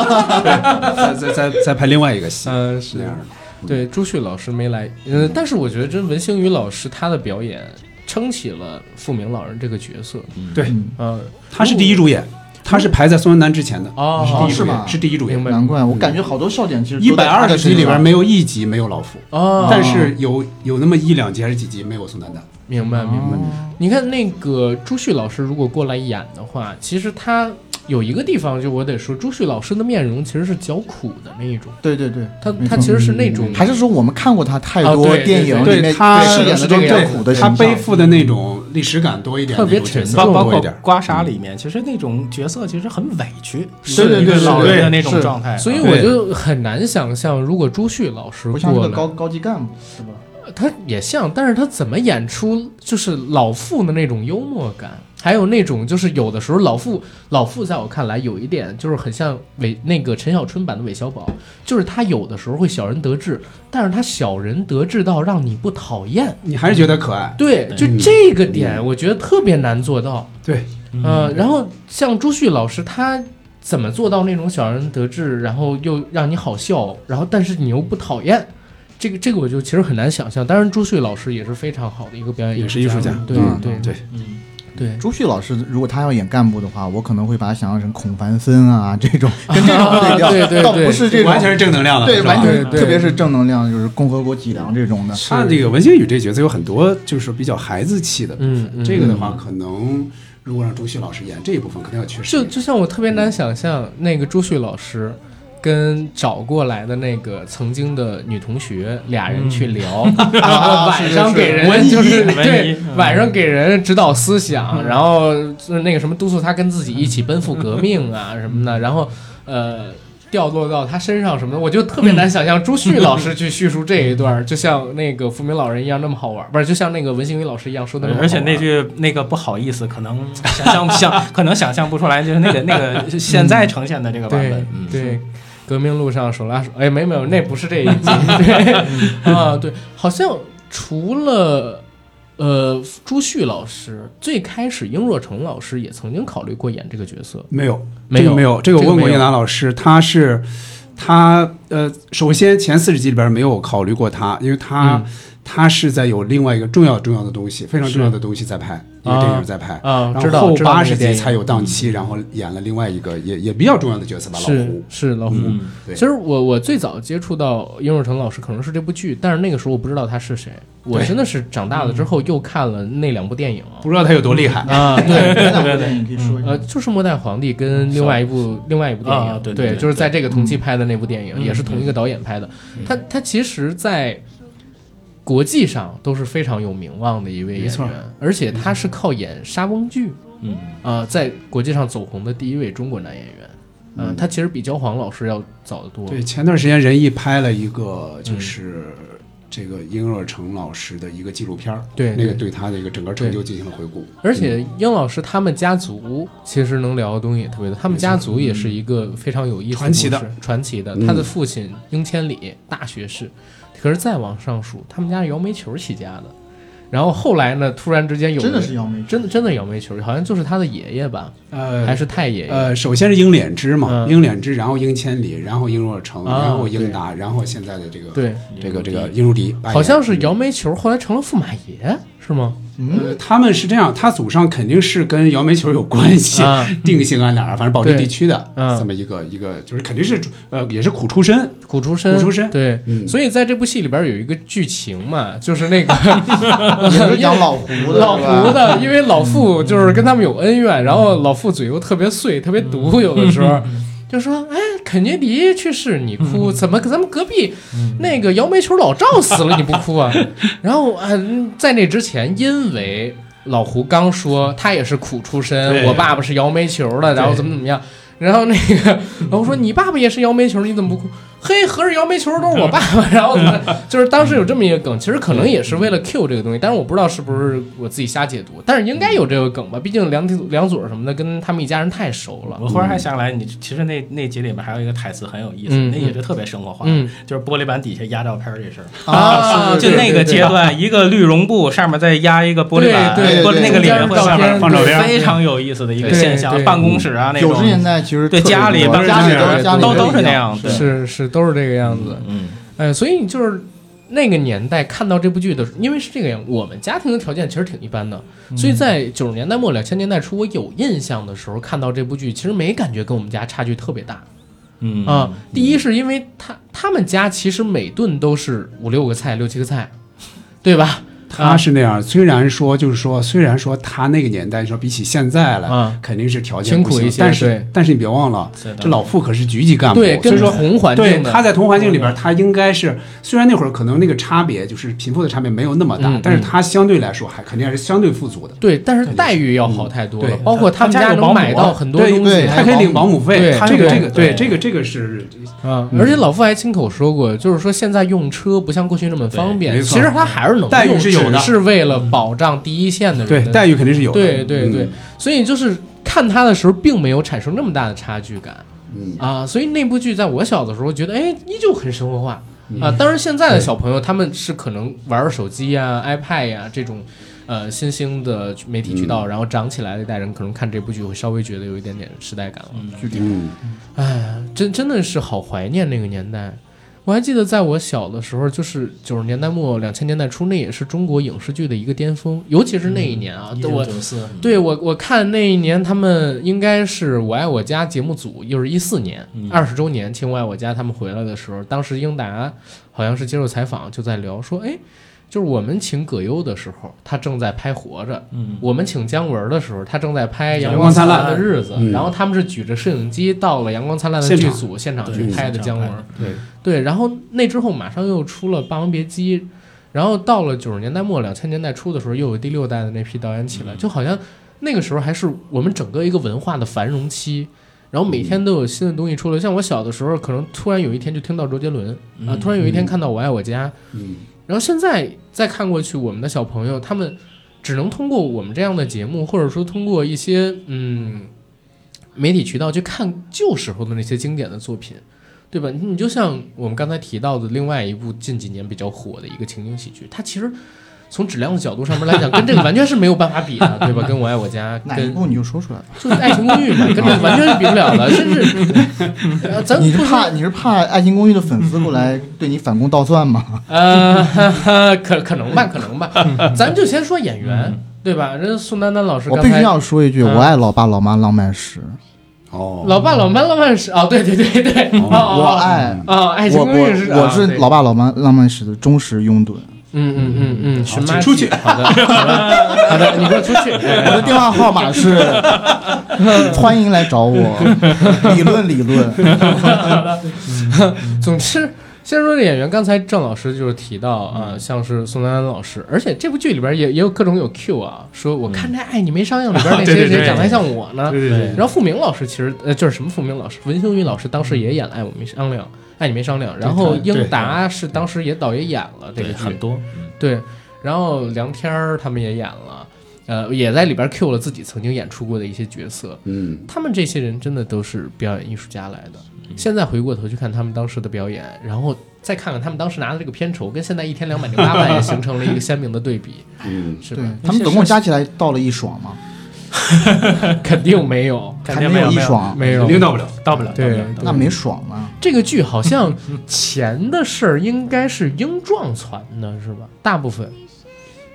S4: 再再再再拍另外一个戏，
S1: 嗯
S4: 是
S1: 是
S4: 那样的。
S1: 对，朱旭老师没来，呃，但是我觉得真文星宇老师他的表演撑起了傅明老人这个角色，
S4: 对，
S1: 呃，
S4: 他是第一主演，他是排在宋丹丹之前的，
S1: 哦
S4: 第一主
S3: 是吗
S4: 演是第一主
S1: 明
S4: 演。
S1: 白，
S3: 难怪我感觉好多笑点其实
S4: 嗯一
S3: 都在
S4: 百
S3: 他
S4: 二
S3: 的
S4: 十集
S3: 身
S4: 里边
S3: 上
S4: 没有一集没有老傅，
S1: 哦，
S4: 但是有有那么一两集还是几集没有宋丹丹。
S1: 明白明白。你看那个朱旭老师如果过来演的话，其实他有一个地方，就我得说，朱旭老师的面容其实是较苦的那一种，
S3: 对对对，
S1: 他
S3: 没
S1: 他
S3: 错嗯
S1: 其实是那种
S3: 还是说我们看过他太
S1: 啊
S3: 多
S1: 对
S3: 电影
S1: 对
S3: 里面
S4: 他
S3: 饰演的都是
S1: 这个
S3: 较
S1: 样
S3: 苦的形
S4: 他
S3: 象，
S4: 背负的那种历史感多一点，
S1: 特别
S4: 那种角
S1: 沉
S4: 色
S1: 重
S6: 包包
S4: 多一
S6: 括
S4: 点。
S6: 刮痧里面，其实那种角色其实很委屈，
S3: 是对
S6: 一个
S3: 对
S6: 老
S3: 对
S6: 人的那
S3: 是
S6: 种状态。
S1: 所以
S6: 啊
S1: 我就很难想象，如果朱旭老师
S3: 不像那
S1: 过
S3: 个
S1: 来，
S3: 高高级干部是吧？
S1: 他也像，但是他怎么演出就是老傅的那种幽默感，还有那种就是有的时候老傅老傅在我看来有一点就是很像韦那个陈小春版的韦小宝，就是他有的时候会小人得志，但是他小人得志到让你不讨厌。
S4: 你还是觉得可爱，
S1: 对，就
S4: 嗯
S1: 这个点，我觉得特别难做到。
S4: 对，
S1: 呃，然后像朱旭老师，他怎么做到那种小人得志，然后又让你好笑，然后但是你又不讨厌？这个这个我就其实很难想象。当然，朱旭老师也是非常好的一个表演，
S4: 也是艺术家
S1: 对
S3: 嗯
S1: 对
S4: 对
S1: 对，
S3: 朱旭老师如果他要演干部的话，我可能会把他想象成孔繁森啊这种，跟这种对调，
S1: 对对
S3: 倒
S1: 对
S3: 不是这种
S4: 完全是正能量的，
S3: 对
S4: 是吧
S3: 完全，
S1: 对
S3: 特别是正能量，就是共和国脊梁这种的。
S4: 他这个文星宇这角色有很多就是比较孩子气的部
S1: 嗯
S4: 分，
S1: 嗯
S4: 这个的话可能如果让朱旭老师演这一部分，肯定要缺失一
S1: 就
S4: 点。
S1: 就像我特别难想象那个朱旭老师。跟找过来的那个曾经的女同学俩人
S6: 嗯
S1: 去 聊，然后晚上给
S6: 文
S1: 人
S6: 艺
S1: 就是
S6: 文艺
S1: 对
S6: 嗯
S1: 晚上给人指导思想，然后就是那个什么督促他跟自己一起奔赴
S6: 嗯
S1: 革命啊什么的，然后呃。掉落到他身上什么的，我就特别难
S6: 嗯
S1: 想象朱旭老师去叙述这一段儿，就像那个福明老人一样那么好玩儿，不是就像那个文兴宇老师一样说的那么好
S6: 而且
S1: 玩儿
S6: 那句那个不好意思，可能想象不想， 可能想象不出来，就是那个那个 现在呈现的这个版
S1: 对
S6: 本。嗯
S1: 对，革命路上手拉手，哎，没没有，那不是这一 集，
S4: 嗯
S1: 对啊，对，好像除了呃朱旭老师，最开始英若诚老师也曾经考虑过演这个角色，
S4: 没有，
S1: 没有
S4: 这个没有，这个我问
S1: 这个
S4: 过
S1: 没有
S4: 叶楠老师，他是他呃，首先前四十集里边没有考虑过他，因为他、
S1: 嗯
S4: 他是在有另外一个重要重要的东西，非常
S1: 是
S4: 重要的东西在拍，一个电影在拍。
S1: 啊，知
S4: 然
S1: 道
S4: 后后
S1: 知道
S4: 八
S1: 那
S4: 十
S1: 个
S4: 集
S1: 电影嗯
S4: 才有档期，然后演了另外一个也也比较重要的角色吧，老
S1: 是
S4: 胡。
S1: 是老胡。
S6: 嗯
S4: 对
S1: 其实我我最早接触到殷若成老师可能是这部剧，但是那个时候我不知道他是谁，我
S4: 对
S1: 真的是长大了之后又看了那两部电影
S4: 不知道他有多厉害。
S1: 啊，对
S3: 这两部 电影可以说一下
S1: 呃，就是《末代皇帝》跟另外一部另外一部电影，
S6: 啊对对
S1: 对，
S6: 对
S1: 就是在这个同期拍的那部电影，
S6: 嗯
S1: 也是同一个导演拍的。他他其实，在国际上都是非常有名望的一位演
S4: 没错
S1: 员，而且他是靠演沙翁剧
S6: 嗯，
S1: 啊、呃在国际上走红的第一位中国男演员。嗯、他其实比焦晃老师要早得多。
S4: 对，前段时间仁义拍了一个就是这个殷若成老师的一个纪录片儿，
S1: 嗯对
S4: 那个
S1: 对
S4: 对他的一个整个成就进行了回顾。
S1: 而且英老师他们家族其实能聊的东西也特别多，他们家族也是一个非常有意思
S4: 传奇的
S1: 故事传奇的。
S4: 嗯
S1: 他的父亲英千里大学士，可是再往上数，他们家是摇煤球起家的，然后后来呢，突然之呃间有
S3: 真的是。要命，
S1: 真的真的摇煤球，好像就是他的爷爷吧，
S4: 呃，
S1: 还是太爷爷？
S4: 呃，首先是鹰脸之嘛，
S1: 嗯
S4: 鹰脸之，然后鹰千里，然后鹰若成，
S1: 啊
S4: 然后英达，然后现在的这个
S1: 对，
S4: 这个这个殷如迪，扮演
S1: 好像是嗯摇。煤球，后来成了驸马爷，是吗？
S4: 呃，他们是这样，他祖上肯定是跟摇煤球有关系，
S1: 啊
S4: 定兴啊哪儿，反正保定
S1: 对
S4: 地区的
S1: 嗯
S4: 这么一个一个，就是肯定是呃也是苦出身，
S1: 苦出身，
S4: 苦出身
S1: 对，
S4: 嗯
S1: 所以在这部戏里边有一个剧情嘛，就是那个
S3: 也是讲老胡的，
S1: 老
S3: 是吧
S1: 胡的，因为老傅就是跟他们有恩怨，然后老傅嘴又特别碎，特别毒，有的时候。就说哎，肯尼迪去世你哭，怎么咱们隔壁那个摇煤球老赵死了你不哭啊？ 然后啊、嗯在那之前，因为老胡刚说他也是苦出身，
S6: 对
S1: 我爸爸是摇煤球的，然后怎么怎么样，然后那个老胡说你爸爸也是摇煤球，你怎么不哭？嘿，合着摇煤球都是我爸爸，然后怎么就是当时有这么一个梗，其实可能也是为了 Q 这个东西，但是我不知道是不是我自己瞎解读，但是应该有这个梗吧，毕竟梁梁左什么的跟他们一家人太熟了
S6: 我。忽然还想起来，你其实那那集里面还有一个台词很有意思，
S1: 嗯
S6: 那也是特别生活化，
S1: 嗯
S6: 就是玻璃板底下压照片这事儿。
S1: 啊
S6: 就那个阶段，一个绿绒布上面再压一个玻璃板，
S1: 对
S3: 对
S6: 玻
S3: 对
S6: 那个里面会
S1: 中间
S6: 上
S1: 照
S6: 面
S1: 片放照片
S6: 非常有意思的一个
S1: 对
S6: 现
S1: 对
S6: 象。
S1: 对嗯
S6: 办公室啊那
S3: 九十年
S6: 种，
S3: 代其实
S6: 对
S3: 特别
S6: 家里
S3: 多
S6: 都是
S3: 家里
S6: 这样
S3: 家里
S6: 都
S3: 都
S6: 都是
S3: 一
S6: 那样对
S1: 是是都是这个样子，
S6: 嗯，
S1: 哎，所以就是那个年代看到这部剧的时候，因为是这个样，我们家庭的条件其实挺一般的，
S4: 嗯
S1: 所以在九十年代末两千年代初，我有印象的时候看到这部剧，其实没感觉跟我们家差距特别大，
S6: 嗯
S1: 啊，第一是因为他他们家其实每顿都是五六个菜、六七个菜，对吧？
S4: 他是那样。虽然说就是说，虽然说他那个年代说比起现在来，
S1: 啊
S4: 肯定是条件
S1: 辛
S4: 不
S1: 苦
S4: 行
S1: 一些
S4: 但
S1: 对
S4: 是但是你别忘了
S6: 是的，
S4: 这老傅可是局级干部，
S1: 对，
S4: 所
S1: 跟
S4: 以说
S1: 同环
S4: 对
S1: 境
S4: 他
S1: 的，嗯
S4: 在同环境里边，他应该是虽然那会儿可能那个差别就是贫富的差别没有那么大，
S1: 嗯
S4: 但是他相对来说还肯定还是相对富足的。
S1: 对，但是待遇要好太多了，
S4: 对
S1: 包括他们
S6: 他
S1: 家
S6: 家有保
S1: 能
S6: 姆
S1: 买到很多
S4: 对
S1: 东
S3: 对
S1: 西，
S4: 啊对，
S3: 还
S4: 他可以
S3: 有
S4: 领
S3: 保
S4: 保姆费，
S1: 对
S4: 这个
S1: 对
S4: 这个
S6: 对
S4: 对这个这个是
S1: 啊，
S4: 嗯
S1: 而且老傅还亲口说过，就是说现在用车不像过去那么方便，
S4: 对没错
S1: 其实他还是能用，
S4: 待遇是有的
S1: 只是为了保障第一线的
S4: 对
S1: 人的
S4: 待遇肯定是有的。
S1: 对对对
S4: 嗯，
S1: 所以就是看他的时候，并没有产生那么大的差距感，
S4: 嗯
S1: 啊，所以那部剧在我小的时候觉得，哎，依旧很生活化
S4: 嗯
S1: 啊。当然，现在的小朋友他们是可能玩儿手机呀、iPad 呀这种。呃，新兴的媒体渠道，
S4: 嗯
S1: 然后长起来的一代人，可能看这部剧会稍微觉得有一点点时代感了。
S4: 嗯，
S1: 哎，真真的是好怀念那个年代。我还记得在我小的时候，就是九十年代末、两千年代初，那也是中国影视剧的一个巅峰，尤其是那一年啊，对我
S6: 九四，
S1: 对我，我看那一年他们应该是《我爱我家》节目组，又是一四年二十、20周年《亲我爱我家》，他们回来的时候，当时英达好像是接受采访，就在聊说，哎，就是我们请葛优的时候，他正在拍《活着》；
S6: 嗯，
S1: 我们请姜文的时候，他正在拍《嗯阳
S6: 阳光
S1: 光
S6: 灿
S1: 灿
S6: 烂
S1: 烂的日子》
S4: 嗯
S1: 然后他们是举着摄影机到了《阳光灿烂》的
S4: 现
S1: 剧
S4: 场
S1: 组现场
S6: 对
S1: 去拍的
S6: 现场
S1: 姜文
S6: 拍的。
S4: 对，
S1: 对，然后那之后马上又出了《霸王别姬》，然后到了九十年代末、两千年代初的时候，又有第六代的那批导演起来，就好像那个时候还是我们整个一个文化的繁荣期。然后每天都有新的东西出来，像我小的时候，可能突然有一天就听到周杰伦啊，突然有一天看到《我爱我家》，
S4: 嗯，
S1: 然后现在再看过去，我们的小朋友他们只能通过我们这样的节目，或者说通过一些嗯媒体渠道去看旧时候的那些经典的作品，对吧？你就像我们刚才提到的另外一部近几年比较火的一个情景喜剧，它其实从质量的角度上面来讲，跟这个完全是没有办法比的，对吧？ 跟《我爱我家》
S3: 哪一
S1: 跟
S3: 部你就说出来吧。
S1: 就是《爱情公寓》嘛，跟这个完全是比不了的，甚 至呃咱
S3: 你是
S1: 不嗯说
S3: 怕你是怕《爱情公寓》的粉丝过来对你反攻倒算 吗？
S1: 呃，哈哈可可能吧，可能 吧。咱就先说演员，
S4: 嗯
S1: 对吧？人家宋丹丹老师
S3: 我
S1: 刚
S3: 必须
S1: 才。
S3: 要说一句，
S1: 嗯
S3: 我爱老爸老妈浪漫史，
S4: 哦，
S1: 老爸老妈浪漫史哦，对对对对，哦
S3: 嗯我
S1: 哦
S3: 爱
S1: 哦，哦爱情
S3: 我
S1: 公寓是
S3: 我我是，老
S1: 啊
S3: 爸老妈浪漫史的忠实 拥趸。
S1: 对嗯嗯嗯嗯，
S4: 好
S1: 寻妈
S4: 请出去
S1: 记好的好的好的，你给我出去，
S3: 我的电话号码是， 欢迎来找我，理论理论。
S4: 嗯
S1: 总之，先说这演员，刚才郑老师就是提到啊，
S4: 嗯
S1: 像是宋丹丹老师，而且这部剧里边也也有各种有 Q 啊，说我看他爱你没商量里边那
S4: 嗯 对
S1: 谁
S4: 对对
S1: 谁长得还像我呢，
S4: 对对对，
S1: 然后付明老师其实呃就是什么付明老师，文秀宇老师当时也演了《爱我没商量》，《爱你没商量》，然后英达是当时也导也演了这个
S6: 对，很
S1: 剧，
S6: 多，
S1: 对，然后梁天儿他们也演了，呃，也在里边 Q 了自己曾经演出过的一些角色。
S4: 嗯，
S1: 他们这些人真的都是表演艺术家来的。现在回过头去看他们当时的表演，然后再看看他们当时拿的这个片酬，跟现在一天两百零八万也形成了一个鲜明的对比，
S4: 嗯，
S1: 是
S3: 对
S1: 吧？
S3: 他们总共加起来到了一爽吗？
S1: 肯定没有，
S6: 肯
S3: 还
S6: 定
S3: 没
S6: 有
S3: 一
S6: 没有
S3: 爽，
S1: 没有
S4: 肯，定到不了，
S6: 到不了，
S1: 对
S6: 到不了
S1: 对
S3: 那没爽啊！
S1: 这个剧好像钱的事儿应该是英壮传的，是吧？大部分，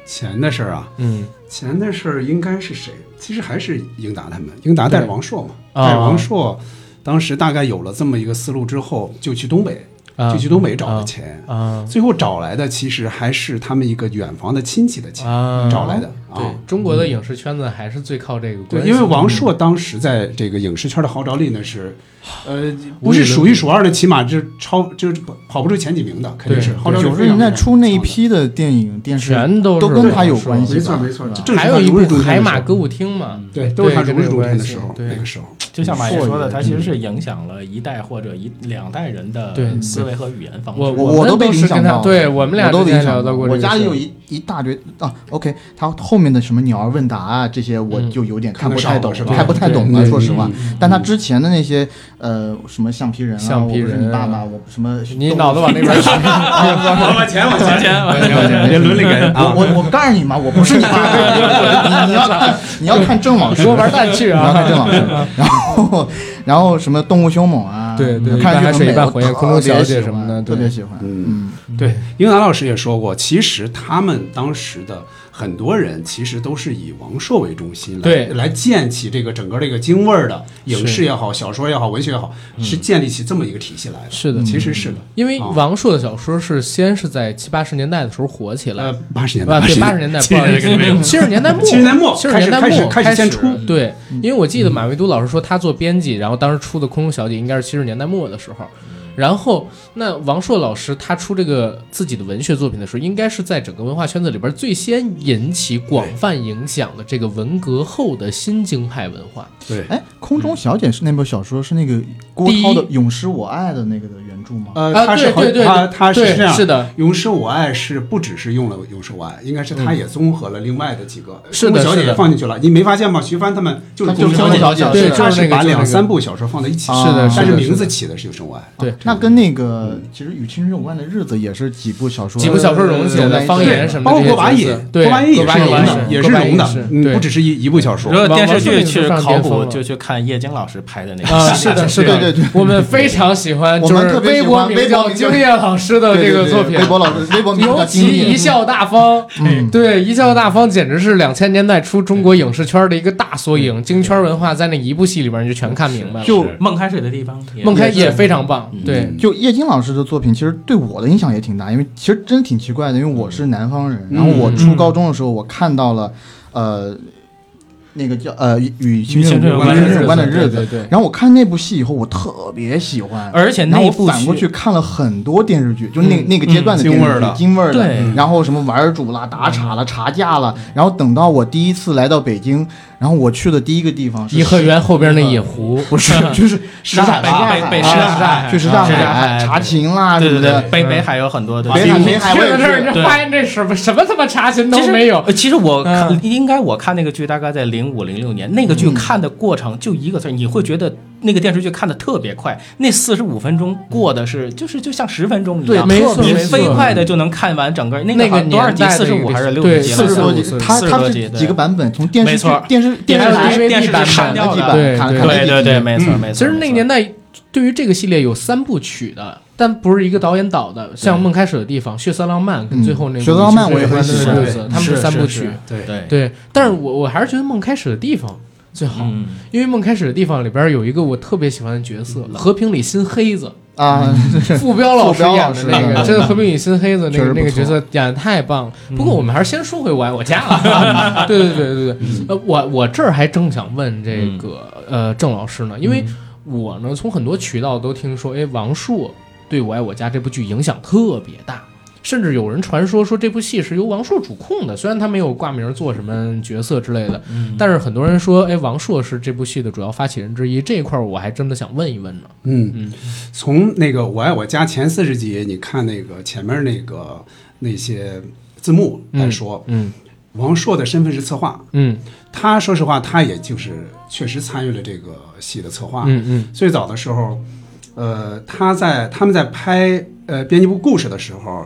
S4: 钱的事儿啊，
S1: 嗯，
S4: 钱的事儿应该是谁？其实还是英达他们，英达带着王朔嘛，
S1: 对
S4: 带着
S1: 啊
S4: 王朔，当时大概有了这么一个思路之后，就去东北，就去东北找的钱，
S1: 啊
S4: 最后找来的其实还是他们一个远房的亲戚的钱
S1: 啊
S4: 找来的
S1: 对
S4: 啊。，
S1: 中国的影视圈子还是最靠这个关
S4: 对，
S1: 系，
S4: 因为王朔当时在这个影视圈的号召力呢 是，呃，
S1: 无
S4: 不
S1: 与
S4: 是
S1: 伦比
S4: 数一数二的，起码就是超就是跑不出前几名的，肯定是
S1: 对
S4: 号召力
S3: 九十
S4: 非常
S3: 年代
S4: 非常
S3: 初那一
S4: 强的
S3: 批的电影电视
S1: 全都是
S3: 都跟他有
S1: 王朔
S3: 关系
S4: 没
S3: 吧，
S4: 错没错
S3: 是吧
S4: 这正是嗯
S1: 还
S4: 他
S1: 有一
S4: 如日
S1: 部
S4: 中天的
S1: 海
S4: 时
S1: 马
S4: 候
S1: 歌舞厅嘛，
S4: 对，都是他如日中天的时候，
S1: 对跟这个有关系
S4: 那个时候，
S6: 就像马爷说的，
S3: 嗯
S6: 它其实是影响了一代或者一两代人
S1: 对
S6: 的思维和语言方
S1: 我
S6: 式。
S3: 我
S1: 们都
S3: 都被
S1: 是
S3: 影响
S1: 跟他
S3: 到了
S1: 对我们俩
S3: 我都
S1: 之
S3: 影
S1: 前
S3: 响
S1: 聊到过这
S3: 我
S1: 个事儿，
S3: 家里有一一大堆啊，OK，他后面的什么鸟儿问答啊这些，我就有点看不太懂，
S4: 看得少了是吧
S3: 看不太懂
S1: 嗯
S3: 了，
S1: 对
S3: 说实话
S4: 嗯。
S3: 但他之前的那些呃什么橡皮人啊，
S1: 橡皮人啊
S3: 我不是你爸爸，我什么
S1: 你脑子往 那边去，
S4: 往
S6: 哎
S4: 前往前前往前往前，
S3: 别
S4: 别伦理感
S3: 我
S4: 啊！
S3: 我我告诉你嘛，我不是你爸 爸，你你要看你要看正往事，
S1: 说玩蛋去啊
S3: 你要看正往事。然后然后什么动物凶猛啊，
S1: 对对
S3: 看
S1: 一半海
S3: 着就
S1: 水
S3: 很
S1: 一半
S3: 美
S1: 火焰
S3: 我
S1: 空中
S3: 特别
S1: 小姐
S3: 喜
S1: 什么
S3: 欢
S1: 的
S3: 特
S1: 对
S3: 别喜欢。嗯，
S4: 对，英达老师也说过，其实他们当时的很多人其实都是以王朔为中心来
S1: 对
S4: 来建起这个整个这个京味儿的影
S1: 是
S4: 视也好，小说也好，文学也好，是建立起这么一个体系来的。嗯啊
S1: 是的
S4: 其实是的，
S1: 因为
S4: 嗯
S1: 王朔的小说是先是在七八十年代的时候火起来
S4: 呃，，八十年
S1: 啊，
S4: 代，
S1: 对，八十年代，
S4: 70年代肯定没有
S1: 七十年代末，
S4: 70年代末
S1: 七十年代
S4: 开始
S1: 末
S4: 开始
S1: 开嗯
S4: 开始先出
S1: 对，因为我记得马未都老师说他做编辑，然后当时出的《空中小姐》应该是七十年代末的时候。
S4: 嗯
S1: 然后，那王朔老师他出这个自己的文学作品的时候，应该是在整个文化圈子里边最先引起广泛影响的这个文革后的新京派文化。
S4: 对，
S3: 哎，空中小姐是那部小说是那个郭
S1: 第一
S3: 涛的《永失我爱》的那个的原著吗？
S4: 呃，
S1: 啊
S4: 他是
S1: 对
S4: 好
S1: 对对
S4: 他他是
S1: 对
S4: 这样
S1: 是的。
S4: 《永失我爱》是不只是用了《永失我爱》，应该是他也综合了另外的几个，
S1: 嗯是的
S4: 宫小姐
S1: 是的
S4: 也放进去了。你没发现吗？徐帆他们就是
S3: 他就是
S4: 宫
S3: 宫小
S4: 小
S3: 姐
S1: 对
S4: 他
S1: 就是那
S4: 是
S1: 个
S4: 把
S1: 就是那
S4: 两
S1: 个
S4: 三部小说放在一起，
S3: 啊
S1: 是的，是
S4: 但是
S1: 的
S4: 名字起的是《永生我爱》。
S1: 对
S3: 啊那跟那个其实与青春有关的日子也是几部小说，呃
S1: 几部小说融起来的
S3: 对
S1: 方言什么
S4: 包
S1: 的
S4: 括
S1: 这些
S4: 过
S1: 角
S4: 把
S1: 色，
S4: 瘾，
S1: 对，
S4: 过把瘾也
S1: 过把
S4: 是
S1: 瘾
S4: 融的，也
S1: 是
S4: 是融
S1: 过把
S4: 的
S1: 瘾，
S4: 嗯，
S1: 对
S4: 不只是一一部小
S6: 如
S4: 说。
S6: 果
S1: 王
S6: 电视
S1: 王朔那个
S6: 剧去
S1: 上
S6: 考
S1: 巅峰
S6: 古，
S1: 了
S6: 就去看叶京老师拍的那
S1: 啊，
S6: 个。
S1: 是的，是
S3: 对
S1: 的，
S3: 对对
S1: 我们非常喜欢，
S3: 我
S1: 就
S3: 们
S1: 是
S3: 特别喜
S1: 微博
S3: 欢
S1: 名
S3: 微博
S1: 叫
S3: 名叫
S1: 经验老师的这个作品，
S3: 微博老师，微博名
S1: 尤
S3: 叫
S1: 其《
S3: 经
S1: 一
S3: 典。
S1: 笑大方》，
S3: 嗯
S1: 对，《一笑大方》简直是两千年代初中国影视圈的一个大缩影，京圈文化在那一部戏里边就全看明白了。
S3: 嗯就是嗯
S6: 梦开水的地方，也
S1: 孟开
S6: 也
S1: 也非常棒，对，
S3: 就叶金老师的作品，其实对我的影响也挺大，因为其实真挺奇怪的，因为我是南方人，然后我初高中的时候，我看到了，呃，那个叫呃与与青春有
S6: 关
S3: 关
S6: 的日子
S3: 有关的
S1: 对对
S3: 日子，
S1: 对。
S3: 然后我看那部戏以后，我特别喜欢，
S6: 而且
S3: 然
S6: 那
S3: 后
S6: 一
S3: 我
S6: 部
S3: 反过去看了很多电视剧，就那那个阶段的
S4: 嗯京
S3: 电视
S4: 味儿的
S3: 剧，京味儿的
S6: 对，
S3: 然后什么玩儿主啦、打岔啦、查架啦，然后等到我第一次来到北京，然后我去的第一个地方是
S1: 颐和园后边那野湖，不是
S3: 就是什刹
S6: 北
S3: 海
S6: 北北
S3: 啊
S6: 什刹海
S3: 去什刹
S6: 什刹
S3: 海
S6: 海
S3: 查琴啦什
S6: 对
S3: 么
S6: 对
S3: 的
S6: 对，，北北海有很多的
S3: 北海
S6: 这
S3: 北
S6: 种
S3: 海
S1: 去
S3: 我也
S1: 了这儿，
S3: 去。
S1: 你
S6: 对
S1: 发现这什么什么他妈查询
S6: 其
S1: 都
S6: 实
S1: 没有，
S6: 呃其实我看、
S1: 嗯
S6: 应该我看那个剧，大概在零五零六年，那个剧看的过程就一个字儿，你会觉得那个电视剧看的特别快，那四十五分钟过的是、就是就像十分钟一
S3: 啊
S1: 对
S6: 样，
S1: 没错
S6: 你
S1: 没错
S6: 飞快的就能看完整个那
S1: 那个
S6: 好像多少
S1: 年
S6: 集？
S1: 代的
S6: 四十五
S1: 一个
S6: 还是
S1: 剧
S6: 六
S1: 对
S6: 十集了？
S3: 四十多
S1: 集
S3: 集，它
S6: 40
S3: 它
S6: 多
S3: 是
S6: 集对
S3: 几个版本，从电视
S6: 没
S3: 剧
S6: 错、
S3: 电视电视
S1: 还有
S3: 台
S1: DVD
S6: 电视剧
S1: 版
S6: 删
S3: 砍
S6: 掉
S3: 了几
S6: 的，
S3: 版，
S1: 对
S3: 砍了砍了
S6: 对
S3: 几
S6: 对对，
S3: 集
S6: 没错
S4: 嗯
S6: 没错。
S1: 其实那
S6: 没
S1: 个
S6: 错
S1: 年代，对于这个系列有三部曲的，但不是一个导演导的，像《梦开始的地方》《血色浪漫》跟
S3: 嗯
S1: 最后那部《
S3: 血色浪漫我也很
S1: 喜
S3: 喜
S1: 欢
S3: 欢
S1: 的日子》，他们
S6: 是
S1: 三部
S6: 是
S1: 曲。
S4: 对，
S6: 对
S1: 对，但是我我还是觉得《梦开始的地方》最好，
S6: 嗯，
S1: 因为《梦开始的地方》里边有一个我特别喜欢的角色，和平里新黑子，
S3: 啊，
S1: 傅彪老师
S3: 傅彪
S1: 演
S3: 老
S1: 的
S3: 师
S1: 那个，真的和平里新黑子那
S3: 确
S1: 个
S3: 实不错嗯
S1: 那个角色演的太棒了。不过我们还是先说回我爱我家 了。对对对对对，
S3: 嗯
S1: 呃，我我这儿还正想问这个呃郑老师呢，因
S3: 嗯
S1: 为我呢从很多渠道都听说，哎，王朔对我爱我家这部剧影响特别大。甚至有人传说说这部戏是由王朔主控的，虽然他没有挂名做什么角色之类的，
S3: 嗯
S1: 但是很多人说，哎，王朔是这部戏的主要发起人之一。这一块儿我还真的想问一问呢。
S4: 嗯，从那个《我爱我家》前四十集，你看那个前面那个那些字幕来说，
S1: 嗯
S4: 王朔的身份是策划，
S1: 嗯
S4: 他说实话，他也就是确实参与了这个戏的
S3: 啊
S4: 策划。
S1: 嗯嗯
S4: 最早的时候，呃，他在他们在拍呃编辑部故事的时候，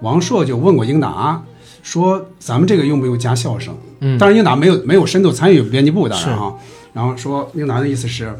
S4: 王朔就问过英达说：“咱们这个用不用加笑声？”
S1: 嗯
S4: 当然英达没有没有深度参与编辑部，当然哈。然后说英达的意思是，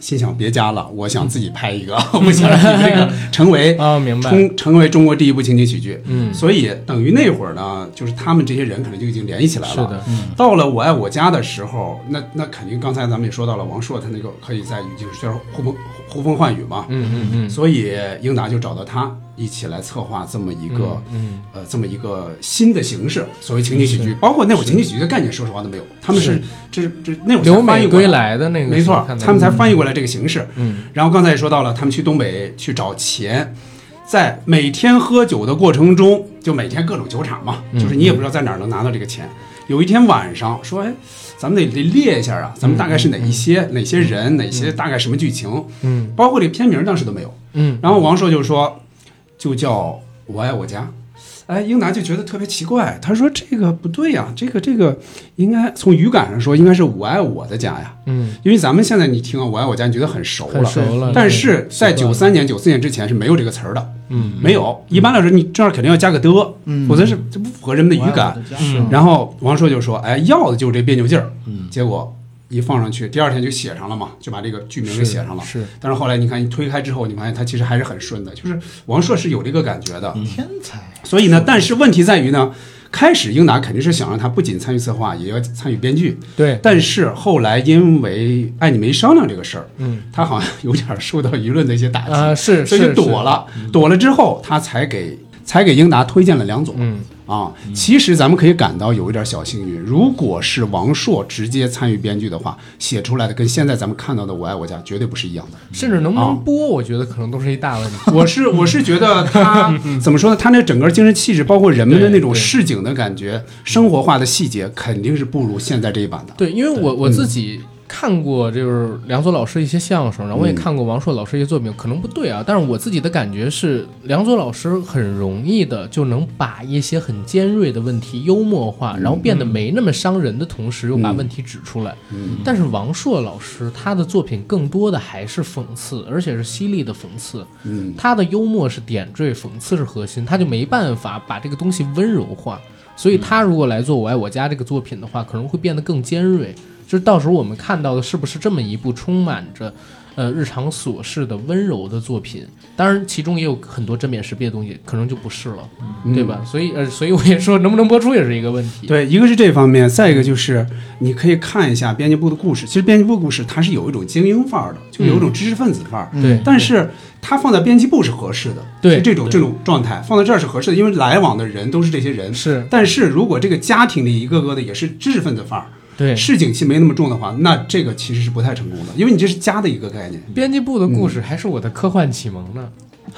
S4: 心想别加了，我想自己 拍一个，我想让你这个成为
S1: 啊，明白。
S4: 成成为中国第一部情景喜剧。
S1: 嗯，
S4: 所以等于那会儿呢，就是他们这些人可能就已经联系起来了。
S1: 是的，嗯
S4: 到了《我爱我家》的时候，那那肯定刚才咱们也说到了，王朔他那个可以在语境圈呼风呼风唤雨嘛，
S1: 嗯嗯嗯，
S4: 所以英达就找到他一起来策划这么一个、
S1: 嗯
S4: 呃这么一个新的形式，所谓情景喜剧，包括那会儿情景喜剧的概念，说实话都没有，他们是这这那会儿才
S1: 留
S4: 翻
S1: 美
S4: 译过
S1: 归，来的那个，
S4: 没错，他们才翻译过来这个形式。
S1: 嗯
S4: 然后刚才也说到了，他们去东北去找钱，在每天喝酒的过程中，就每天各种酒场嘛，就是你也不知道在哪儿能拿到这个钱。有一天晚上说，哎，咱们得得列一下啊，咱们大概是哪一些、哪些人、哪些大概什么剧情，
S1: 嗯
S4: 包括这片名当时都没有。
S1: 嗯
S4: 然后王朔就说，就叫我爱我家。哎，英达就觉得特别奇怪，他说这个不对呀、这个这个应该从语感上说应该是我爱我的家呀，
S1: 嗯，
S4: 因为咱们现在你听啊，我爱我家，你觉得很熟
S1: 很
S4: 了，
S1: 熟了。
S4: 但是在
S1: 习惯
S4: 九
S1: 了
S4: 三年、九四年之前是没有这个词儿的，
S1: 嗯
S4: 没有。一般来说，你这儿肯定要加个的，
S3: 嗯
S4: 否则是这不符合人们的语感。
S3: 嗯
S4: 然后王朔就说：“哎，要的就是这别扭劲儿。”结果一放上去，第二天就写上了嘛，就把这个剧名给写上了。
S1: 是
S4: 但是后来你看，你推开之后，你发现它其实还是很顺的，就是王朔是有这个感觉的。
S3: 天才，
S4: 所以呢，但是问题在于呢，开始英达肯定是想让他不仅参与策划，也要参与编剧。
S1: 对，
S4: 但是后来因为爱你没商量这个事儿，
S1: 嗯
S4: 他好像有点儿受到舆论的一些打击。
S1: 啊是，
S4: 所以
S1: 是嗯
S4: 就躲。了，躲了之后，他才给才给英达推荐了梁
S1: 是
S4: 总
S1: 嗯，
S4: 啊。其实咱们可以感到有一点小幸运，如果是王朔直接参与编剧的话，写出来的跟现在咱们看到的《我爱我家》绝对不是 一样的。
S1: 甚至能不
S4: 啊
S1: 能播，我觉得可能都是一大问题。
S4: 我是我是觉 得他怎么说呢？他那整个精神气质，包括人们的那种
S1: 嗯对对
S4: 市井的感觉、生活化的细节，肯定是不如现在这一版的。
S1: 对，因为我我自己看过就是梁左老师一些相声，然后我也
S4: 嗯
S1: 看过王朔老师一些作品，可能不对啊，但是我自己的感觉是，梁左老师很容易的就能把一些很尖锐的问题幽默化，然后变得没那么伤人的同时，又把
S4: 嗯
S1: 问题指出来。
S4: 嗯
S1: 但是王朔老师他的作品更多的还是讽刺，而且是犀利的讽刺。
S4: 嗯，
S1: 他的幽默是点缀，讽刺是核心，他就没办法把这个东西温柔化。所以他如果来做《我爱我家》这个作品的话，可能会变得更尖锐。就是到时候我们看到的是不是这么一部充满着呃日常琐事的温柔的作品。当然，其中也有很多针砭时弊的东西，可能就不是了，对吧？所以呃，所以我也说能不能播出也是一个问题。
S4: 对，一个是这方面，再一个就是你可以看一下编辑部的故事。其实编辑部故事它是有一种精英范儿的，就有一种知识分子范儿。
S1: 对
S4: 但是它放在编辑部是合适的，
S1: 对
S4: 是这种这种状态放在这儿是合适的，因为来往的人都是这些人。
S1: 是
S4: 但是如果这个家庭里一个个的也是知识分子范儿，
S1: 对，
S4: 市井气没那么重的话，那这个其实是不太成功的，因为你这是家的一个概念。
S1: 编辑部的故事还是我的科幻启蒙呢。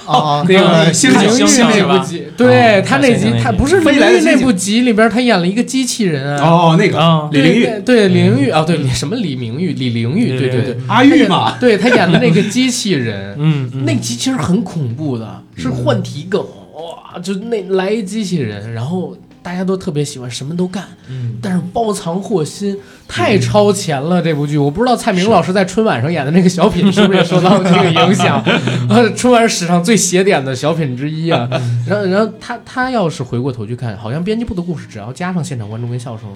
S3: 啊，
S4: 那个
S6: 星
S4: 星星星
S6: 星星是
S4: 星
S1: 那
S6: 吧
S1: 部？集，对他那
S6: 星
S1: 集
S6: 星那，
S1: 他
S6: 集
S1: 不是
S4: 未
S1: 林
S4: 来的
S1: 玉那
S4: 星星
S1: 部集里边，他演了一个机器人啊。
S4: 哦，那个
S6: 啊
S4: 李玲玉、
S1: 对对李玲玉啊，对李什么李明玉、李玲玉，对对对，
S4: 阿嗯玉嘛，
S1: 对他演的 那个机器人，
S6: 嗯，嗯
S1: 那机器人很恐怖的，
S4: 嗯
S7: 是换体梗，哇，就那来一机器人，然后大家都特别喜欢，什么都干，
S6: 嗯
S7: 但是包藏祸心，太超前了。这部剧，
S4: 嗯
S7: 我不知道蔡明老师在春晚上演的那个小 品是不是也受到这个影响？呃， 春晚史上最邪典的小品之一啊。
S4: 嗯
S7: 然后，然后他他要是回过头去看，好像编辑部的故事，只要加上现场观众跟笑声，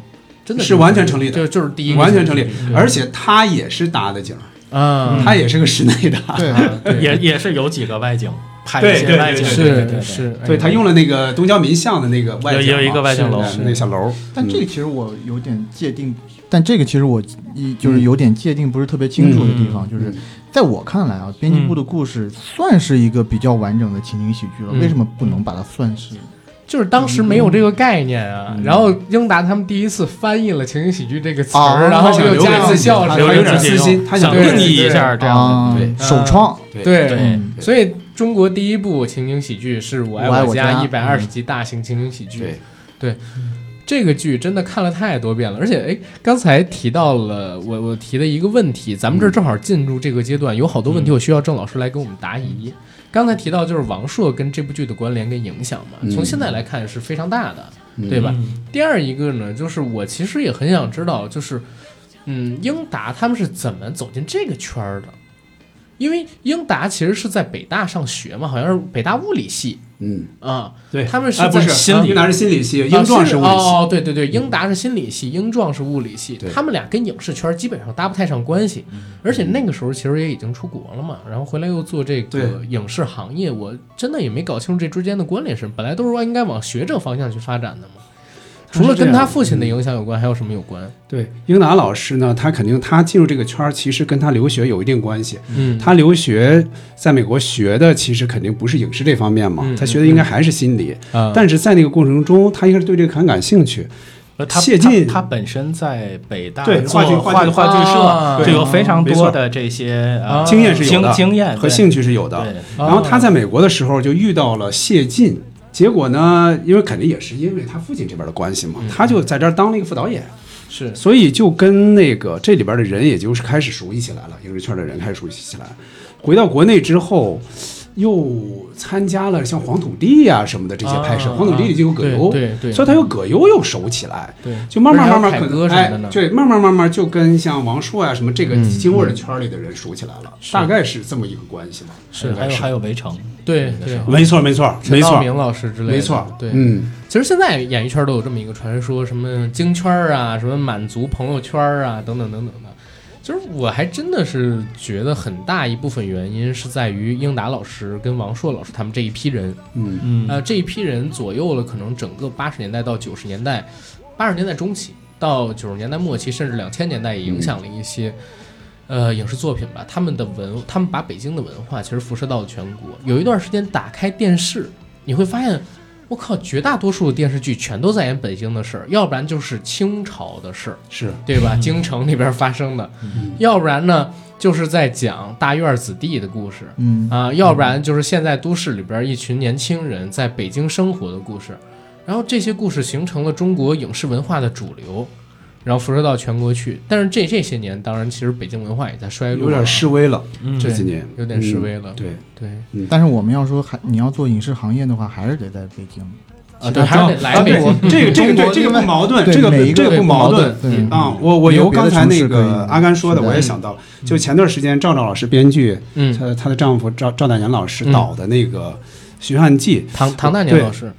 S7: 真的
S4: 是完全成立的
S7: 就就是第一个
S4: 完全成立，
S7: 对
S4: 而且他也是搭的景儿，
S1: 啊，
S4: 他也是个室内的。
S3: 对，啊
S6: 也也是有几个外景，拍一
S4: 对
S6: 些
S4: 对
S6: 外景，
S4: 对
S6: 对对
S1: 是
S6: 对
S1: 是，哎
S4: 对
S1: 呀
S4: 他用了那个东交民巷的那个外景嘛，
S6: 有有一个外景楼
S4: 是那小楼。
S3: 但这
S4: 嗯
S3: 个其实我有点界定，但这个其实我一就是有点界定不是特别清楚的地方，就是在我看来啊，编辑部的故事算是一个比较完整的情景喜剧了，
S1: 嗯
S3: 为什么不能把它算是？
S1: 就是当时没有这个概念啊，然后英达他们第一次翻译了情景喜剧这个词儿，
S3: 哦
S1: 然后
S4: 他想
S1: 又
S4: 留给
S1: 加上
S4: 自己
S1: 笑
S4: 他
S1: 声，
S4: 有
S6: 留给
S4: 点
S6: 自己
S4: 私心
S6: 用
S4: 他
S6: 想
S4: 想
S6: 定
S1: 对
S6: 义一
S1: 对
S6: 下这样
S3: 啊
S6: 的，对，
S3: 首创，
S1: 对。
S6: 对
S3: 嗯，
S1: 所以中国第一部情景喜剧是《我
S3: 我
S1: 爱
S3: 爱
S1: 我
S3: 我
S1: 家》
S3: 家
S1: 一百二十集大型情景喜剧，
S4: 对，
S1: 这个剧真的看了太多遍了，而且哎，刚才提到了我我提的一个问题，咱们这儿正好进入这个阶段，有好多问题我需要郑老师来给我们答疑。刚才提到就是王朔跟这部剧的关联跟影响嘛，
S4: 嗯
S1: 从现在来看是非常大的，
S4: 嗯
S1: 对吧？
S6: 嗯
S1: 第二一个呢，就是我其实也很想知道，就是嗯，英达他们是怎么走进这个圈儿的？因为英达其实是在北大上学嘛，好像是北大物理系
S4: 嗯，
S1: 啊，
S6: 对
S1: 他们是
S4: 哎，不
S1: 在
S4: 是
S6: 心理
S4: 英达是心理系，英壮是物理系。
S1: 哦，对对对，英达是心理系，英壮是物理系，
S4: 对嗯
S1: 他们俩跟影视圈基本上搭不太上关系。而且那个时候其实也已经出国了嘛，然后回来又做这个
S4: 对
S1: 影视行业，我真的也没搞清楚这之间的关联是什么。本来都是说应该往学这个方向去发展的嘛。除了跟他父
S4: 嗯
S1: 亲的影响有关，还有什么有关？
S4: 对，英达老师呢，他肯定他进入这个圈儿，其实跟他留学有一定关系。
S1: 嗯，
S4: 他留学在美国学的，其实肯定不是影视这方面嘛
S1: 嗯，
S4: 他学的应该还是心理。
S1: 啊
S4: 但是在那个过程中，他应该是对这个很感兴趣。
S6: 呃他
S4: 谢晋
S6: 他他本身在北大
S4: 对
S6: 做
S4: 话剧
S6: 话
S4: 话剧
S6: 哦话剧
S1: 啊
S6: 社就有非常
S4: 没
S6: 多
S4: 错
S6: 的这些呃
S1: 啊
S4: 经验是有的，
S6: 经经验
S4: 和
S6: 对
S4: 兴趣是有的。
S6: 对
S4: 然后他在美国的时候就遇到了谢晋，结果呢，因为肯定也是因为他父亲这边的关系嘛，他就在这儿当了一个副导演，
S1: 是
S4: 所以就跟那个这里边的人，也就是开始熟悉起来了，影视圈的人开始熟悉起来。回到国内之后，又参加了像《黄土地》呀什么的这些拍摄，
S1: 啊
S4: 黄土地》里就有葛优，
S1: 对对对
S4: 所以他又葛优又熟起来，
S1: 对
S4: 就慢慢慢慢
S1: 还有
S4: 可
S1: 凯歌什
S4: 能
S1: 么的
S4: 哎
S1: 呢，
S4: 对，慢慢慢慢就跟像王朔呀、什么这个京味儿圈里的人熟起来了，大概是这么一个关系吧。
S6: 是还有还有围城，
S1: 对对，
S4: 没错，没错，
S1: 陈道明老师之类的，
S4: 没错，
S1: 对，
S4: 嗯，
S1: 其实现在演艺圈都有这么一个传说，什么京圈儿啊，什么满族朋友圈儿啊，等等等等的。其实我还真的是觉得很大一部分原因是在于英达老师跟王朔老师他们这一批人，
S4: 嗯
S6: 嗯
S1: 呃，这一批人左右了可能整个八十年代到九十年代，八十年代中期到九十年代末期，甚至两千年代也影响了一些。呃，影视作品吧，他们的文，他们把北京的文化其实辐射到了全国。有一段时间打开电视，你会发现，我靠，绝大多数的电视剧全都在演北京的事儿，要不然就是清朝的事儿，
S4: 是
S1: 对吧？京城那边发生的，要不然呢，就是在讲大院子弟的故事，
S3: 嗯，
S1: 啊，要不然就是现在都市里边一群年轻人在北京生活的故事，然后这些故事形成了中国影视文化的主流，然后辐射到全国去。但是这这些年，当然其实北京文化也在衰落，
S4: 有点示，威了，
S6: 嗯
S4: 这几年
S1: 有点示威了。
S4: 嗯对，
S1: 对
S3: 但是我们要说还你要做影视行业的话，还是得在北京。
S1: 啊，对，还是得来
S4: 啊
S1: 美
S4: 对
S1: 国。
S4: 这个这个
S3: 中
S4: 对
S3: 国
S4: 这个不矛盾，
S3: 对
S4: 这
S3: 每
S4: 个
S3: 一个
S4: 这个
S3: 对
S4: 不矛盾。
S3: 对
S4: 啊，我我
S3: 没有
S4: 由
S3: 别的
S4: 刚才
S3: 城市
S4: 那
S3: 可
S4: 个
S3: 以
S4: 阿甘说的，
S3: 是的
S4: 我也想到了，就前段时间赵照老师编剧，
S1: 嗯，
S4: 她她的丈夫赵赵大年老师
S1: 嗯
S4: 导的那个《徐汉记》，
S1: 唐唐大年老师，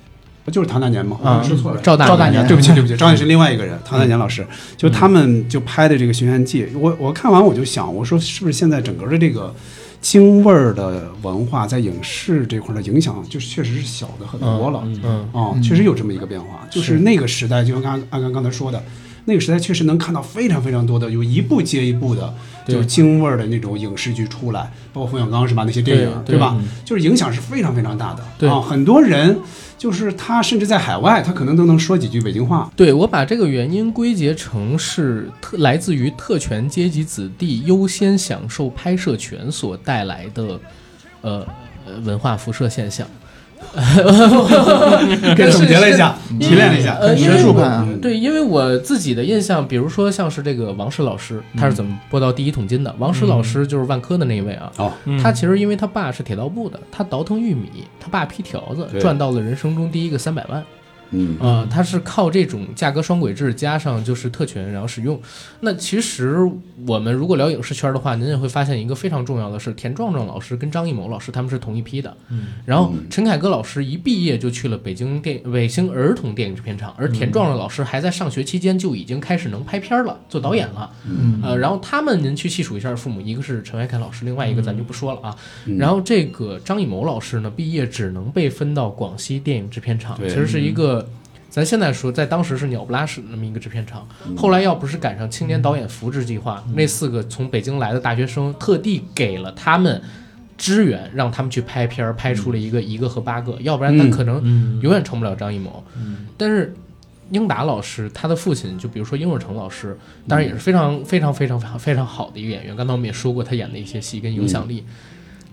S4: 就是唐大年嘛，
S3: 啊
S4: 我说错了，
S1: 嗯赵大嗯
S3: 赵大
S4: 年，
S3: 年
S4: 对不起，对不起，赵大年是另外一个人，唐大年老师，就他们就拍的这个《寻汉记》，我我看完我就想，我说是不是现在整个的这个京味儿的文化在影视这块儿的影响，就是确实是小的很多了，
S1: 嗯
S4: 啊，确实有这么一个变化，就是那个时代，就像刚阿刚刚才说的，那个时代确实能看到非常非常多的，有一部接一部的，
S1: 对
S4: 就是京味儿的那种影视剧出来，包括冯小刚是吧？那些电影
S1: 对对
S4: 吧？就是影响是非常非常大的。
S1: 对
S4: 啊，很多人就是他甚至在海外，他可能都能说几句北京 话。
S1: 对我把这个原因归结成是特来自于特权阶级子弟优先享受拍摄权所带来的，呃，呃文化辐射现象。
S4: 给总结了一下，提炼了一下，
S1: 呃因为
S3: 学术派啊，
S4: 嗯
S1: 对，因为我自己的印象，比如说像是这个王石老师，他是怎么播到第一桶金的？王石老师就是万科的那一位啊。
S4: 哦
S1: 他其实因为他爸是铁道部的，他倒腾玉米，他爸劈条子，
S4: 对
S1: 赚到了人生中第一个三百万。
S4: 嗯
S1: 呃，它是靠这种价格双轨制加上就是特权，然后使用。那其实我们如果聊影视圈的话，您也会发现一个非常重要的是，田壮壮老师跟张艺谋老师他们是同一批的。嗯。然后陈凯歌老师一毕业就去了北京电北京儿童电影制片厂，而田壮壮老师还在上学期间就已经开始能拍片儿了，做导演了。
S3: 嗯
S1: 呃，然后他们您去细数一下父母，一个是陈怀凯老师，另外一个咱就
S4: 嗯
S1: 不说了啊。然后这个张艺谋老师呢，毕业只能被分到广西电影制片厂，
S4: 对嗯
S1: 其实是一个。咱现在说，在当时是鸟不拉屎的那么一个制片厂，
S4: 嗯
S1: 后来要不是赶上青年导演扶植计划，那四个从北京来的大学生特地给了他们支援，让他们去拍片儿，拍出了一个一个和八个，要不然他
S4: 嗯
S1: 可能永远成不了张艺谋。但是英达老师，他的父亲就比如说英若诚老师，当然也是非常非常非常非常非常好的一个演员。刚才我们也说过，他演的一些戏跟影响力，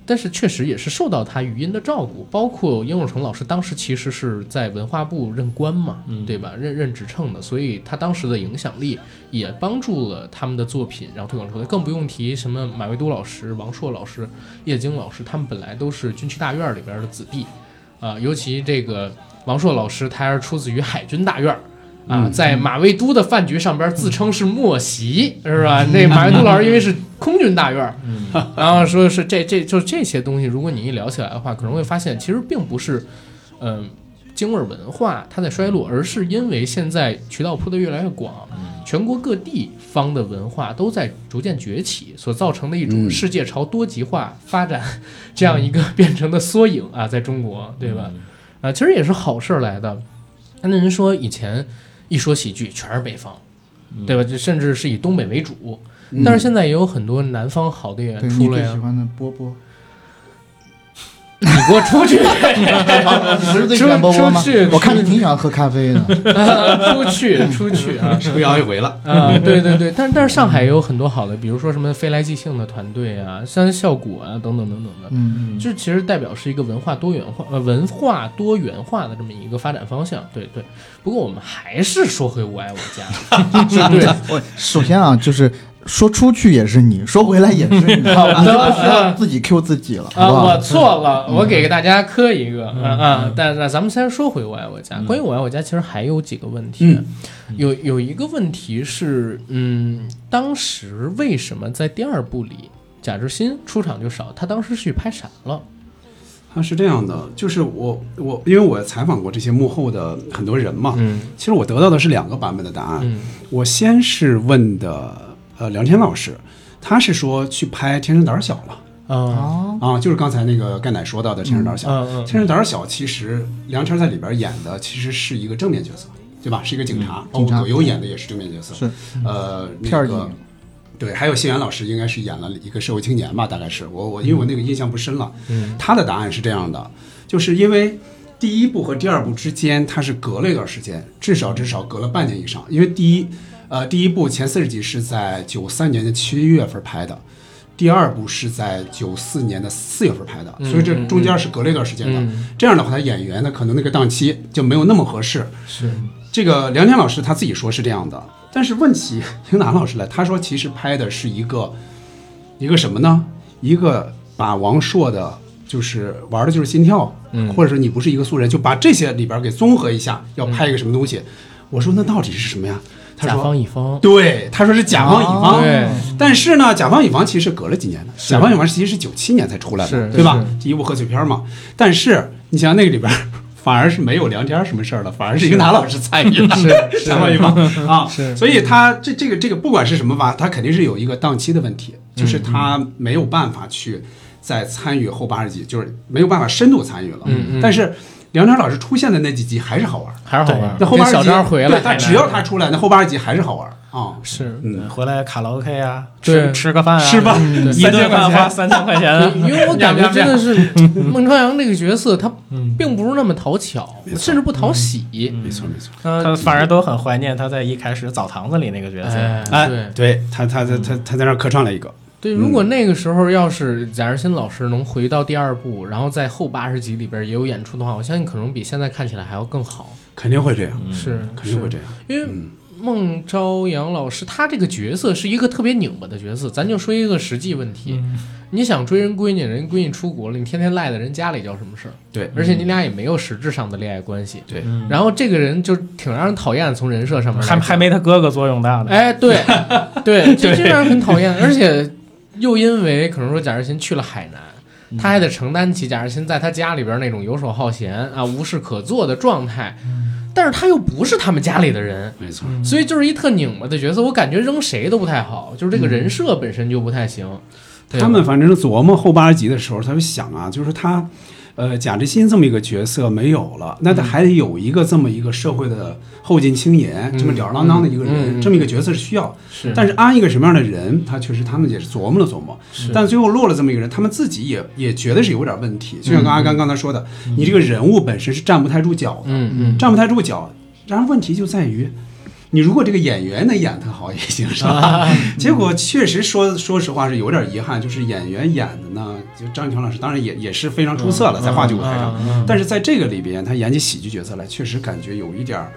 S1: 但是确实也是受到他语音的照顾。包括英若诚老师当时其实是在文化部任官嘛，对吧？任任职称的，所以他当时的影响力也帮助了他们的作品，然后推广出来。更不用提什么马未都老师、王朔老师、叶京老师，他们本来都是军区大院里边的子弟，啊、尤其这个王朔老师，他是出自于海军大院儿。啊，在马未都的饭局上边自称是莫席，是吧？那马未都老师因为是空军大院儿， 然后说是这这就这些东西，如果你一聊起来的话，可能会发现其实并不是，嗯、京味儿文化它在衰落，而是因为现在渠道铺得越来越广，全国各地方的文化都在逐渐崛起，所造成的一种
S4: 嗯
S1: 世界朝多极化发展、这样一个
S3: 嗯
S1: 变成的缩影啊，在中国，对吧？啊，其实也是好事儿来的。那您说以前一说喜剧全是北方，
S3: 嗯
S1: 对吧？就甚至是以东北为主，但是现在也有很多南方好的演员
S3: 对你
S1: 出来啊
S3: 最
S1: 呀、
S3: 喜欢的波波，
S1: 你给我出去，
S3: 你不是最喜欢波波吗
S1: 出去？
S3: 我看你挺想喝咖啡的，
S1: 啊出
S3: 嗯
S1: 去，出去啊！
S4: 是不摇一回了？
S1: 啊，对对对，但但是上海也有很多好的，比如说什么飞来即兴的团队啊，像效果啊等等等等的，
S3: 嗯，
S1: 这其实代表是一个文化多元化呃文化多元化的这么一个发展方向。对对，不过我们还是说回我爱我家， 对，
S3: 我首先啊，就是说出去也是你，说回来也是你，好吧？你就不需要自己 Q 自己了，好
S1: 啊，
S3: 不
S1: 我
S3: 好？
S1: 错了，
S4: 嗯
S1: 我给大家磕一个啊啊！但那咱们先说回我爱我家。
S4: 嗯
S1: 关于我爱我家，其实还有几个问题，有有一个问题是，嗯，当时为什么在第二部里贾志新出场就少？他当时是去拍闪了，
S4: 他是这样的，就是我我因为我采访过这些幕后的很多人嘛，
S1: 嗯
S4: 其实我得到的是两个版本的答案，
S1: 嗯
S4: 我先是问的呃梁天老师，他是说去拍《天生胆儿小》了。
S1: 啊
S3: 哦，
S4: 啊，就是刚才那个盖奶说到的《天生胆儿小》
S1: 嗯嗯嗯
S4: 天生胆儿小》其实梁天在里边演的其实是一个正面角色，对吧？是一个警察，
S3: 嗯
S4: 包
S3: 警察
S4: 括葛优演的也是正面角色。
S3: 是，
S4: 呃，
S3: 片
S4: 那
S3: 儿
S4: 个
S3: 警
S4: 对，还有谢元老师应该是演了一个社会青年吧，大概是我我因为我那个印象不深了。
S1: 嗯
S4: 他的答案是这样的，就是因为第一部和第二部之间它是隔了一段时间，至少至少隔了半年以上，因为第一。呃，第一部前四十集是在九三年的七月份拍的，第二部是在九四年的四月份拍的，所以
S1: 嗯
S4: 这中间是隔了一段时间的。这样的话，他演员呢可能那个档期就没有那么合适。
S1: 是
S4: 这个梁天老师他自己说是这样的，但是问起 英达老师来，他说其实拍的是一个一个什么呢？一个把王朔的，就是玩的就是心跳，
S1: 嗯
S4: 或者说你不是一个素人，就把这些里边给综合一下，要拍一个什么东西。我说那到底是什么呀？他
S1: 甲
S4: 说
S1: 方乙方，
S4: 对，他说是甲方乙方。
S1: 对
S4: 但是呢，甲方乙方其实隔了几年的，甲方乙方其实是九七年才出来
S1: 是
S4: 的，对吧
S1: 是？
S4: 第一部贺岁片嘛。但是你想想那个里边儿反而是没有梁家什么事儿了，反而是英达老师参与了，相当于吧啊，所以他这这个这个不管是什么吧，他肯定是有一个档期的问题，
S1: 嗯
S4: 就是他没有办法去再参与后八十集，就是没有办法深度参与了。
S1: 嗯
S4: 但是梁家老师出现的那几集还是好玩儿，
S1: 还是好玩。
S4: 那后八
S1: 跟
S4: 十集
S1: 小张回来，
S4: 对他只要他出来，那后八十集还是好玩儿啊。
S1: 是
S4: 嗯，
S6: 回来卡拉 OK 啊，
S1: 对
S6: 吃吃个饭啊，
S4: 是吧？
S6: 一
S4: 嗯三千
S6: 顿
S4: 块
S6: 饭 花
S4: 钱，
S6: 三千块钱
S4: 呃
S6: 啊，
S1: 因为我感觉真的是孟朝阳这个角色，他
S4: 嗯
S1: 并不是那么讨巧，甚至不讨喜。呃
S4: 没错没错。
S1: 他
S6: 他反而都很怀念他在一开始澡堂子里那个角色。
S1: 哎，对
S4: 对他他他他他在那儿客串了一个，
S1: 对，如
S4: 嗯
S1: 果那个时候要是贾日新老师能回到第二部，然后在后八十集里边也有演出的话，我相信可能比现在看起来还要更好。
S4: 肯定会这样，
S1: 是，
S4: 嗯肯定会嗯这样。
S1: 是因为孟朝阳老师他这个角色是一个特别拧巴的角色，咱就说一个实际问题。
S4: 嗯
S1: 你想追人闺女，人闺女出国了，你天天赖在人家里叫什么事儿？
S4: 对
S1: 而且你俩也没有实质上的恋爱关系。
S4: 对，
S1: 然后这个人就挺让人讨厌，从人设上面来
S6: 嗯还
S1: 讲
S6: 还没他哥哥作用大呢。
S1: 哎， 对对，这这让人很讨厌，而且又因为可能说贾日新去了海
S4: 嗯
S1: 南，他还得承担起贾日新在他家里边那种游手好闲啊、无事可做的状态，
S4: 嗯
S1: 但是他又不是他们家里的人。
S4: 没错。
S1: 所以就是一特拧巴的角色，我感觉扔谁都不太好，就是这个人设本身就不太行。对吧
S4: 嗯他们反正琢磨后八十集的时候，他就想啊，就是他，呃，贾志新这么一个角色没有了，那他还得有一个这么一个社会的后进青年，这么吊儿郎当的一个人，
S1: 嗯嗯嗯
S4: 这么一个角色是需要。
S1: 是
S4: 但是安一个什么样的人，他确实他们也是琢磨了琢磨，
S1: 是
S4: 但最后落了这么一个人，他们自己也也觉得是有点问题。就像刚阿甘刚才说的，你这个人物本身是站不太住脚的，
S1: 嗯嗯，
S4: 站不太住脚。然后问题就在于，你如果这个演员能演得好也行，是吧？
S1: 啊
S4: 结果确实说说实话是有点遗憾，就是演员演的呢，就张强老师当然也也是非常出色
S1: 嗯
S4: 了，在话剧
S1: 啊
S4: 舞台上，但是在这个里边，他演起喜剧角色来，确实感觉有一点儿，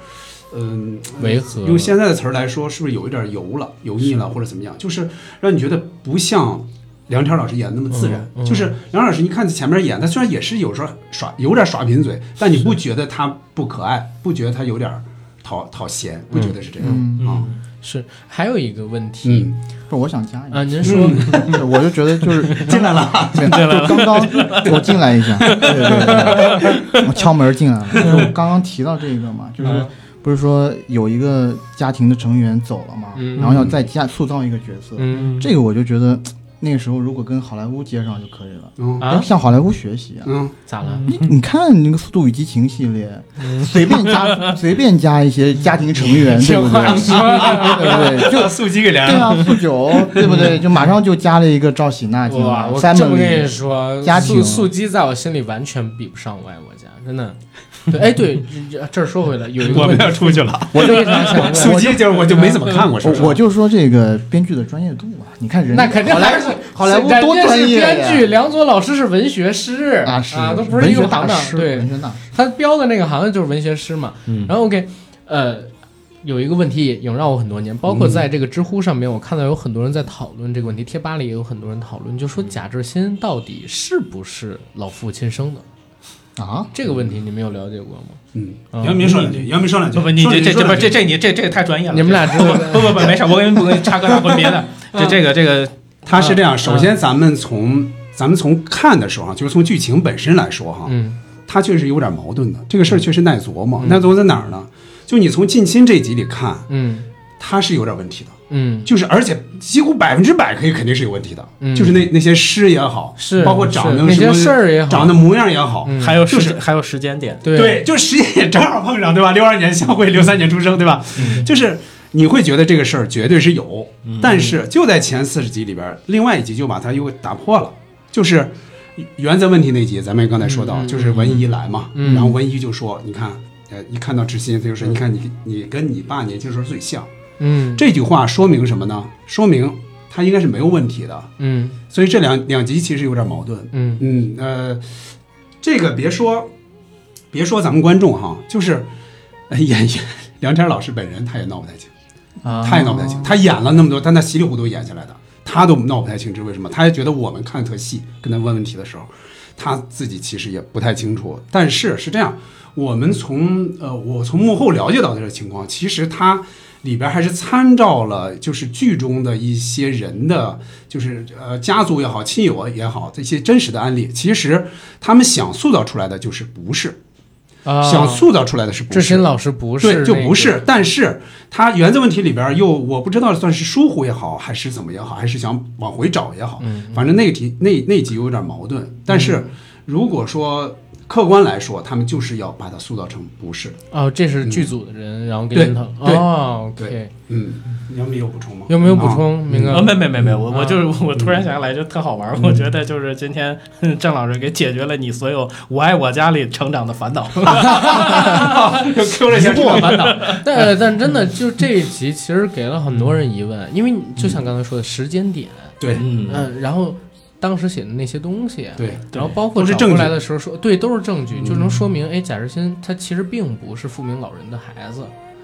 S4: 嗯、
S1: 违和
S4: 用现在的词儿来说，是不是有一点油了、油腻了，或者怎么样？就是让你觉得不像梁天老师演的那么自然。
S1: 嗯嗯
S4: 就是梁老师，你看前面演，他虽然也是有时候耍有点耍贫嘴，但你不觉得他不可爱，不觉得他有点儿讨讨嫌，不觉得是这样
S3: 嗯
S4: 啊？
S1: 是还有一个问题
S4: 嗯，
S3: 不，我想加一
S1: 啊，
S3: 个，
S1: 您说
S3: 对我就觉得就是
S4: 进来了，
S3: 对，就刚刚我进来一下，对对对对，我敲门进来了。就我刚刚提到这个嘛，就是不是说有一个家庭的成员走了嘛，
S1: 嗯
S3: 然后要再加塑造一个角色，
S1: 嗯
S3: 这个我就觉得那个时候如果跟好莱坞接上就可以了，
S4: 嗯
S1: 啊
S3: 向好莱坞学习啊。
S4: 嗯，
S1: 咋了？
S3: 你你看那个《速度与激情》系列，
S1: 嗯
S3: 随 便加随便加一些家庭成员，对不对？对不对？就
S4: 速激给梁
S3: 对啊，速九，对不对？就马上就加了一个赵喜娜进
S1: 嗯哇，
S3: 来
S1: 我这么跟你
S3: ，Family，
S1: 说，
S3: 家
S1: 素
S3: 庭
S1: 素鸡在我心里完全比不上我爱我家，真的。对，哎，对，这这儿说回来，有一个问
S4: 我们
S1: 题，
S4: 要出去了。
S1: 我非常想
S4: 速
S1: 问，
S4: 激就是我就没怎么看过，是不是？
S3: 我我就说这个编剧的专业度啊，你看人
S1: 那肯定还是
S3: 好莱坞
S1: 人家
S3: 多专业呀
S1: 是编剧，梁左老师是文学师
S3: 啊是
S1: 都不是
S3: 文
S1: 一
S3: 学
S1: 个行
S3: 大
S1: 当。
S3: 师，
S1: 对
S3: 文，学大师，
S1: 他标的那个行业就是文学师嘛。
S6: 嗯
S1: 然后 OK，呃，有一个问题萦绕我很多年，包括在这个知乎上面，我看到有很多人在讨论这个问题，贴吧里也有很多人讨论，就说贾志新到底是不是老父亲生的
S3: 啊，
S1: 这个问题，你们有了解过吗？
S4: 嗯，杨明说两句，杨明说两句
S6: 不，不，你
S4: 说
S6: 这
S4: 两句
S6: 这
S4: 说
S6: 这不
S4: 两句
S6: 这这你这这个太专业了。
S1: 你们俩知嗯
S6: 这
S1: 道
S6: 个不不不不没事，我给你我给你插科打诨别的。这这个这个
S4: 他是这样，首先咱们从咱们从看的时候啊，就是从剧情本身来说哈，
S1: 嗯。
S4: 它确实有点矛盾的。这个事儿确实耐琢磨，耐琢磨在哪儿呢？就你从近亲这集里看，
S1: 嗯
S4: 它是有点问题的，
S1: 嗯
S4: 就是而且几乎百分之百可以肯定是有问题的，
S1: 嗯
S4: 就是那那些诗也好，
S1: 是
S4: 包括长得
S1: 是那
S4: 什
S1: 些
S4: 么
S1: 事儿也好
S4: 长得模样也好，
S1: 嗯
S6: 还有
S4: 就是
S6: 时还有时间点，
S1: 对
S4: 就时间也正好碰上，对吧？六二年相会，六三年出生，对吧？
S1: 嗯
S4: 就是你会觉得这个事儿绝对是有，但是就在前四十集里边儿，另外一集就把它又打破了，就是原则问题那集，咱们刚才说到，
S1: 嗯嗯
S4: 就是文姨来嘛，
S1: 嗯
S4: 然后文姨就说：“你看，呃，一看到知心，他就说，你看你你跟你爸年轻时候最像。”
S1: 嗯
S4: 这句话说明什么呢？说明他应该是没有问题的，
S1: 嗯
S4: 所以这两两集其实有点矛盾。
S1: 嗯
S4: 嗯，呃，这个别说，别说咱们观众哈，就是呃演员梁天老师本人他也闹不太清，
S1: 啊
S4: 他也闹不太清，他演了那么多，但他稀里糊涂演下来的，他都闹不太清，这是为什么？他也觉得我们看得特细，跟他问问题的时候，他自己其实也不太清楚。但是是这样，我们从呃，我从幕后了解到的这个情况，其实他。里边还是参照了，就是剧中的一些人的，就是呃家族也好、亲友也好，这些真实的案例，其实他们想塑造出来的就是不是，
S1: 啊
S4: 想塑造出来的是不
S1: 志
S4: 是
S1: 新老师不是、
S4: 对，就不是。，但是他原则问题里边儿又我不知道算是疏忽也好，还是怎么也好，还是想往回找也好，反正那题那那集有点矛盾。但是如果说客观来说，他们就是要把它塑造成不是。
S1: 哦，这是剧组的人，然后给
S4: 对
S1: 你讨
S4: 对
S1: 哦，OK，
S4: 对嗯，你要没有补充吗？
S1: 有没有补充，明
S6: 啊，
S1: 哥？
S6: 没没没没，我
S1: 啊
S6: 我就是我突然想起来就特好玩儿，我觉得就是今天哼郑老师给解决了你所有“我爱我家”里成长的烦 恼。
S4: 又 Q 了一下
S1: 一
S4: 这
S1: 步我
S4: 个，
S1: 烦恼，
S4: 哎
S1: 但但真的就这一集，其实给了很多人疑问，因为你就像刚才说的时间点，
S4: 对
S6: 嗯，
S1: 嗯，然后当时写的那些东西，啊
S4: 对，
S1: 然后包括
S4: 都是
S1: 找
S4: 证
S1: 过
S4: 据嗯
S1: 来的时候说，对，都是证据，就能说明，哎，贾日新他其实并不是富明老人的孩子，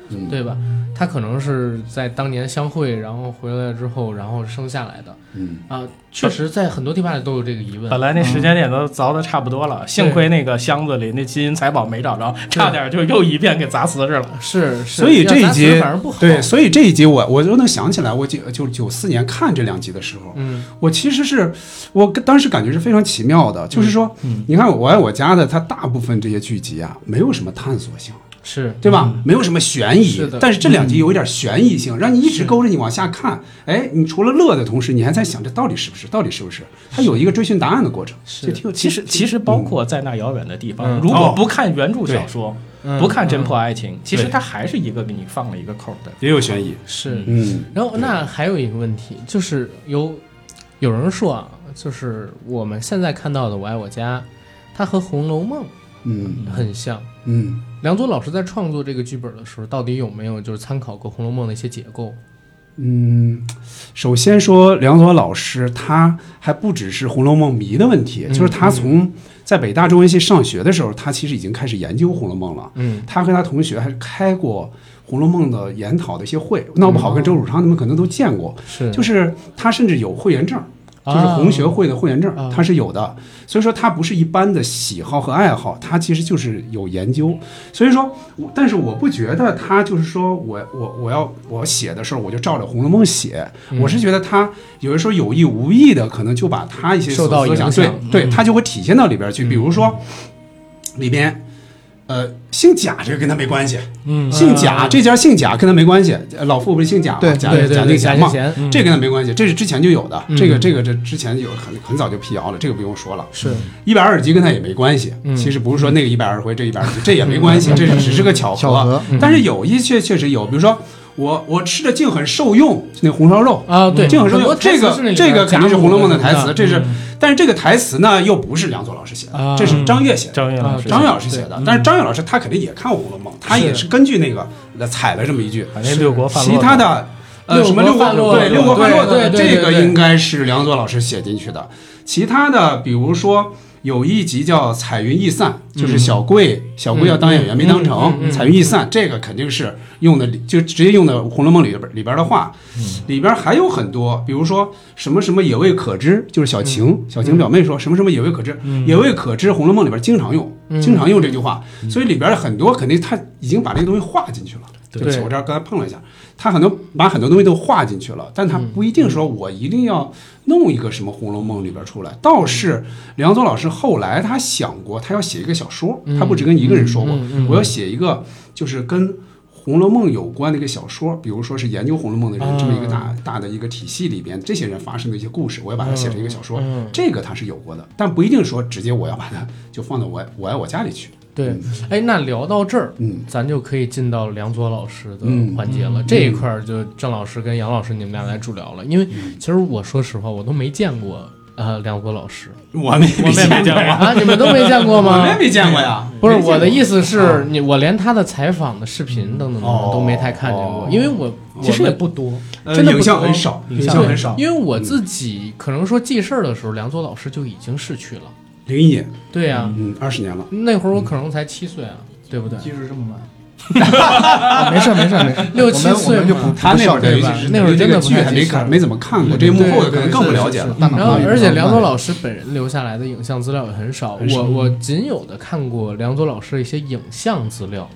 S4: 嗯，
S1: 对吧？他可能是在当年相会，然后回来之后，然后生下来的
S4: 嗯，
S1: 啊。确实，在很多地方里都有这个疑问
S4: 呃
S6: 本。来那时间点都凿的差不多了，幸亏那个箱子里那金银财宝没找着，差点就又一遍给砸瓷实了。
S1: 是，是
S4: 所以这一
S1: 要砸瓷
S4: 集
S1: 反而不好。
S4: 对，所以这一集我我就能想起来，我九就九四年看这两集的时候，
S1: 嗯
S4: 我其实是我跟当时感觉是非常奇妙的，就是说，你看《我爱我家》的，它大部分这些剧集啊，没有什么探索性，
S1: 是，
S4: 对吧？没有什么悬疑，
S1: 是的
S4: 但是这两集有一点悬疑性，让你一直勾着你往下看。哎，你除了乐的同时，你还在想这到底是不是，到底是不是？它有一个追寻答案的过程，
S1: 是
S4: 这挺有
S6: 其实其嗯实包括在那遥远的地
S1: 嗯
S6: 方，如果
S4: 哦
S6: 不看原著小说，
S1: 嗯
S6: 不看《侦破爱情》，其实
S4: 对
S6: 它还是一个给你放了一个扣儿的。
S4: 也有悬疑，
S1: 是。
S4: 嗯，
S1: 然后那还有一个问题，就是有有人说啊，就是我们现在看到的《我爱我家》，它和《红楼梦
S4: 嗯》
S1: 很像。
S4: 嗯，
S1: 梁左老师在创作这个剧本的时候，到底有没有就是参考过《红楼梦》的一些结构？
S4: 嗯，首先说梁左老师，他还不只是《红楼梦》迷的问题，就是他从在北大中文系上学的时候，他其实已经开始研究《红楼梦》了。
S1: 嗯，
S4: 他和他同学还开过《红楼梦》的研讨的一些会，闹不好跟周汝昌他们可能都见过。
S1: 是啊
S4: 就是是他甚至有会员证，就是红学会的会员证，他是有的。所以说他不是一般的喜好和爱好，他其实就是有研究。所以说，我但是我不觉得他就是说我我我要我写的时候我就照着《红楼梦》写，
S1: 嗯
S4: 我是觉得他有的时候有意无意的，可能就把他一些
S1: 受到
S4: 所思想，
S1: 影响嗯
S4: 对对，他就会体现到里边去。比如说里边。呃，姓贾这个跟他没关系，
S1: 嗯
S4: 姓贾这家姓贾跟他没关系，呃老傅不是姓贾吗？
S3: 对
S4: 贾
S1: 对对
S4: 贾
S1: 对
S4: 敬
S1: 贾
S4: 贤
S1: 敬
S4: 嘛，
S1: 贤嗯
S4: 这跟他没关系，这是之前就有的，
S1: 嗯
S4: 这个这个这之前有很很早就辟谣了，这个不用说了。
S1: 是
S4: 一百二十集跟他也没关系，
S1: 嗯
S4: 其实不是说那个一百二十回，这一百二十这也没关系，这只是个巧合。
S3: 巧合
S4: 但是有一些确实有，比如说我我吃的竟很受用，就那红烧肉。
S1: 啊，对，
S4: 竟很受
S1: 很多
S4: 用，这
S1: 台词是那
S4: 个
S1: 里边
S4: 这个肯定是《
S1: 贾母
S4: 红楼梦》的台词，
S1: 嗯
S4: 这是，但是这个台词呢又不是梁左老师写
S1: 啊
S4: 的，这是张悦写的，
S6: 啊张悦老师，
S4: 张悦老师写的，
S1: 嗯
S4: 但是张悦老师他肯定也看过《红楼梦》，他也是根据那个来采了这么一句。
S6: 把那六国范
S4: 其
S6: 落
S4: 他的呃
S1: 六
S4: 什么
S1: 国
S4: 六国
S1: 范落
S4: 对六国
S1: 对
S4: 范落
S1: 对
S4: 的
S1: 对
S4: 这个
S1: 对
S4: 应该是梁左老师写进去的。其他的比如说有一集叫《彩云易散》，
S1: 嗯
S4: 就是小贵小贵要当演员没当成，彩云易散这个肯定是用的就直接用的《红楼梦》里边里边的话，
S1: 嗯
S4: 里边还有很多，比如说什么什么也未可知，就是小晴
S1: 嗯
S4: 小晴表妹说什么什么也未可知，也未可知，《红楼梦》里边经常用。
S1: 嗯
S4: 经常用这句话，所以里边很多肯定他已经把这个东西画进去了。
S1: 对
S4: 不起我这儿刚才碰了一下，他很多把很多东西都画进去了，但他不一定说我一定要弄一个什么《红楼梦》里边出来。倒是梁左老师后来他想过，他要写一个小说，他不止跟一个人说过
S1: 嗯嗯嗯，
S4: 我要写一个就是跟《红楼梦》有关的一个小说，比如说是研究《红楼梦》的人这么一个大大的一个体系里边，这些人发生的一些故事，我要把它写成一个小说
S1: 嗯嗯，
S4: 这个他是有过的，但不一定说直接我要把它就放到我爱我爱我家里去。
S1: 对，哎，那聊到这儿，
S4: 嗯
S1: 咱就可以进到梁左老师的
S4: 嗯
S1: 环节了。这一块儿就郑老师跟杨老师你们俩来主聊了，因为
S4: 嗯
S1: 其实我说实话，我都没见过呃梁左老师
S4: 我没
S6: 我们也没见过
S1: 啊，你们都没见过
S4: 我
S1: 吗？
S4: 们也没见过呀。
S1: 不是我的
S4: 思，
S1: 意思是你，我连他的采访的视频等等等等
S4: 哦
S1: 都没太看见过，
S4: 哦
S1: 因为我
S6: 其实
S1: 我
S6: 也
S1: 们
S6: 不多，
S4: 呃
S1: 真的不
S4: 影像
S1: 多
S4: 很少，
S6: 影
S4: 影
S6: 像
S4: 像很
S1: 对
S4: 少。
S1: 因为我自己可能说记事儿的时候，梁左老师就已经逝去了。
S4: 零一年，
S1: 对呀、
S4: 嗯，二十年了。
S1: 那会儿我可能才七岁啊，对不对？
S3: 技术这 么慢，没事没事没事，
S1: 六七
S3: 我们
S1: 岁
S3: 我们就
S1: 嘛
S3: 不
S4: 他那会儿
S1: 对
S4: 对
S1: 吧
S4: 于
S1: 那会儿
S4: 这
S1: 真的
S4: 个
S1: 不
S4: 剧
S1: 太
S4: 还
S1: 记
S4: 没
S1: 事儿
S4: 看，没怎么看过，这些幕后的可能更不了解了。
S3: 大脑嗯
S1: 然后
S3: 发育，
S1: 而且梁左老
S3: 师
S1: 师本人留下来的影像资料也很少，
S4: 很少
S1: 我我仅有的看过梁左老师的一些
S3: 嗯
S1: 影像资料，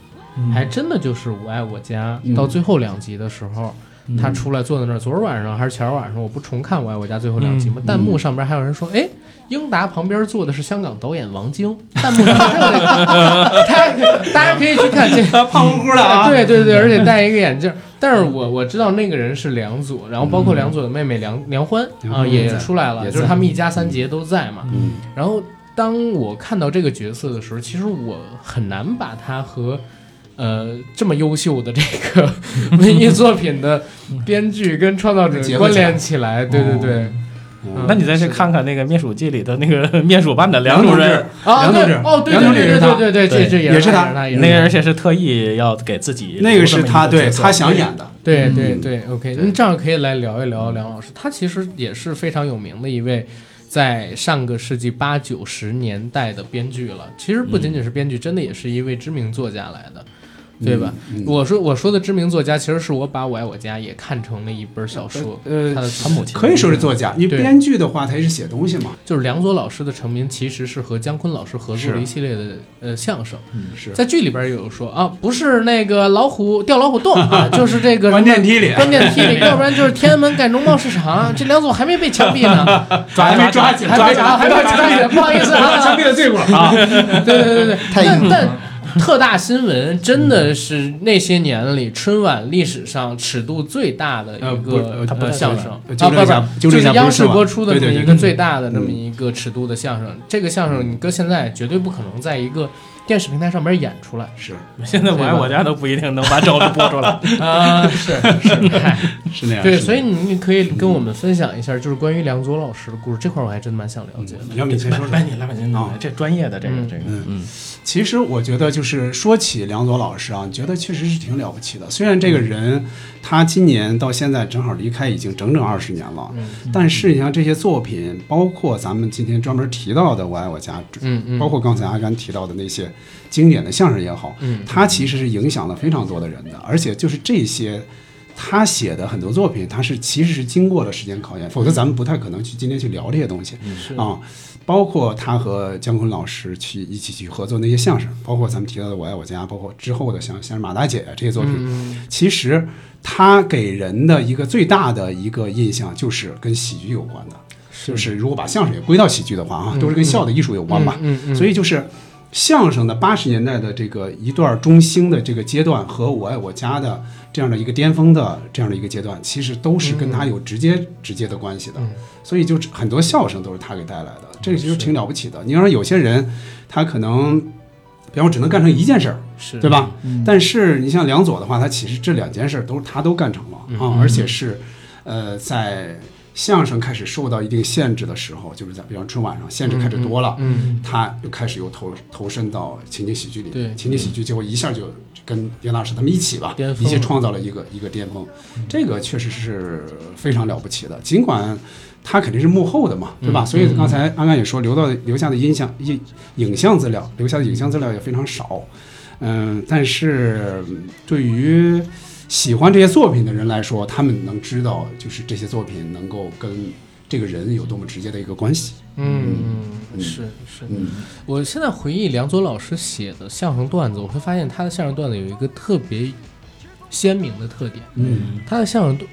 S1: 还真的就是《我爱我家》到最后两集的时候，
S3: 嗯
S1: 他出来坐在那儿，昨儿晚上还是前儿晚上，我不重看《我爱我家》最后两
S3: 嗯
S1: 集吗？弹幕上边还有人说，哎。英达旁边坐的是香港导演王晶，弹幕上还有那个， 他大家可以去看这
S6: 嗯
S4: 胖乎乎的啊，
S1: 对对对，而且戴一个眼镜儿。但是我我知道那个人是梁左，然后包括梁左的妹妹梁梁欢
S4: 嗯梁
S1: 啊
S4: 欢
S1: 也
S4: 在
S1: 出来了，
S4: 也
S1: 就是
S4: 在
S1: 他们一家三杰都在嘛。
S4: 嗯
S1: 然后当我看到这个角色的时候，其实我很难把他和呃这么优秀的这 个文艺作品的编剧跟创造者
S4: 结合
S1: 关
S4: 起来
S1: 联起来。对对对，嗯
S6: 那你再去看看那个《灭鼠记》里的那个 灭鼠班的梁主任，
S1: 啊，
S4: 梁同
S1: 对
S4: 志
S1: 哦，对对
S4: 梁同志也
S1: 对对
S4: 是他
S1: 对对，这
S6: 对
S1: 这
S4: 也
S1: 是
S4: 是他
S1: 他，也是
S6: 那个而且是特意要给自己
S4: 那个是
S6: 留这么一
S4: 他对
S6: 角色
S4: 他想演的，
S1: 对
S3: 嗯
S1: 对对，OK，那这样可以来聊一聊梁老师，他其实也是非常有名的一位，在上个世纪八九十年代的编剧了。其实不
S4: 嗯
S1: 仅仅是编剧，真的也是一位知名作家来的，对
S4: 嗯
S1: 吧？我说我说的知名作家，其实是我把《我爱我家》也看成了一本小说。
S4: 呃
S1: 他，的
S6: 他母亲
S4: 可以说是作家，因为
S1: 对
S4: 编剧的话，他也是写东西嘛，
S1: 就是梁左老师的成名，其实是和姜昆老师合作的
S4: 是
S1: 一系列的呃相声。
S4: 是
S1: 在剧里边也有说啊，不是那个老虎掉老虎洞啊，就是这 个
S4: 关键梯里
S1: 关键梯里，要不然就是天安门盖农贸市场，这两组还没被枪毙 呢，
S4: 抓没抓起来，
S1: 还
S4: 抓
S1: 没
S4: 起来，
S1: 还没枪毙，不好意思
S4: 枪嗯
S1: 啊，
S4: 毙的罪过啊，
S1: 对对对对，
S3: 太硬
S1: 但
S3: 了
S1: 但。特大新闻真的是那些年里春晚历史上尺度最大的
S4: 呃
S1: 一
S4: 不
S1: 个
S4: 它不
S1: 呃
S4: 是
S1: 相
S4: 春
S1: 声
S4: 晚
S1: 啊，
S4: 呃纠正
S1: 不就是
S4: 一下纠正一下不是
S1: 央视
S4: 春晚
S1: 播出的这
S4: 对
S1: 么
S4: 对
S1: 一
S4: 对
S1: 个最大的那么一个尺度的相声。这个相声你搁现在绝对不可能在一个电视平台上面演出来，
S4: 是
S6: 现在我爱我家都不一定能把照片播出 来。
S1: 啊， 是是，嗨
S4: 是那样，
S1: 对，
S4: 啊是那
S1: 所以
S4: 样
S1: 你可以跟我们分享一下，就是关于梁左老师的故事这块，我还真蛮想了解的。
S4: 嗯要不你先说说
S6: 来。你来吧，您来吧这专业的这个
S1: 嗯
S6: 这个，
S4: 哦嗯，其实我觉得就是说起梁左老师啊，觉得确实是挺了不起的。虽然这个人他今年到现在正好离开已经整整二十年了，但是你像这些作品，包括咱们今天专门提到的《我爱我家》，
S1: 嗯嗯
S4: 包括刚才阿甘提到的那些经典的相声也好，
S1: 嗯
S4: 他其实是影响了非常多的人的。而且就是这些他写的很多作品，他是其实是经过了时间考验，否则咱们不太可能去今天去聊这些东西。
S1: 嗯
S4: 啊，包括他和姜昆老师去一起去合作那些相声，包括咱们提到的《我爱我家》，包括之后的像像是马大姐这些作品，
S1: 嗯
S4: 其实他给人的一个最大的一个印象就是跟喜剧有关的，就是如果把相声也归到喜剧的话啊，都是跟笑的艺术有关吧。
S1: 嗯嗯，
S4: 所以就是相声的八十年代的这个一段中兴的这个阶段和我爱哎我家的这样的一个巅峰的这样的一个阶段，其实都是
S1: 嗯
S4: 跟他有直接直接的关系的。所以就是很多笑声都是他给带来的，这个其实挺了不起的。你要说有些人，他可能，比方说只能干成一件事儿，
S1: 是
S4: 对？吧？
S1: 嗯
S4: 但是你像梁左的话，他其实这两件事儿都是他都干成了啊，而且是，呃，在相声开始受到一定限制的时候，就是在比方春晚上限制开始多了，
S1: 嗯，
S4: 他又开始又投投身到情景喜剧里，
S1: 对
S4: 情景喜剧结果一下就跟袁大师他们一起吧
S1: 巅，峰
S4: 一起创造了一个一个巅峰，这个确实是非常了不起的。尽管他肯定是幕后的嘛，
S1: 嗯
S4: 对吧？所以刚才安安也说，留到留下的音像影影像资料，留下的影像资料也非常少。嗯，但是嗯对于喜欢这些作品的人来说，他们能知道就是这些作品能够跟这个人有多么直接的一个关系。
S1: 嗯，是是。
S4: 嗯
S1: 我现在回忆梁左老师写的相声段子，我会发现他的相声段子有一个特别鲜明的特点，
S4: 嗯，
S1: 他的相声段，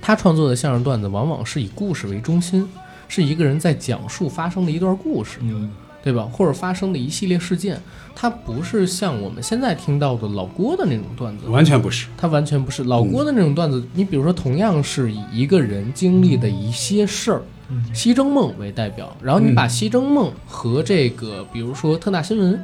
S1: 他创作的相声段子往往是以故事为中心，是一个人在讲述发生的一段故事。
S6: 嗯，
S1: 对吧？或者发生的一系列事件，它不是像我们现在听到的老郭的那种段子，
S4: 嗯完全不是。
S1: 它完全不是老郭的那种段子。你比如说，同样是以一个人经历的一些事儿，西征梦为代表，然后你把西征梦和这个，比如说特大新闻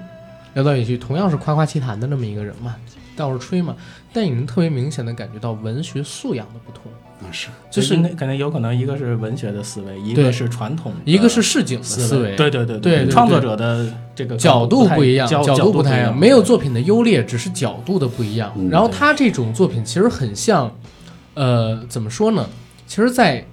S1: 聊到一起，同样是夸夸其谈的那么一个人嘛，到处吹嘛，但你能特别明显的感觉到文学素养的不同，
S4: 啊，是
S6: 就是那可能有可能一个是文学的思维，一个
S1: 对
S6: 是传统的，
S1: 一个是市井的呃思维，
S6: 对对对
S1: 对对对
S6: 创作者的这个
S1: 角度不一样，
S6: 呃角
S1: 角
S6: 度
S1: 不
S6: 太
S1: 太一样，没有作品的优劣，只是角度的不一样。
S4: 嗯
S1: 然后他这种作品其实很像，呃，怎么说呢？其实，在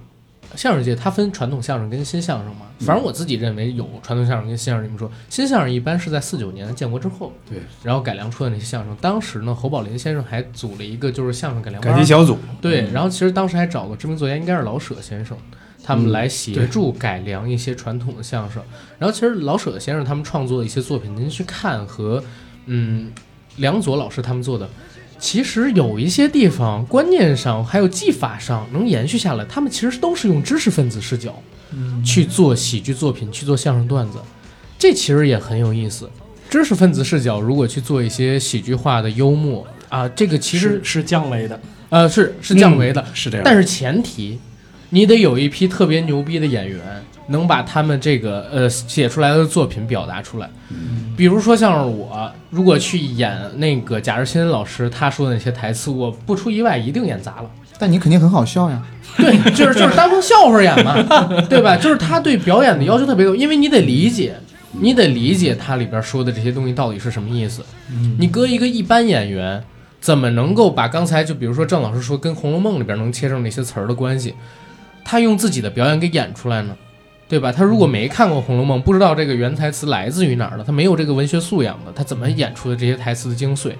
S1: 相声界，它分传统相声跟新相声嘛。反正我自己认为有传统相声跟新相声。你们说，新相声一般是在四九年建国之后，
S4: 对，
S1: 然后改良出的那些相声。当时呢，侯宝林先生还组了一个就是相声改良班
S4: 改进小组，
S1: 对，然后其实当时还找了知名作家，应该是老舍先生，他们来协助改良一些传统的相声。然后其实老舍先生他们创作的一些作品，您去看和嗯梁左老师他们做的，其实有一些地方观念上还有技法上能延续下来，他们其实都是用知识分子视角去做喜剧作品，去做相声段子，这其实也很有意思。知识分子视角如果去做一些喜剧化的幽默啊，这个其实
S6: 是是降维的，
S1: 呃是是降维的，
S4: 嗯是这样。
S1: 但是前提，你得有一批特别牛逼的演员，能把他们这个呃写出来的作品表达出来。
S4: 嗯
S1: 比如说像是我，如果去演那个贾日新老师他说的那些台词，我不出意外一定演砸了。
S3: 但你肯定很好笑呀。
S1: 对，就是就是当成笑话演嘛，对吧？就是他对表演的要求特别高，因为你得理解，你得理解他里边说的这些东西到底是什么意思。你搁一个一般演员，怎么能够把刚才就比如说郑老师说跟《红楼梦》里边能切上那些词儿的关系，他用自己的表演给演出来呢？对吧？他如果没看过《红楼梦》，不知道这个原台词来自于哪儿的，他没有这个文学素养的，他怎么演出的这些台词的精髓？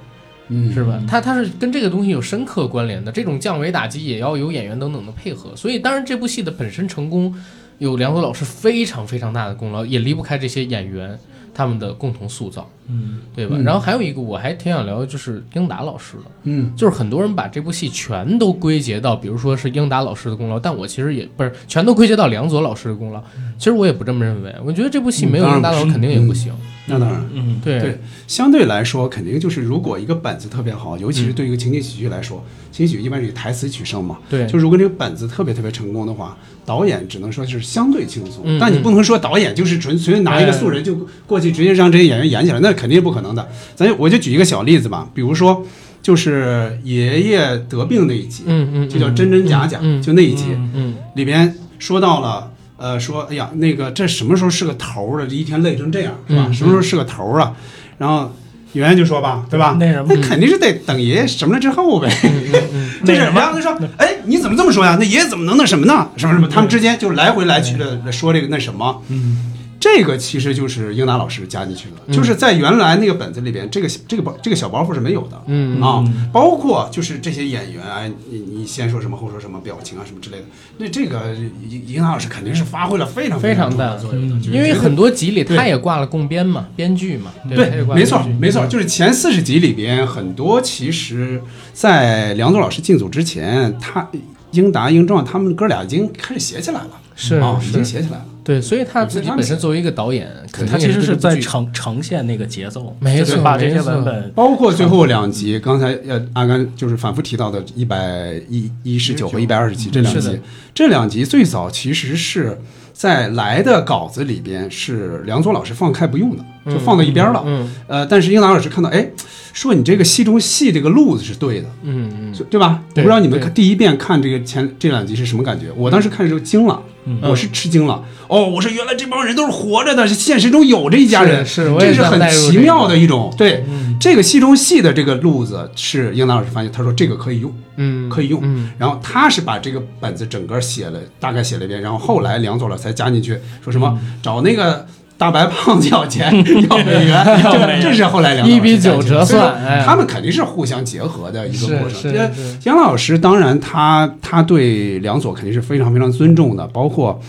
S4: 嗯
S1: 是吧？它它是跟这个东西有深刻关联的，这种降维打击也要有演员等等的配合，所以当然这部戏的本身成功，有梁左老师非常非常大的功劳，也离不开这些演员他们的共同塑造，嗯，对吧？然后还有一个我还挺想聊的就是英达老师的，
S4: 嗯，
S1: 就是很多人把这部戏全都归结到，比如说是英达老师的功劳，但我其实也不是全都归结到梁左老师的功劳，其实我也不这么认为，我觉得这部戏没有
S4: 嗯当然
S1: 英达老
S4: 不
S1: 师
S4: 是
S1: 肯定也不行，
S4: 那当然。
S6: 嗯，
S1: 对
S4: 对，相对来说，肯定就是如果一个本子特别好，尤其
S1: 嗯
S4: 是对一个情景喜剧来说，情景喜剧一般是以台词取胜嘛。
S1: 对
S4: 就如果这个本子特别特别成功的话，导演只能说是相对轻松，
S1: 嗯哎
S4: 但你不能说导演就是纯随便拿一个素人就过去直接让这些演员演起来，那肯定不可能的。咱我就举一个小例子吧，比如说就是爷爷得病那一集，
S1: 嗯嗯，
S4: 就叫真真假假，
S1: 嗯嗯
S4: 就那一集，
S1: 嗯
S4: 里边说到了，呃，说哎呀，那个这什么时候是个头儿了？这一天累成这样，是吧？
S1: 嗯
S4: 什么时候是个头儿啊？然后圆圆就说吧，对吧？
S6: 那什么
S1: 嗯
S4: 那肯定是得等爷爷什么了之后呗。就是
S6: 那什
S4: 然
S6: 么
S4: 后他说，哎，你怎么这么说呀？那爷爷怎么能那什么呢？什么
S6: 嗯
S4: 什么？他们之间就是来回来去的说这个那什么。
S6: 嗯
S4: 这个其实就是英达老师加进去的，就是在原来那个本子里边，这个这个包这个小包袱是没有的，
S1: 嗯
S4: 啊，包括就是这些演员，哎，你你先说什么，后说什么，表情啊什么之类的，那这个英英达老师肯定是发挥了非常
S1: 非常
S4: 重要
S1: 大嗯
S4: 的作用的，就是
S1: 因为
S4: 这个
S1: 很多集里
S4: 对
S1: 他也挂了共编嘛，编剧嘛，吧他也
S4: 对，
S1: 挂了
S4: 没错
S1: 编剧
S4: 没错，就是前四十集里边很多，其实，在梁左老师进组之前，他英达、英壮他们哥俩已经开始写起来了，
S1: 是
S4: 啊，已
S1: 是
S4: 经写起来了。
S1: 对，所以他自己本身作为一个导演，肯定
S6: 他其
S1: 也
S6: 实
S1: 是
S6: 是
S1: 对这部
S6: 在
S1: 剧
S6: 呈呈现那个节奏，
S1: 没
S6: 就是
S1: 错
S6: 把这些
S1: 没错
S6: 文本
S4: 包括最后两集，刚才呃阿甘就是反复提到的一百一一十九和一嗯百二十集这两
S1: 是
S4: 集
S1: 的，
S4: 这两集最早其实是在来的稿子里边是梁左老师放开不用的，就放到一边了。
S1: 嗯
S4: 呃，但是英达老师看到，哎，说你这个戏中戏这个路子是对的，
S1: 嗯嗯
S4: 就对吧？
S1: 对
S4: 我不知道你们
S1: 对
S4: 看第一遍看这个前这两集是什么感觉？我当时看的时候惊了，我是吃惊了。哦，我说原来这帮人都是活着的，是现实中有这一家人，
S1: 是是我也
S4: 这是
S1: 想
S4: 很
S1: 带入
S4: 奇
S1: 这嗯
S4: 妙
S1: 个
S4: 的一种。对，这个戏中戏的这个路子是英达老师发现，他说这个可以用，
S1: 嗯，
S4: 可以用。
S1: 嗯
S4: 然后他是把这个本子整个写了，大概写了一遍，然后后来梁左老师才加进去，说什
S1: 嗯
S4: 么找那个。大白胖子要钱，要美元，这这是后来梁左老师
S1: 一比九
S4: 加进去的
S1: 折
S4: 所以说
S1: 算哎
S4: 他们肯定是互相结合的一个过
S1: 是
S4: 程。
S1: 是
S4: 这
S1: 是
S4: 姜老师当然他他对梁左肯定是非常非常尊重的，包括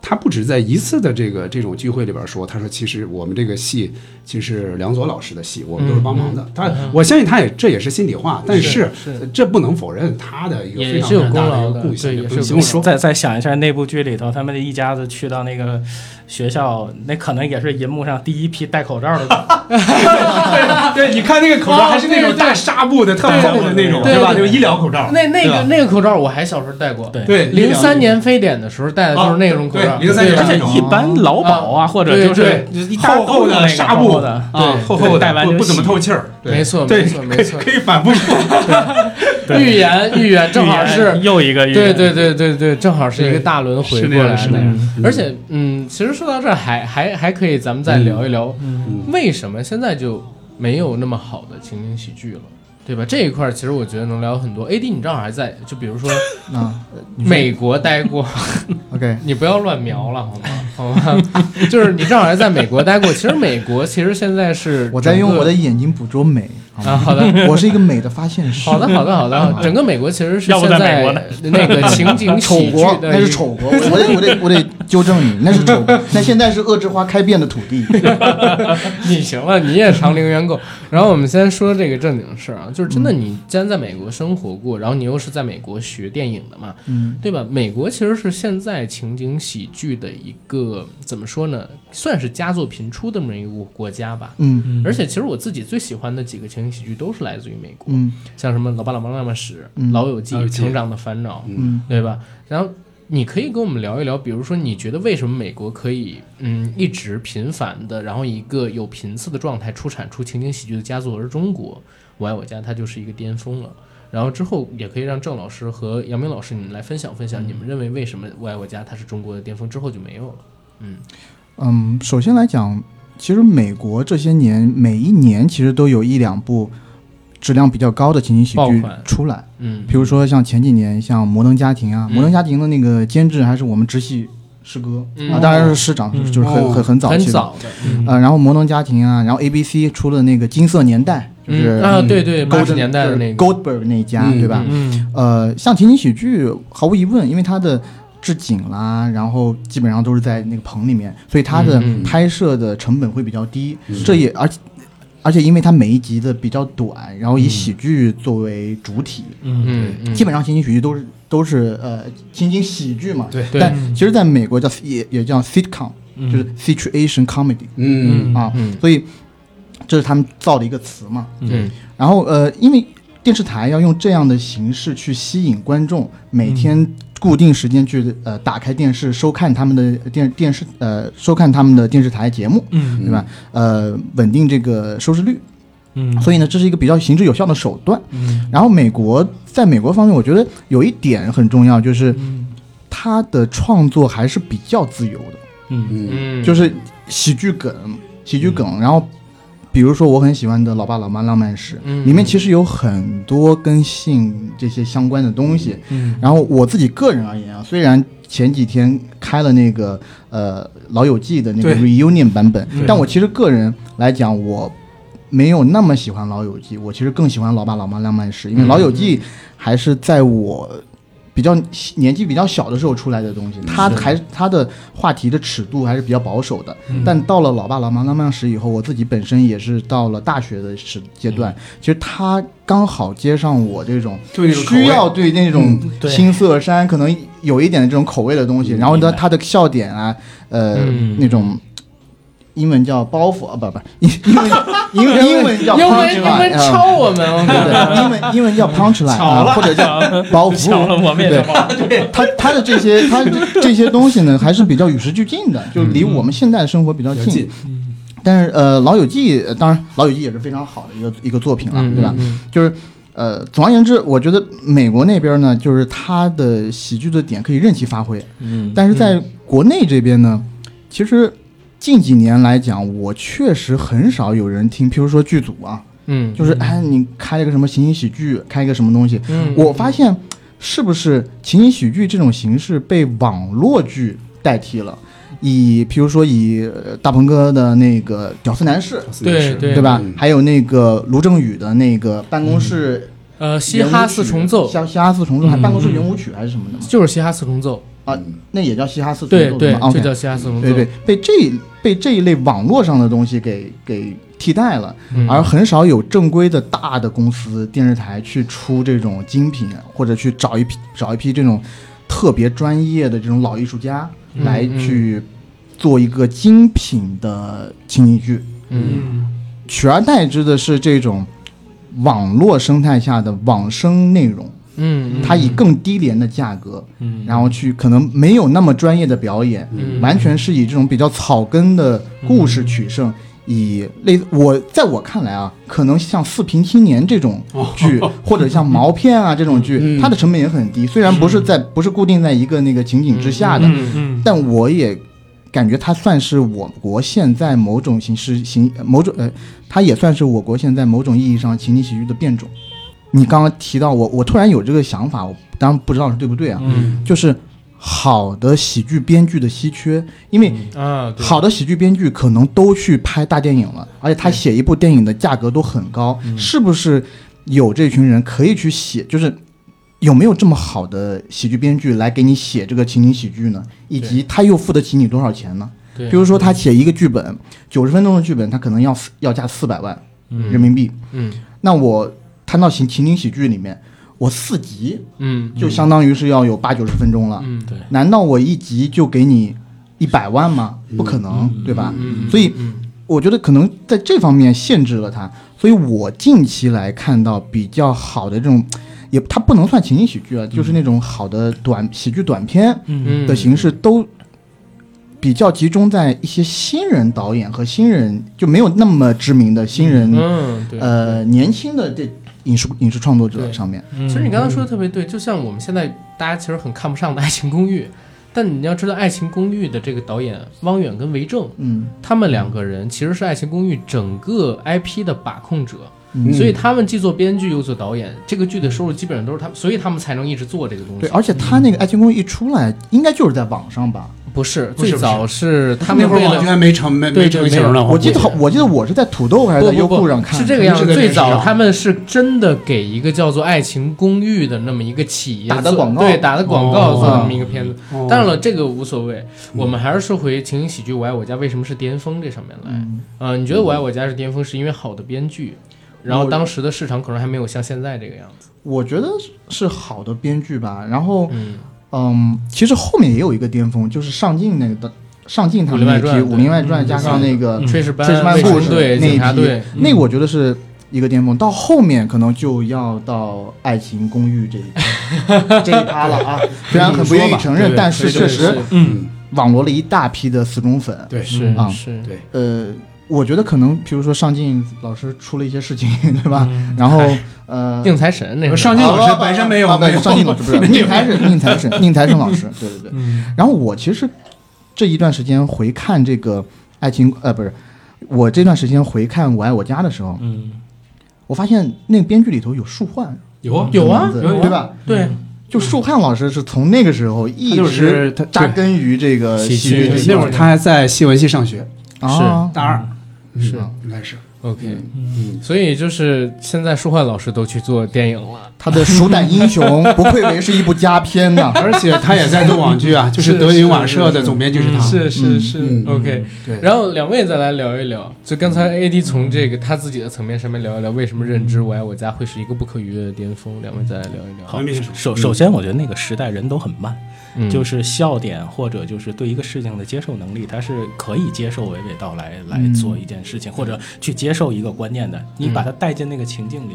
S4: 他不止在一次的这个这种聚会里边说，他说其实我们这个戏其实是梁左老师的戏，我们都是
S1: 嗯
S4: 帮忙的。他我相信他也这也是心底话，但是这不能否认他的一个
S1: 也
S4: 非常
S1: 是有
S4: 非常大
S1: 功
S4: 的一
S1: 劳
S4: 个
S1: 的
S4: 贡献，
S1: 对
S4: 也
S1: 也
S4: 不
S1: 是有
S4: 行不说。
S6: 再再想一下，那部剧里头，他们一家子去到那个学校，那可能也是银幕上第一批戴口罩的。
S4: 对，你看那个口罩还是那种大纱布的，特别厚的那种，
S1: 对
S4: 对
S1: 对
S4: 吧？那
S1: 对
S4: 种医疗口罩。
S1: 那那
S4: 对
S1: 个
S4: 吧
S1: 那个口罩我还小时候戴过，
S6: 对
S4: 对
S1: 零三年非典的时候戴的就是那种口罩，
S4: 哦对03年
S1: 对
S6: 而且一般劳保啊，或者就是一大
S4: 厚厚
S6: 兜子
S4: 的
S6: 那个
S4: 纱布
S6: 的，
S4: 啊，厚厚
S6: 戴完
S4: 的，不
S6: 就
S4: 不怎么
S6: 洗
S4: 透气儿。对
S1: 没错
S4: 对
S1: 没错
S4: 可以
S1: 没错
S4: 可以反复说。
S6: 对
S1: 预言预言正好
S6: 预言
S1: 是
S6: 又一个预
S1: 对
S6: 言
S1: 对对对对，正好是一个大轮回
S4: 是那
S1: 过
S4: 样
S1: 来
S4: 是那
S1: 的
S4: 样。
S1: 而且，嗯，其实说到这儿，还还还可以，咱们再聊一聊，为什么现在就没有那么好的情景喜剧了，对吧？这一块儿其实我觉得能聊很多。AD，你正好还在，就比如说
S3: 啊
S1: 美国待过，
S3: ，OK，
S1: 你不要乱瞄了，好吗？ 好吗？就是你正好还在美国待过。其实美国其实现在是
S3: 我在用
S1: 整个
S3: 我的眼睛捕捉美。
S1: 啊，好的。
S3: 我是一个美的发现师。
S1: 好的，好的，好的。整个美国其实是
S8: 要不
S1: 现
S8: 在美国呢
S1: 那个情景
S3: 丑
S1: 喜剧
S3: 国，
S1: 的
S3: 那
S1: 一
S3: 是丑国，我我得我得 我得纠正你，那是丑国，那现在是恶之花开遍的土地。
S1: 你行了，你也长陵园够。然后我们先说这个正经事儿啊，就是真的，你既然在美国生活过，然后你又是在美国学电影的嘛，
S3: 嗯，
S1: 对吧？美国其实是现在情景喜剧的一个怎么说呢，算是佳作频出的这么一个国家吧。
S3: 嗯
S8: 嗯
S1: 而且其实我自己最喜欢的几个情景喜剧都是来自于美国，
S3: 嗯
S1: 像什么《老爸老妈妈妈史》
S3: 嗯
S1: 老友记》
S4: 老友
S1: 《
S4: 记
S1: 成长的烦恼》，
S3: 嗯
S1: 对吧？然后你可以跟我们聊一聊，比如说你觉得为什么美国可以嗯一直频繁的，然后一个有频次的状态出产出情景喜剧的佳作，而中国《我爱我家》它就是一个巅峰了。然后之后也可以让郑老师和杨明老师你们来分享分享，你们认为为什么《我爱我家》它是中国的巅峰之后就没有了？嗯
S3: 嗯，首先来讲，其实美国这些年每一年其实都有一两部质量比较高的情景喜
S1: 爆
S3: 剧
S1: 款
S3: 出来，
S1: 嗯
S3: 比如说像前几年像《摩登家庭》啊，
S1: 嗯
S3: 摩登家庭》的那个监制还是我们直系师哥、
S1: 嗯
S3: 啊，当然是师长，
S8: 嗯
S3: 就是很
S4: 哦
S3: 很很早
S1: 很
S3: 期的。
S1: 早的，嗯
S3: 呃，然后《摩登家庭》啊，然后 ABC 出了那个《金色年代》，就是、
S1: 嗯啊，对对，八十
S3: Golden-
S1: 年代的那个，
S3: Goldberg 那一家，
S4: 嗯
S3: 对吧？
S1: 嗯
S3: 呃，像情景喜剧，毫无疑问，因为它的置景啦，然后基本上都是在那个棚里面，所以它的
S1: 嗯嗯
S3: 拍摄的成本会比较低。
S4: 嗯
S3: 这也而且而且因为它每一集的比较短，然后以喜剧作为主体，
S1: 嗯嗯，
S3: 基本上情景喜剧都是都是呃情景喜剧嘛。
S4: 对
S1: 对
S3: 但其实，在美国叫也也叫 sitcom，
S8: 嗯
S3: 就是 situation comedy
S4: 嗯
S8: 嗯
S3: 啊，
S1: 嗯
S3: 所以这是他们造的一个词嘛。
S1: 嗯
S3: 然后呃，因为电视台要用这样的形式去吸引观众，每天固定时间去呃打开电视收看他们的电电视呃收看他们的电视台节目，
S8: 嗯
S3: 对吧？呃，稳定这个收视率。
S8: 嗯
S3: 所以呢，这是一个比较行之有效的手段。
S8: 嗯
S3: 然后美国在美国方面，我觉得有一点很重要，就是
S8: 嗯
S3: 它的创作还是比较自由的。
S8: 嗯
S4: 嗯
S1: 嗯，
S3: 就是喜剧梗，喜剧梗。然后，比如说我很喜欢的《老爸老妈浪漫史》
S1: 嗯
S3: 里面其实有很多跟性这些相关的东西。
S8: 嗯
S3: 然后我自己个人而言啊，虽然前几天开了那个呃《老友记》的那个
S4: 对
S3: reunion 版本，但我其实个人来讲，我没有那么喜欢《老友记》，我其实更喜欢《老爸老妈浪漫史》，因为《老友记》还是在我。比较年纪比较小的时候出来的东西，它还它的话题的尺度还是比较保守的。但到了《老爸老妈浪漫史》以后，我自己本身也是到了大学的时阶段，其实它刚好接上我这种
S4: 对那种口味
S3: 需要对那种
S6: 对
S3: 新色山可能有一点这种口味的东西，然后
S6: 明
S3: 呢，
S6: 白
S3: 它的笑点啊，呃，
S1: 嗯
S3: 那种英文叫包袱啊，不不，英英文英文英文叫
S1: 英文
S3: punch
S1: 英文
S3: line，
S1: 抄我们，我
S3: 对
S1: 跟你讲
S3: 对，英文英文叫 punch line 啊，或者叫包 袱
S8: 巧了，我们也
S3: 对
S8: 是包袱
S3: 它它的这些它这些东西呢，还是比较与时俱进的，就离我们现在的生活比较
S4: 比较
S3: 近
S4: 近。
S3: 但是呃，《老友记》呃当然，《老友记》也是非常好的一个一个作品了，啊
S1: 嗯
S3: 对吧？就是呃，总而言之，我觉得美国那边呢，就是它的喜剧的点可以任其发挥，
S6: 嗯
S3: 但是在国内这边呢，其实近几年来讲，我确实很少有人听，譬如说剧组啊，
S1: 嗯，
S3: 就是哎，你开了个什么情景喜剧，开一个什么东西，
S1: 嗯
S3: 我发现是不是情景喜剧这种形式被网络剧代替了？以，譬如说以呃大鹏哥的那个《屌丝男士》，
S1: 对对
S3: 对吧？
S4: 嗯
S3: 还有那个卢正雨的那个办公室
S1: 呃，嘻
S3: 圆舞
S1: 哈
S3: 曲
S1: 四重奏
S3: 嘻嘻哈四重奏，还
S1: 嗯
S3: 办公室圆舞曲还是什么的嘛？
S1: 就是嘻哈四重奏，
S3: 那也叫嘻哈四重
S1: 对
S3: 奏
S1: 对
S3: 嘛？o，
S1: 就
S3: k
S1: 叫嘻哈四重奏，
S3: 对对，被这被这一类网络上的东西给给替代了，
S1: 嗯
S3: 而很少有正规的大的公司电视台去出这种精品，或者去找一批找一批这种特别专业的这种老艺术家
S1: 嗯
S3: 来
S1: 嗯
S3: 去做一个精品的情景剧，
S1: 嗯
S3: 取而代之的是这种网络生态下的网生内容。
S1: 嗯，嗯
S3: 它以更低廉的价格，
S8: 嗯
S3: 然后去可能没有那么专业的表演，
S1: 嗯
S3: 完全是以这种比较草根的故事取胜。以类似我在我看来啊，可能像《四平青年》这种剧，或者像毛片啊这种剧，
S4: 嗯
S3: 它的成本也很低，虽然不是在不是固定在一个那个情景之下的，
S8: 嗯
S3: 但我也感觉它算是我国现在某种形式形某种呃，它也算是我国现在某种意义上情景喜剧的变种。你刚刚提到我，我突然有这个想法，我当然不知道是对不对啊，
S8: 嗯
S3: 就是好的喜剧编剧的稀缺，因为
S1: 啊，对
S3: 嗯好的喜剧编剧可能都去拍大电影了，而且他写一部电影的价格都很高，
S1: 嗯
S3: 是不是有这群人可以去写？就是有没有这么好的喜剧编剧来给你写这个情景喜剧呢？以及他又付得起你多少钱呢？
S1: 对，
S3: 比如说他写一个剧本，九十分钟的剧本，他可能要要价四百万人民币。
S1: 嗯
S3: 那我摊到情情景喜剧里面，我四集
S1: 嗯，
S3: 就啊相当于是要有八九十分钟了。
S1: 嗯
S6: 对
S3: 难道我一集就给你一百万吗？不可能，对吧？
S1: 嗯，
S3: 所以
S1: 嗯
S3: 我觉得可能在这方面限制了它。所以我近期来看到比较好的这种，也它不能算情景喜剧啊，就是那种好的短喜剧短片
S1: 嗯
S3: 的形式都。比较集中在一些新人导演和新人就没有那么知名的新人，
S1: 嗯，对，
S3: 呃，年轻的这影视影视创作者
S1: 对
S3: 上面，
S6: 嗯
S1: 其实你刚才说的特别对，就像我们现在大家其实很看不上的《爱情公寓》，但你要知道，《爱情公寓》的这个导演汪远跟韦正，
S3: 嗯，
S1: 他们两个人其实是《爱情公寓》整个 IP 的把控者，
S3: 嗯
S1: 所以他们既做编剧又做导演，这个剧的收入基本上都是他们，所以他们才能一直做这个东西
S3: 对，。哦而且他那个《爱情公寓》一出来，应该就是在网上吧？
S1: 不是，
S4: 不是
S1: 最早是他们
S4: 那会
S1: 为
S4: 儿网剧
S1: 了。
S4: 还没成没
S1: 对
S4: 没
S1: 对
S4: 成型
S1: 没
S4: 呢，
S1: 有
S3: 我记得好
S1: 不，
S3: 我记得我是在土豆还是
S1: 不
S3: 在优
S1: 不
S3: 酷
S1: 不
S3: 上看，
S1: 是这个
S4: 肯定
S1: 样
S4: 是
S1: 子。
S4: 在
S1: 最
S4: 电视
S1: 早
S4: 上
S1: 他们是真的给一个叫做《爱情公寓》的那么一个企业
S3: 打的
S1: 做
S3: 广告
S1: 对打的广告
S4: 哦
S1: 做那么一个片子。
S4: 哦
S1: 当然了，这个无所谓。我们还是说回情景喜剧《我爱我家》为什么是巅峰这上面来。
S3: 嗯
S1: 呃，你觉得《我爱我家》是巅峰，是因为好的编剧，然后当时的市场可能还没有像现在这个样子。
S3: 我觉得是好的编剧吧。然后，
S1: 嗯，
S3: 嗯，其实后面也有一个巅峰，就是上镜那个的上镜他们那一批
S1: 武林外传嗯
S3: 《武林外传》，
S1: 对
S3: 加上那个
S1: 《呃炊事班》
S3: 炊事班
S1: 卫生
S3: 故事
S1: 队、
S3: 那一
S1: 警察
S3: 批
S1: 队，
S3: 那个我觉得是一个巅峰，到后面可能就要到《爱情公寓》这一 这一趴了啊。虽然很不愿意承认
S1: 对，
S3: 但是
S1: 对
S3: 确
S1: 对
S3: 实
S4: 嗯，
S3: 网罗了一大批的死忠粉。
S4: 对，
S1: 是
S3: 啊
S1: 是，
S4: 对
S3: 呃，我觉得可能比如说上镜老师出了一些事情，对吧？
S1: 嗯
S3: 然后呃，
S1: 宁财神那是
S4: 上镜老
S3: 啊
S4: 师
S3: 不
S4: 本身没有
S3: 啊不
S4: 没有
S3: 上镜老师不是宁财神，宁财神，宁财神老师，对对对。然后我其实这一段时间回看这个爱情，呃，不是我这段时间回看《我爱我家》的时候，
S6: 嗯，
S3: 我发现那个编剧里头有树焕，
S4: 有啊，
S1: 有啊
S3: 这个名字
S4: 有有
S3: 对吧？
S1: 对，
S6: 嗯
S3: 就树焕老师是从那个时候一
S4: 他就
S3: 直
S4: 是他
S3: 扎根于这个
S1: 喜
S3: 喜
S1: 剧
S3: 剧
S1: 对
S3: 这
S4: 对
S3: 一
S4: 那
S3: 块
S4: 会儿他还在戏文系上学，
S3: 啊，
S4: 大二，
S1: 是
S4: 嗯应该是
S1: OK。
S4: 嗯，。
S1: 所以就是现在舒焕老师都去做电影了，
S3: 他的《鼠胆英雄》不愧为是一部佳片呐
S4: 而且他也在做网剧啊，就是
S1: 是
S4: 德云瓦
S1: 是
S4: 舍的总编剧是他，
S1: 是是
S3: 嗯
S1: 是、
S4: 嗯
S1: OK。
S4: 对
S1: 啊然后两位再来聊一聊，就刚才 AD 从这个他自己的层面上面聊一聊，为什么认知《我爱我家》会是一个不可逾越的巅峰？两位再来聊一聊。
S4: 文秘书
S6: 首首先，我觉得那个时代人都很慢，
S1: 嗯，
S6: 就是笑点或者就是对一个事情的接受能力，他是可以接受娓娓道来来
S3: 嗯
S6: 做一件事情，或者去接受一个观念的。你把他带进那个情境里，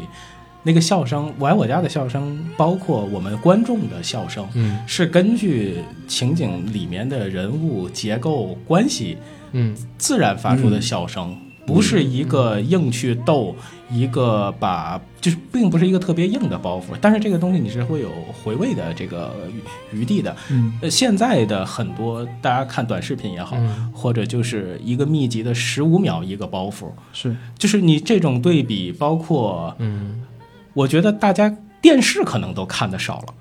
S6: 那个笑声，我爱我家的笑声，包括我们观众的笑声，
S1: 嗯
S6: 是根据情景里面的人物结构关系
S1: 嗯
S6: 自然发
S3: 嗯
S6: 出的笑声，不是一个硬去逗，一个把就是并不是一个特别硬的包袱，但是这个东西你是会有回味的这个余余地的。
S3: 嗯
S6: 呃，现在的很多大家看短视频也好，
S1: 嗯
S6: 或者就是一个密集的十五秒一个包袱，
S3: 是
S6: 就是你这种对比，包括
S1: 嗯
S6: 我觉得大家电视可能都看的少了。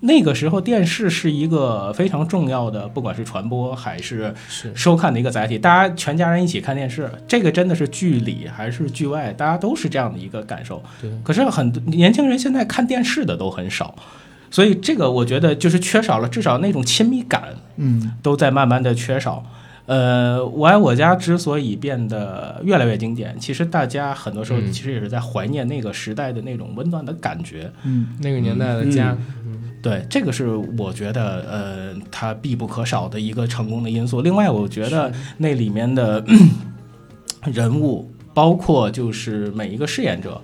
S6: 那个时候，电视是一个非常重要的，不管是传播还是
S1: 是
S6: 收看的一个载体。大家全家人一起看电视，这个真的是剧里还是剧外，大家都是这样的一个感受。
S1: 对
S6: 可是很多年轻人现在看电视的都很少，所以这个我觉得就是缺少了，至少那种亲密感
S3: 嗯。
S6: 都在慢慢的缺少。呃，《我爱我家》之所以变得越来越经典，其实大家很多时候
S1: 嗯
S6: 其实也是在怀念那个时代的那种温暖的感觉。
S3: 嗯
S1: 那个年代的家，
S6: 对，这个是我觉得呃，它必不可少的一个成功的因素。另外，我觉得那里面的 咳人物，包括就是每一个饰演者，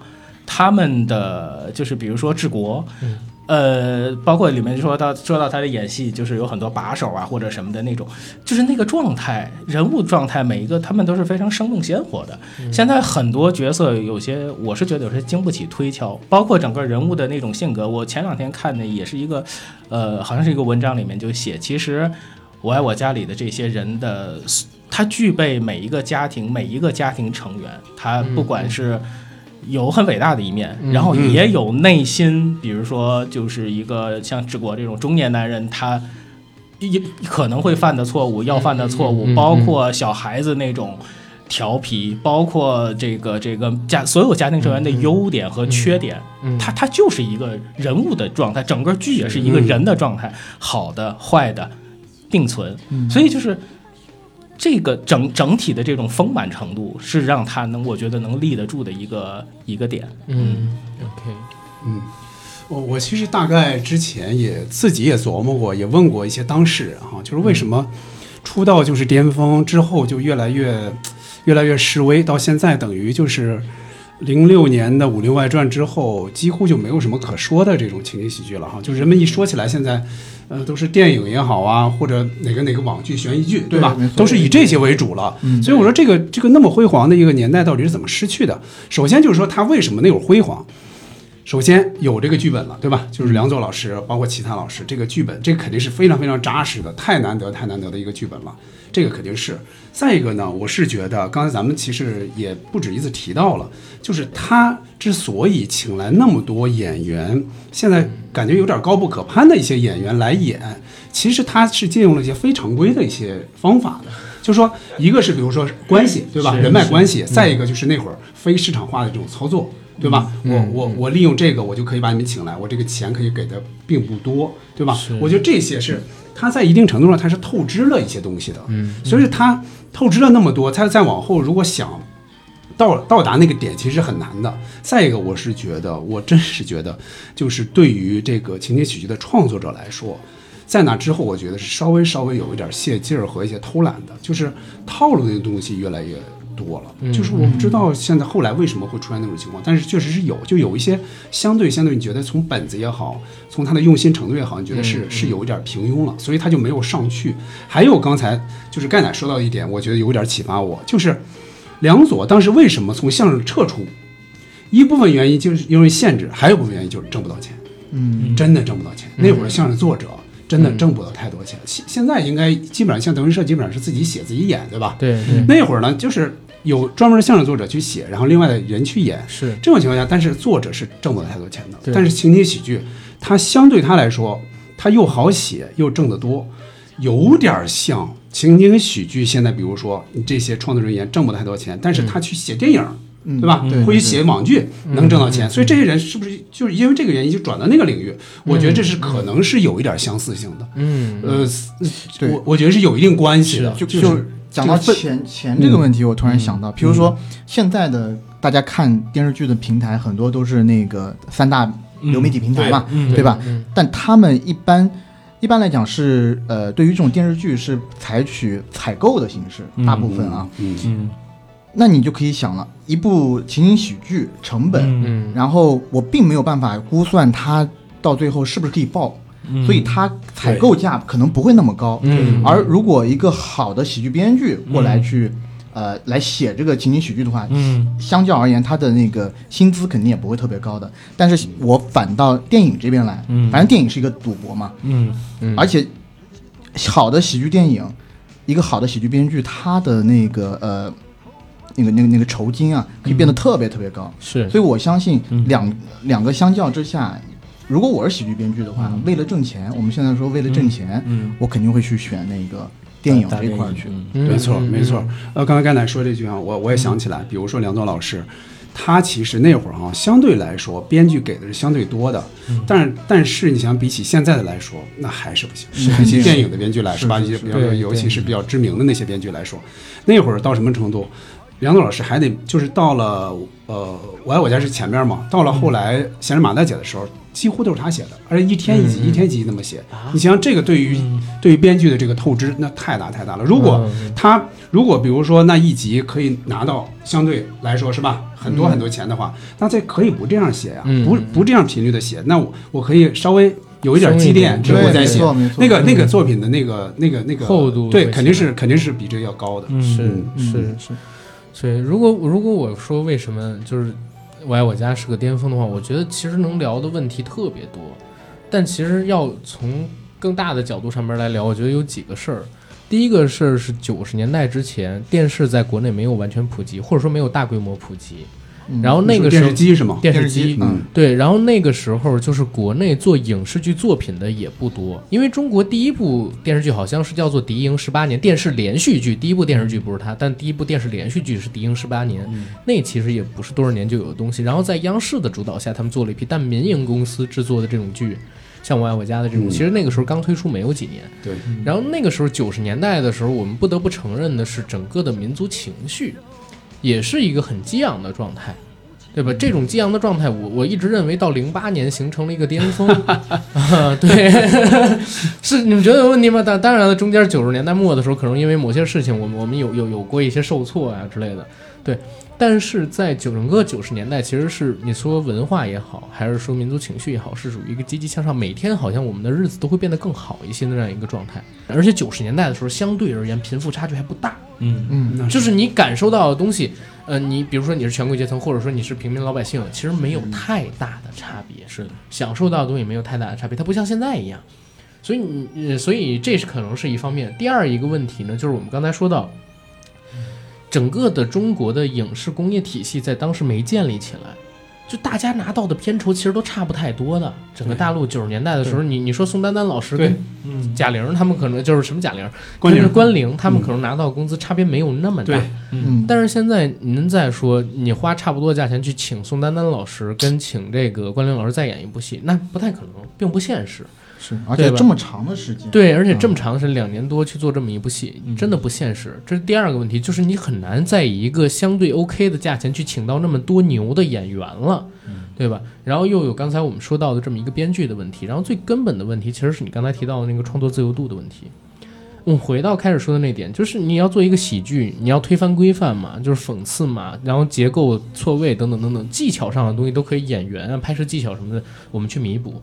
S6: 他们的就是比如说治国。
S1: 嗯
S6: 呃，包括里面说到说到他的演戏，就是有很多把手啊或者什么的那种，就是那个状态，人物状态，每一个他们都是非常生动鲜活的。现在很多角色有些，我是觉得有些经不起推敲，包括整个人物的那种性格。我前两天看的也是一个，呃，好像是一个文章里面就写，其实《我爱我家》里的这些人的，他具备每一个家庭每一个家庭成员，他不管是。有很伟大的一面，然后也有内心，比如说就是一个像治国这种中年男人，他也可能会犯的错误，要犯的错误，
S1: 嗯嗯嗯
S6: 包括小孩子那种。调皮，包括这个这个家所有家庭成员
S1: 嗯
S6: 的优点和缺点，他他就是一个人物的状态，整个剧也是一
S1: 嗯
S6: 个人的状态，好的坏的并存，
S1: 嗯
S6: 所以就是这个整整体的这种丰满程度是让他能我觉得能立得住的一个一个点，
S1: 嗯，OK，
S4: 嗯我我其实大概之前也自己也琢磨过，也问过一些当事人哈，就是为什么
S3: 嗯
S4: 出道就是巅峰，之后就越来越越来越示威，到现在等于就是零六年的《武林外传》之后，几乎就没有什么可说的这种情景喜剧了哈。就人们一说起来，现在呃都是电影也好啊，或者哪个哪个网剧、悬疑剧，对吧
S3: 对没？错
S4: 都是以这些为主了。
S3: 嗯
S4: 所以我说这个这个那么辉煌的一个年代到底是怎么失去的？首先就是说它为什么那会儿辉煌？首先有这个剧本了，对吧？就是梁左老师，包括其他老师，这个剧本，这肯定是非常非常扎实的，太难得太难得的一个剧本了，这个肯定是。再一个呢，我是觉得刚才咱们其实也不止一次提到了，就是他之所以请来那么多演员，现在感觉有点高不可攀的一些演员来演，其实他是借用了一些非常规的一些方法的。就说一个是比如说关系，对吧？
S1: 是嗯
S4: 人脉关系，再一个就是那会儿非市场化的这种操作，对吧？我我我利用这个，我就可以把你们请来，我这个钱可以给的并不多，对吧？我觉得这些是他在一定程度上他是透支了一些东西的，嗯，所以他透支了那么多，他再往后如果想到到达那个点其实很难的。再一个，我是觉得，我真是觉得，就是对于这个情景喜剧的创作者来说，在那之后，我觉得是稍微稍微有一点泄劲儿和一些偷懒的，就是套路的东西越来越多了。就是我不知道现在后来为什么会出现那种情况，但是确实是有，就有一些相对相对，你觉得从本子也好，从他的用心程度也好，你觉得是、是有一点平庸了，所以他就没有上去。还有刚才就是盖奶说到的一点，我觉得有点启发我，就是。梁左当时为什么从相声撤出？一部分原因就是因为限制，还有部分原因就是挣不到钱，
S3: 嗯，
S4: 真的挣不到钱。那会儿相声作者真的挣不到太多钱，现、现在应该基本上像德云社基本上是自己写自己演，对吧？
S1: 对对
S4: 那会儿呢，就是有专门的相声作者去写，然后另外的人去演，
S1: 是，
S4: 这种情况下，但是作者是挣不到太多钱的
S1: 对。
S4: 但是情景喜剧，它相对它来说，它又好写又挣得多，有点儿像情景喜剧。现在比如说你这些创作人员挣不到太多钱，但是他去写电影。
S3: 嗯
S4: 对吧？
S3: 对嗯
S4: 会去写网剧，能挣到钱，所以这些人是不是就是因为这个原因就转到那个领域？我觉得
S3: 嗯
S4: 这是可能是有一点相似性的，
S1: 嗯
S4: 呃，
S3: 对
S4: 我我觉得是有一定关系的，
S3: 就
S4: 就
S3: 就是讲到
S4: 这个
S3: 钱钱这个问题，我突然想到，比如说现在的大家看电视剧的平台，很多都是那个三大流媒体平台嘛，
S1: 嗯
S3: 对吧？但他们一般一般来讲是呃，对于这种电视剧是采取采购的形式，大部分啊，，
S4: 嗯，
S3: 那你就可以想了，一部情景喜剧成本，
S1: 嗯
S3: 然后我并没有办法估算它到最后是不是可以爆，所以它采购价可能不会那么高。
S1: 嗯
S3: 而如果一个好的喜剧编剧过来去，呃，来写这个情景喜剧的话，
S1: 嗯
S3: 相较而言，他的那个薪资肯定也不会特别高的。但是我反到电影这边来，
S1: 嗯
S3: 反正电影是一个赌博嘛，
S1: 嗯嗯
S3: 而且好的喜剧电影，一个好的喜剧编剧，他的那个呃，那个那个那个酬金啊，可以
S1: 嗯
S3: 变得特别特别高。
S1: 是，
S3: 所以我相信两、两个相较之下，如果我是喜剧编剧的话，为了挣钱，我们现在说为了挣钱，
S6: 嗯
S3: 我肯定会去选那个电影这一块儿去。
S1: 嗯
S4: 没错，没错。呃，刚才甘奶说这句啊，我我也想起来，比如说梁左老师，他其实那会儿哈、啊相对来说编剧给的是相对多的，但是但是你想，比起现在的来说，那还是不行。比起电影的编剧来说吧，一些比较
S1: 对
S4: 尤其是比较知名的那些编剧来说，那会儿到什么程度？梁左老师还得就是到了呃，我爱我家是前面嘛，到了后来《闲人马大姐》的时候，几乎都是他写的，而且一天一集，一天一集那么写。你想想这个对于、对于编剧的这个透支，那太大太大了。如果他如果比如说那一集可以拿到相对来说是吧很多很多钱的话，那这可以不这样写呀、
S1: 嗯
S4: 不不这样频率的写，那我我可以稍微有一点
S1: 松一
S4: 积
S1: 点
S4: 淀之后
S3: 对
S4: 再
S3: 没
S4: 写
S3: 错没错。
S4: 那个那个作品的那个那个那个
S1: 厚度
S4: 对，
S1: 会
S4: 肯定
S1: 起来
S4: 是肯定是比这要高的。
S1: 是
S4: 嗯
S1: 是是，所以如果如果我说为什么就是我爱我家是个巅峰的话，我觉得其实能聊的问题特别多，但其实要从更大的角度上面来聊，我觉得有几个事儿。第一个事儿是九十年代之前，电视在国内没有完全普及，或者说没有大规模普及，然后那个时
S4: 电
S1: 候
S4: 视机是吗？
S1: 电
S3: 视
S1: 视
S3: 机
S1: 机，
S4: 嗯
S1: 对，然后那个时候就是国内做影视剧作品的也不多，因为中国第一部电视剧好像是叫做《敌营十八年》电视连续剧，第一部电视剧不是它，但第一部电视连续剧是《敌营十八年》，
S4: 嗯
S1: 那其实也不是多少年就有的东西。然后在央视的主导下，他们做了一批但民营公司制作的这种剧。像我爱我家的这种，
S4: 嗯
S1: 其实那个时候刚推出没有几年，
S4: 对，
S1: 然后那个时候九十年代的时候，我们不得不承认的是，整个的民族情绪也是一个很激昂的状态，对吧？这种激昂的状态，我我一直认为到零八年形成了一个巅峰， 啊，对， 是你们觉得有问题吗？当当然了，中间九十年代末的时候，可能因为某些事情，我们我们有有有过一些受挫啊之类的，对。但是在九整个九十年代，其实是你说文化也好，还是说民族情绪也好，是属于一个积极向上，每天好像我们的日子都会变得更好一些的这样一个状态。而且九十年代的时候，相对而言贫富差距还不大，
S6: 嗯，
S3: 嗯，
S1: 就是你感受到的东西，呃，你比如说你是权贵阶层，或者说你是平民老百姓，其实没有太大的差别，
S6: 嗯是的，
S1: 享受到的东西没有太大的差别，它不像现在一样。所以你，呃所以这是可能是一方面。第二一个问题呢，就是我们刚才说到，整个的中国的影视工业体系在当时没建立起来。就大家拿到的片酬其实都差不太多的，整个大陆九十年代的时候，你你说宋丹丹老师跟
S4: 对
S6: 嗯，
S1: 贾玲他们可能就是什么贾玲，
S4: 关
S1: 就是
S4: 键嗯
S1: 关玲，他们可能拿到的工资差别没有那么大。
S4: 对
S3: 嗯，
S1: 但是现在您再说，你花差不多的价钱去请宋丹丹老师跟请这个关玲老师再演一部戏，那不太可能，并不现实。
S3: 是，而且
S1: 对吧
S3: 这么长的时间，
S1: 对，而且
S3: 嗯
S1: 这么长是两年多去做这么一部戏，真的不现实。这是第二个问题，就是你很难再以一个相对 OK 的价钱去请到那么多牛的演员了，对吧？然后又有刚才我们说到的这么一个编剧的问题，然后最根本的问题其实是你刚才提到的那个创作自由度的问题。我们回到开始说的那点，就是你要做一个喜剧，你要推翻规范嘛，就是讽刺嘛，然后结构错位等等等等，技巧上的东西都可以，演员啊、拍摄技巧什么的，我们去弥补。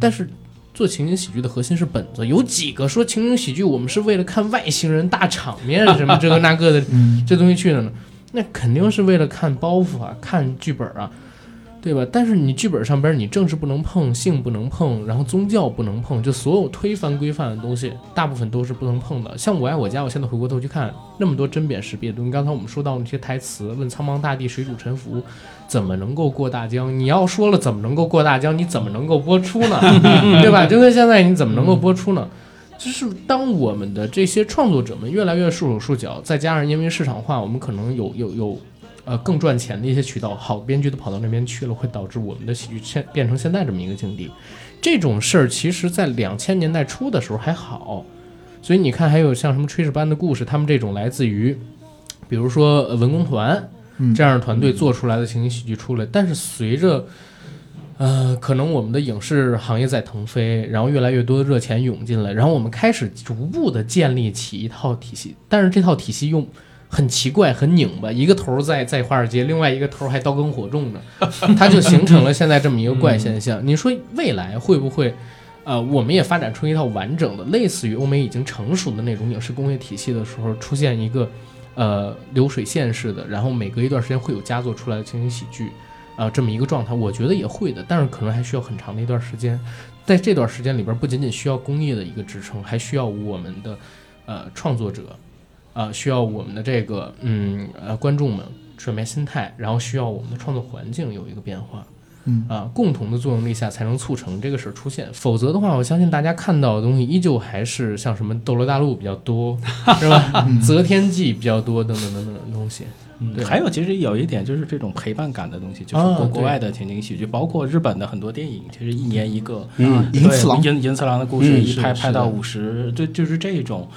S1: 但是做情景喜剧的核心是本子，有几个说情景喜剧我们是为了看外星人大场面什么这个那个的这东西去的呢？那肯定是为了看包袱啊，看剧本啊，对吧？但是你剧本上边你政治不能碰，性不能碰，然后宗教不能碰，就所有推翻规范的东西，大部分都是不能碰的。像《我爱我家》，我现在回过头去看，那么多针砭时弊的东西，刚才我们说到那些台词，问苍茫大地谁主沉浮，怎么能够过大江？你要说了怎么能够过大江，你怎么能够播出呢？对吧？就跟现在你怎么能够播出呢？就是当我们的这些创作者们越来越束手束脚，再加上因为市场化，我们可能有有有呃更赚钱的一些渠道，好编剧都跑到那边去了，会导致我们的喜剧现变成现在这么一个境地。这种事儿其实在两千年代初的时候还好，所以你看还有像什么炊事班的故事，他们这种来自于，比如说呃文工团
S3: 嗯
S1: 这样的团队做出来的情景喜剧出来，但是随着呃，可能我们的影视行业在腾飞，然后越来越多的热钱涌进来，然后我们开始逐步的建立起一套体系，但是这套体系用很奇怪、很拧巴，一个头儿在在华尔街，另外一个头儿还刀耕火种呢，它就形成了现在这么一个怪现象。你说未来会不会，呃，我们也发展出一套完整的，类似于欧美已经成熟的那种影视工业体系的时候，出现一个呃流水线式的，然后每隔一段时间会有佳作出来的情景喜剧？啊，这么一个状态，我觉得也会的，但是可能还需要很长的一段时间。在这段时间里边，不仅仅需要工业的一个支撑，还需要我们的呃创作者，啊、需要我们的这个嗯呃观众们转变心态，然后需要我们的创作环境有一个变化。
S3: 嗯
S1: 啊、共同的作用力下才能促成这个事儿出现，否则的话，我相信大家看到的东西依旧还是像什么《斗罗大陆》比较 多，是吧？
S3: 嗯
S1: 《择天记》比较多，等等等等的东西。对
S6: 还有其实有一点就是这种陪伴感的东西，就是
S1: 啊
S6: 国
S1: 对
S6: 国外的情景喜剧，包括日本的很多电影，其实一年一个，
S4: 嗯
S3: 银次郎
S6: 对银银次郎的故事
S4: 嗯
S6: 一
S4: 是
S6: 拍
S4: 是
S6: 拍到
S4: 的
S6: 五十，就就是这种。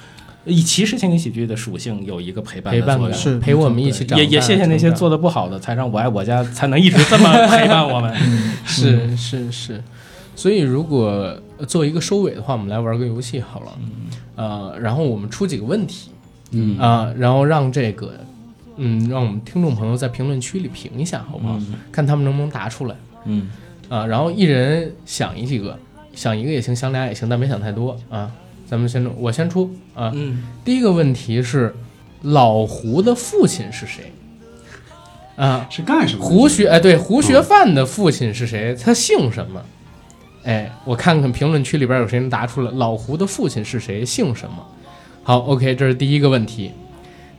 S6: 以其实情景喜剧的属性有一个陪伴
S1: 陪
S6: 的
S1: 伴
S6: 作
S1: 感
S6: 用，
S3: 是
S1: 陪我们一起长大，
S6: 也也谢谢那些
S1: 成长
S6: 做的不好的，才让我爱我家才能一直这么陪伴 我们。 嗯
S1: 是是是，所以如果呃做一个收尾的话，我们来玩个游戏好了，
S6: 嗯
S1: 呃，然后我们出几个问题，
S4: 嗯
S1: 啊、然后让这个，嗯，让我们听众朋友在评论区里评一下，好不好？看他们能不能答出来
S6: 嗯，
S1: 啊、然后一人想一几个，想一个也行，想俩也行，但别想太多啊。咱们先我先出啊，
S6: 嗯，
S1: 第一个问题是，老胡的父亲是谁？啊，
S4: 是干什么的？嗯
S1: 胡学哎，对，胡学范的父亲是谁？他姓什么？哎，我看看评论区里边有谁能答出来。老胡的父亲是谁？姓什么？好，OK，这是第一个问题。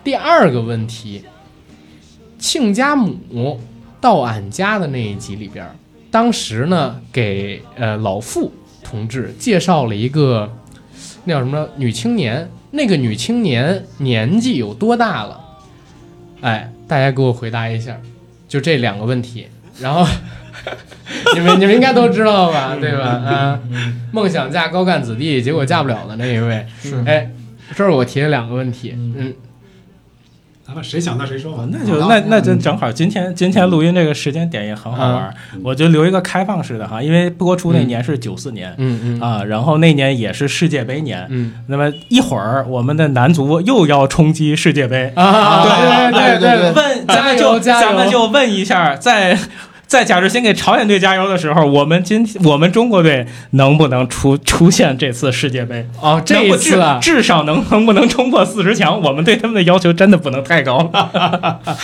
S1: 第二个问题，亲家母到俺家的那一集里边儿，当时呢给呃老傅同志介绍了一个那叫什么女青年，那个女青年年纪有多大了？哎，大家给我回答一下，就这两个问题。然后 你们你们应该都知道吧，对吧？啊，梦想嫁高干子弟，结果嫁不了的那一位，
S3: 是
S1: 哎，这儿我提了两个问题，嗯，
S4: 咱们谁想到谁说吧。
S6: 那就那那就正好，今天今天录音这个时间点也很好玩
S1: 啊
S6: 儿，我就留一个开放式的哈，因为播出那年是九四年，
S1: 嗯嗯
S6: 啊，然后那年也是世界杯年，
S1: 嗯
S6: 那么一会儿我们的男足又要冲击世界杯，
S1: 啊，对
S3: 对对对
S6: 问
S1: 加
S6: 咱们
S1: 油
S6: 就
S1: 加油
S6: 咱们就问一下，在在贾志新给朝鲜队加油的时候，我们今我们中国队能不能出出现这次世界杯？
S1: 哦，这一次啊
S6: 能，至至少能能不能冲破四十强？我们对他们的要求真的不能太高 了，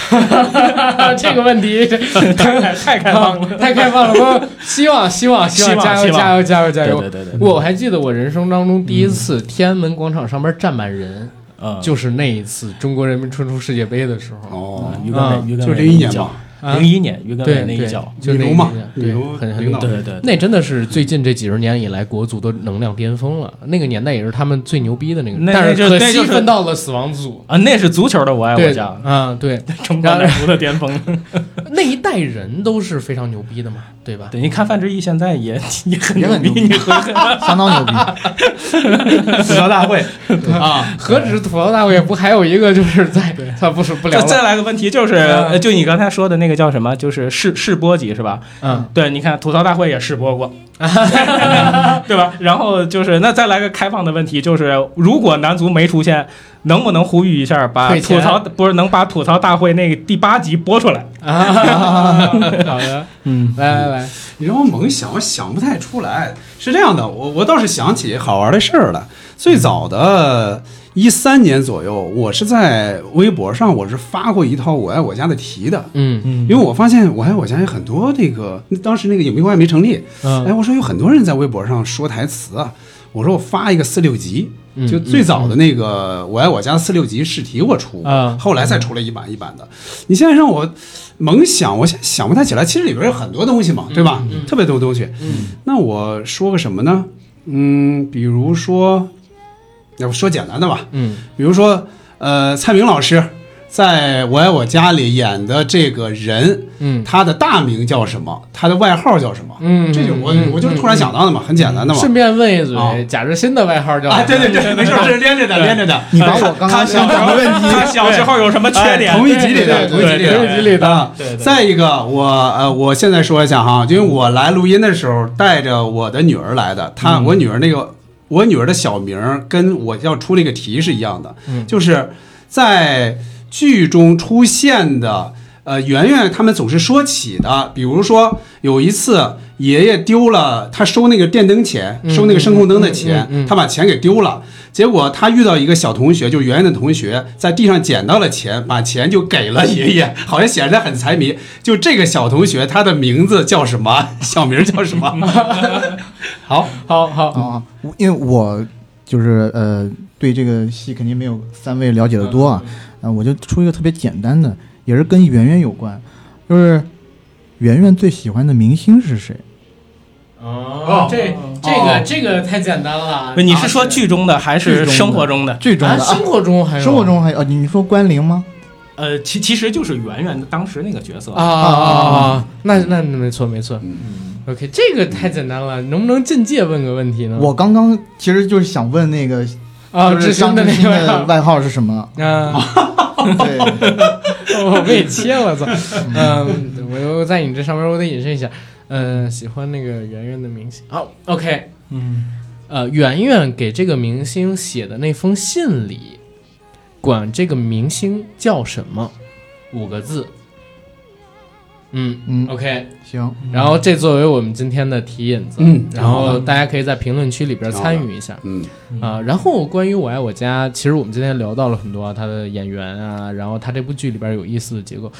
S1: 这个问题
S6: 太太 太开放了。
S1: 太开放了，我希望希望希
S6: 希望
S1: 加油
S6: 希望
S1: 加油加油加油！
S6: 对对，
S1: 我还记得我人生当中第一次天安门广场上边站满人，
S6: 嗯，
S1: 就是那一次中国人民冲出世界杯的时候，
S4: 哦，
S6: 于根伟，于根
S4: 就
S6: 伟
S4: 零一年
S6: 脚
S4: 吧，，
S1: 啊
S6: 零啊一年于根伟
S1: 对
S6: 那
S1: 对
S6: 一脚，，
S1: 就
S4: 女
S1: 那
S4: 奴
S1: 一
S4: 嘛
S1: 年
S4: 女
S1: 对，
S4: 奴
S1: 很很
S4: 领导
S6: 对对对，
S1: 那真的是最近这几十年以来国足的能量巅峰了，那个年代也是他们最牛逼的那个，
S6: 那
S1: 但
S6: 那就
S1: 可
S6: 那
S1: 惜
S6: 就是
S1: 分到了死亡组。
S6: 啊，那是足球的我爱我
S1: 对，
S6: 家，
S1: 啊，对，
S6: 中国男足的巅峰。
S1: 那一代人都是非常牛逼的嘛，对吧？
S6: 对，你看范志毅现在也也很
S3: 也
S6: 牛
S3: 很
S6: 逼，
S3: 牛逼
S6: 你和
S3: 相当牛逼。
S4: 吐槽大会啊，
S1: 何止是吐槽大会，不还有一个就是在他不是不聊
S6: 再
S1: 了，
S6: 再来个问题，就是
S3: 啊
S1: 嗯
S6: 呃就你刚才说的那个叫什么，就是试试播集是吧？
S1: 嗯，
S6: 对，你看吐槽大会也试播 过，对吧？然后就是那再来个开放的问题，就是如果男足没出现，能不能呼吁一下把
S1: 退钱
S6: 吐槽不是能把吐槽大会那个第八集 播出来？
S1: 啊，好的，嗯，来来来，
S4: 你让我猛想，我想不太出来。是这样的，我我倒是想起好玩的事儿了。最早的一三年左右，我是在微博上，我是发过一套《我爱我家》的题的。
S1: 嗯
S4: 因为我发现我爱我家有很多这个，当时那个影迷会还没成立，哎，
S1: 嗯
S4: 我说有很多人在微博上说台词啊，我说我发一个四六级，
S1: 嗯
S4: 就最早的那个《我爱我家》四六级试题我出过，
S1: 啊
S4: 后来再出了一版一版的。你现在让我猛想，我现在想不太起来，其实里边有很多东西
S1: 嗯
S4: 嘛，对吧？特别多东西。那我说个什么呢？嗯，比如说，要不说简单的吧，
S1: 嗯
S4: 比如说，呃，蔡明老师在《我爱我家》里演的这个人，
S1: 嗯
S4: 他的大名叫什么？他的外号叫什么？
S1: 嗯
S4: 这就我我就是突然想到的嘛，很简单的嘛。
S1: 顺便问一
S4: 啊
S1: 嘴，贾志新的外号叫
S4: 啊，
S1: 什
S4: 对
S1: 么
S4: 对对，没事，这是连着的，连着的。
S3: 你把我刚
S4: 他
S3: 刚
S4: 想
S3: 想的问题，
S6: 他小时候有什么缺点？
S4: 哎同一集里
S1: 对
S4: 的，同一集里
S6: 对
S4: 的，
S6: 对
S1: 对对
S4: 的啊
S6: 对对对
S4: 再一个，我呃，我现在说一下哈，因为我来录音的时候带着我的女儿来的，她我女儿那个我女儿的小名儿跟我要出那个题是一样的，就是在剧中出现的。呃，圆圆他们总是说起的，比如说有一次爷爷丢了，他收那个电灯钱，收那个声控灯的钱，
S1: 嗯嗯嗯嗯嗯
S4: 他把钱给丢了。结果他遇到一个小同学，就是圆圆的同学，在地上捡到了钱，把钱就给了爷爷，好像显得很财迷。就这个小同学，他的名字叫什么？ 小名叫 什么？好，
S1: 好好，
S3: 啊，我因为我就是呃，对这个戏肯定没有三位了解的多啊，啊、我就出一个特别简单的，也是跟圆圆有关，就是圆圆最喜欢的明星是谁？
S1: 哦，这这个这个太简单了
S6: 不，，你是说剧中的还
S3: 啊剧
S6: 是
S3: 中的
S6: 生活中的？
S3: 剧中
S1: 啊
S3: 的、
S1: 生活中还
S3: 啊
S1: 有
S3: 生活中还有啊，你说关凌吗？
S6: 呃，其其实就是圆圆当时那个角色
S1: 啊啊啊，啊那那没错没错，OK，这个太简单了，能不能进阶问个问题呢？
S3: 我刚刚其实就是想问那个，
S1: 啊，
S3: 就是
S1: 志
S3: 张
S1: 新的
S3: 智
S1: 那
S3: 新的哦
S1: 个。
S3: 外号是什 么？
S1: 啊，
S3: 对，
S1: 我被切了，操！嗯，我我在你这上面，我得引申一下。嗯，喜欢那个圆圆的明星。好，OK，嗯，呃，圆圆给这个明星写的那封信里，管这个明星叫什么五个字。嗯
S3: 嗯，
S1: ，OK，
S3: 行，
S1: 然后这作为我们今天的题引子，
S4: 嗯
S1: 然后大家可以在评论区里边参与一下
S4: 嗯，
S1: 啊、然后关于《我爱我家》，其实我们今天聊到了很多他的演员啊，然后他这部剧里边有意思的结构，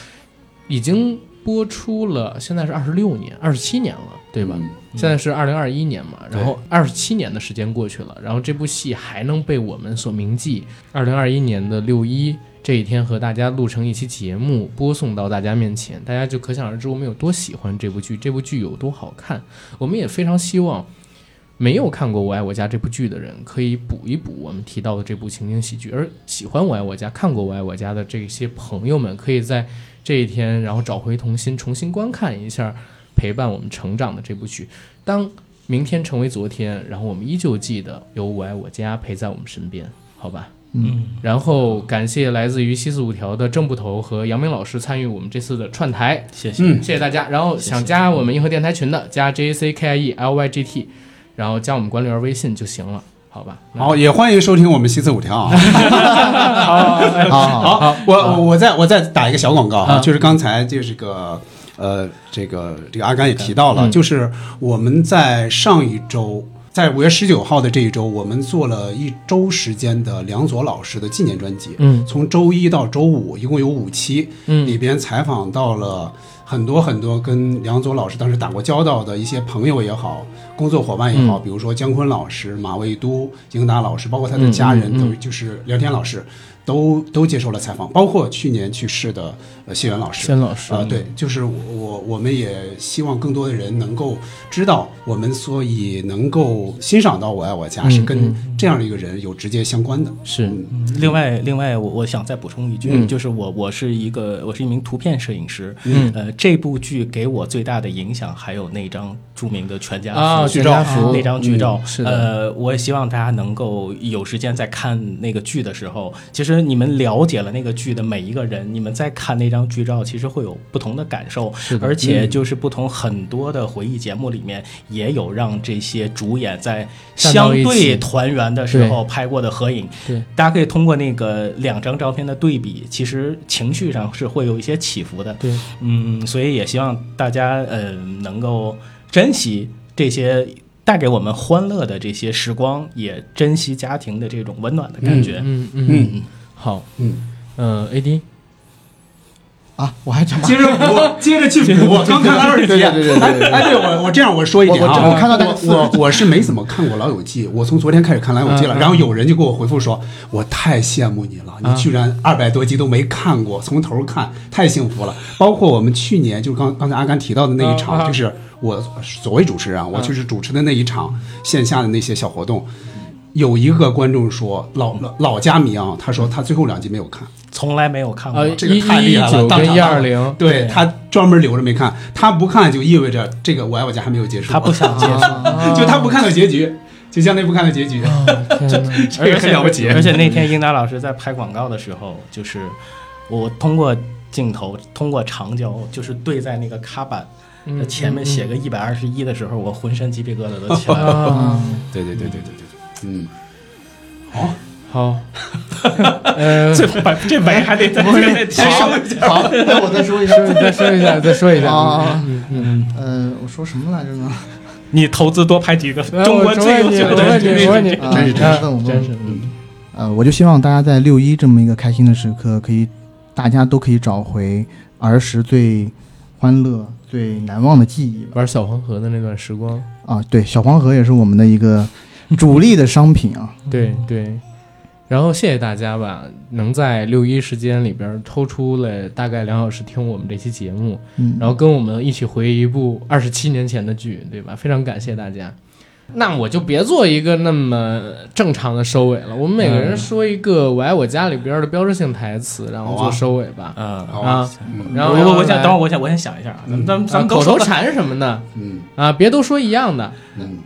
S1: 已经播出了，现在是二十六年、二十七年了，对吧？
S4: 嗯
S1: 现在是二零二一年嘛，然后二十七年的时间过去了，然后这部戏还能被我们所铭记。二零二一年的六一这一天和大家录成一期节目，播送到大家面前，大家就可想而知我们有多喜欢这部剧，这部剧有多好看。我们也非常希望没有看过《我爱我家》这部剧的人，可以补一补我们提到的这部情景喜剧；而喜欢《我爱我家》、看过《我爱我家》的这些朋友们，可以在这一天，然后找回童心，重新观看一下陪伴我们成长的这部剧。当明天成为昨天，然后我们依旧记得有《我爱我家》陪在我们身边，好吧？
S6: 嗯，
S1: 然后感谢来自于西四五条的郑捕头和杨明老师参与我们这次的串台，
S6: 谢谢。
S4: 嗯，
S1: 谢谢大家。然后想加我们银河电台群的，加 J A C K I E L Y G T，然后加我们管理员微信就行了，好吧？
S4: 好，也欢迎收听我们西四五条啊。
S3: 好，
S4: 好，我我再我再打一个小广告啊，
S1: 啊
S4: 就是刚才就是个呃，这个这个阿甘也提到了，
S1: 嗯
S4: 就是我们在上一周，在五月十九号的这一周，我们做了一周时间的梁左老师的纪念专辑，
S1: 嗯
S4: 从周一到周五，一共有五期，
S1: 嗯
S4: 里边采访到了。很多很多跟梁左老师当时打过交道的一些朋友也好，工作伙伴也
S1: 嗯
S4: 好，比如说姜昆老师、马未都、英达老师，包括他的家人，
S1: 嗯嗯嗯
S4: 都就是梁天老师，都都接受了采访，包括去年去世的呃谢元老师。
S1: 轩老师
S4: 啊、对，就是我我我们也希望更多的人能够知道，我们所以能够欣赏到《我爱我家》
S1: 嗯
S4: 是跟这样的一个人有直接相关的。
S1: 是
S4: 嗯
S6: 另外，另外我我想再补充一句，
S1: 嗯
S6: 就是我我是一个我是一名图片摄影师，
S1: 嗯
S6: 呃，这部剧给我最大的影响还有那张著名的全家福
S1: 啊，
S4: 剧
S1: 全
S4: 照
S1: 家福
S6: 那张剧照，
S1: 嗯是的，
S6: 呃，我也希望大家能够有时间在看那个剧的时候，其实你们了解了那个剧的每一个人，你们再看那张剧照，其实会有不同的感受，而
S1: 嗯
S6: 且就是不同很多的回忆节目里面也有让这些主演在
S1: 站到
S6: 相
S1: 一起
S6: 对团圆的时候拍过的合影，
S1: 对，
S6: 大家可以通过那个两张照片的对比，其实情绪上是会有一些起伏的，
S1: 对，
S6: 嗯，所以也希望大家呃能够珍惜这些带给我们欢乐的这些时光，也珍惜家庭的这种温暖的感觉。
S1: 嗯嗯嗯，
S4: 嗯
S1: 好，
S4: 嗯，
S1: 嗯，A D，
S3: 啊，我还讲吧。
S4: 接着补，接着去补， 我刚看了二十集。
S3: 对对对对对对
S4: 哎，对我我这样我说一点啊，
S3: 我我我看到大概四十
S4: 我我我是没怎么看过《老友记》，我从昨天开始看《老友记》了。然后有人就给我回复说，我太羡慕你了，你居然二百多集都没看过，从头看，太幸福了。包括我们去年就刚刚才阿甘提到的那一
S1: 嗯
S4: 场，
S1: 嗯
S4: 就是我所谓主持啊人啊，我就是主持的那一场线下的那些小活动。有一个观众说老老老家迷啊，他说他最后两集没有看，
S6: 从来没有看过，
S1: 呃，
S4: 这个
S1: 一
S4: 太
S1: 一
S4: 厉害了
S1: 九
S4: 当
S1: 跟
S4: 场
S1: 一二零，
S4: 对他专门留着没看，他不看就意味着这个《我爱我家》还没有结束，啊
S6: 他不 想接受。
S4: 就
S1: 哦
S4: 他不看到结局，就相当于不看到结局。 这个
S6: 而
S4: 很
S6: 且
S4: 了不起
S6: 而且那天英达老师在拍广告的时候，就是我通过镜头，通过长焦，就是对在那个卡板的前面写个一百二十一的时候，我浑身鸡皮疙瘩都起来了。
S1: 啊，
S4: 对对对对对对，嗯，
S1: 好，呃，
S6: 最后把这尾还得再 再再
S3: 好，好，那 我再说一下，
S1: 再说一下，再说 一下
S3: 啊
S1: 嗯嗯
S3: 呃，我说什么来着呢？
S6: 你投资多拍几个
S1: 嗯，
S6: 中国最优秀
S1: 我
S6: 的
S1: 问你，我问你，
S3: 真是真是
S1: 啊真是，嗯
S3: 呃，我就希望大家在六一这么一个开心的时刻，可以大家都可以找回儿时最欢乐、最难忘的记忆吧。
S1: 玩小黄河的那段时光，
S3: 啊，对，小黄盒也是我们的一个主力的商品啊。
S6: 嗯
S1: 对对。然后谢谢大家吧，能在六一时间里边抽出了大概两小时听我们这期节目，
S3: 嗯，
S1: 然后跟我们一起回忆一部二十七年前的剧，对吧？非常感谢大家。那我就别做一个那么正常的收尾了，我们每个人说一个《我爱我家》里边的标志性台词，然后
S4: 好
S1: 做
S4: 啊
S1: 收尾吧。
S6: 嗯，
S4: 好
S1: 啊
S4: 吧，嗯
S1: 然后
S6: 我我我
S1: 来
S6: 想等会儿，我想我先想一下啊，咱们咱们咱
S1: 啊
S6: 们都
S1: 口
S6: 说
S1: 头
S6: 了，
S1: 禅什么的
S4: 嗯
S1: 啊，别都说一样的。
S4: 嗯，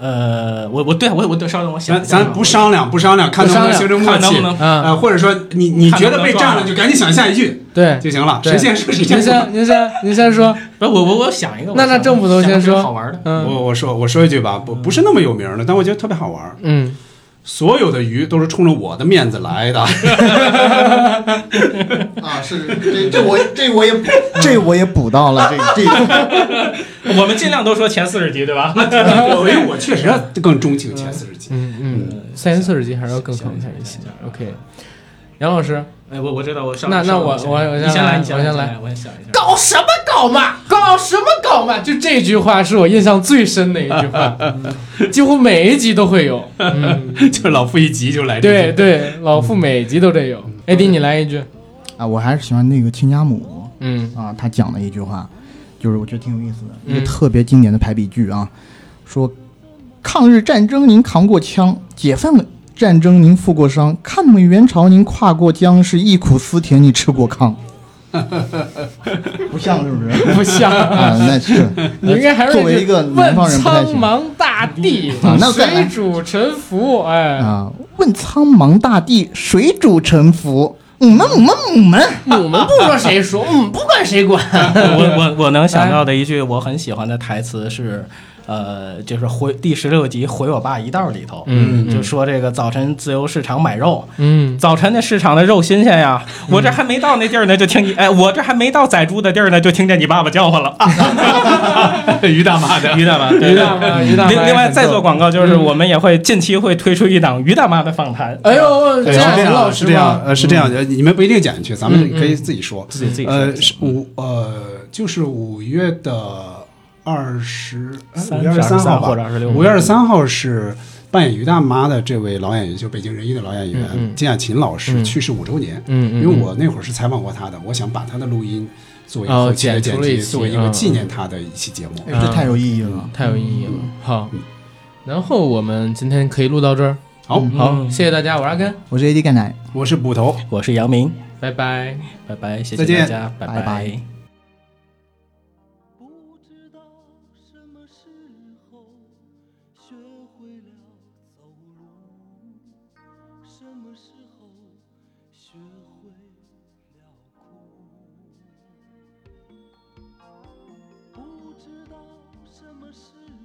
S6: 呃，我我对我我对稍等，我想
S4: 咱
S6: 一下啊
S4: 咱不商量，不商量，看能不能形成默
S6: 看能不
S4: 契。
S6: 能
S1: 啊，
S4: 呃，或者说你你觉得被占了，就赶紧想下一句
S1: 对，
S4: 就行了。
S1: 对
S4: 谁先说谁
S1: 您
S4: 先说。
S1: 先，您先，您先说。
S6: 不是我我我想一个，
S1: 那
S6: 我
S1: 那
S6: 想
S1: 政府头
S6: 想
S1: 先
S6: 一个
S1: 说
S6: 好玩的，
S1: 嗯
S4: 我我说我说一句吧，不不是那么有名的，但我觉得特别好玩。
S1: 嗯，
S4: 所有的鱼都是冲着我的面子来的，
S3: 啊，是这这我这我也这我也补到了，这这
S6: 我们尽量都说前四十集对吧？
S4: 我因为我确实更钟情前四十集。
S1: 嗯嗯，
S3: 呃
S1: 三十四十集还是要更靠前一些。OK，杨老师，
S6: 哎，我我知道，我稍
S1: 那
S6: 稍
S1: 那我
S6: 等一下
S1: 我我
S6: 你先
S1: 先
S6: 来，
S1: 来
S6: 你先
S1: 我先
S6: 你
S1: 来
S6: 来，我先想一下。
S7: 搞什么搞嘛？搞什么搞
S1: 浪漫，就这句话是我印象最深的一句 话，嗯几乎每一集都会有。嗯，
S4: 就是老傅一急就来这
S1: 对
S4: 句，
S1: 对，老傅每集都得有。
S3: 嗯
S1: 艾迪，你来一句。
S3: 啊，我还是喜欢那个亲家母
S1: 嗯
S3: 啊，她讲的一句话，就是我觉得挺有意思的，一
S1: 嗯
S3: 个特别经典的排比句啊，说抗日战争您扛过枪，解放战争您负过伤，抗美援朝您跨过江，是忆苦思甜你吃过糠。 不像是不是？
S1: 不像，
S3: 啊，那是
S1: 你应该还是
S3: 作为一个南
S1: 问
S3: 方人不太
S1: 苍
S3: 行
S1: 茫大地
S3: 啊，那再来
S1: 水主沉浮，哎，
S3: 啊。问苍茫大地，谁主沉浮？嗯我们我们我们，
S7: 我们不说谁 说，我
S1: 嗯
S7: 们不管谁管。
S6: 我我我能想到的一句我很喜欢的台词是，呃，就是回第十六集《回我爸一道》里头，
S1: 嗯
S6: 就说这个早晨自由市场买肉，
S1: 嗯，
S6: 早晨那市场的肉新鲜呀， 我这还没到那地儿呢，就听你，哎，我这还没到宰猪的地儿呢，就听见你爸爸叫唤了，
S4: 于大妈的
S6: 于 大妈，对
S1: 于大妈，于大妈。
S6: 另另外再做广告，就是
S1: 嗯
S6: 我们也会近期会推出一档于大妈的访谈，
S1: 哎呦，
S4: 对，
S1: 这
S4: 是这
S1: 样老
S4: 样，
S1: 师
S4: 是这样，
S1: 吗？
S4: 呃，是这样，呃你们不一定讲去，咱们
S1: 嗯
S4: 可以自己说。
S6: 自己自己说
S4: 呃，是五呃，就是五月的二十，哎五月二十
S6: 三
S4: 三号
S6: 或
S4: 吧
S6: 者，二十六，
S4: 五月二十三号是扮演于大妈的这位老演员，就是北京人艺的老演
S1: 嗯嗯
S4: 员金雅琴老师
S1: 嗯
S4: 去世五周年。
S1: 嗯
S4: 因为我那会儿是采访过她的，我想把她的录音作为
S1: 哦
S4: 后期的
S1: 剪
S4: 剪
S1: 出了一
S4: 辑，
S1: 期
S4: 作为一个
S1: 嗯
S4: 纪念她的一期节目。
S3: 哎这太有意义了。
S1: 太有意义了。好
S4: 嗯，
S1: 然后我们今天可以录到这儿。
S4: 好，
S1: 好，谢谢大家，我是阿根，
S3: 我是 AD 干奶。
S4: 我是捕头。
S6: 我是杨明，
S1: 拜拜。
S6: 拜拜，谢
S4: 再
S6: 谢
S4: 见
S6: 大家，
S3: 拜
S6: 拜
S3: 拜
S8: 不知道什么时候学会了走路，什么时候学会了哭。不知道什么时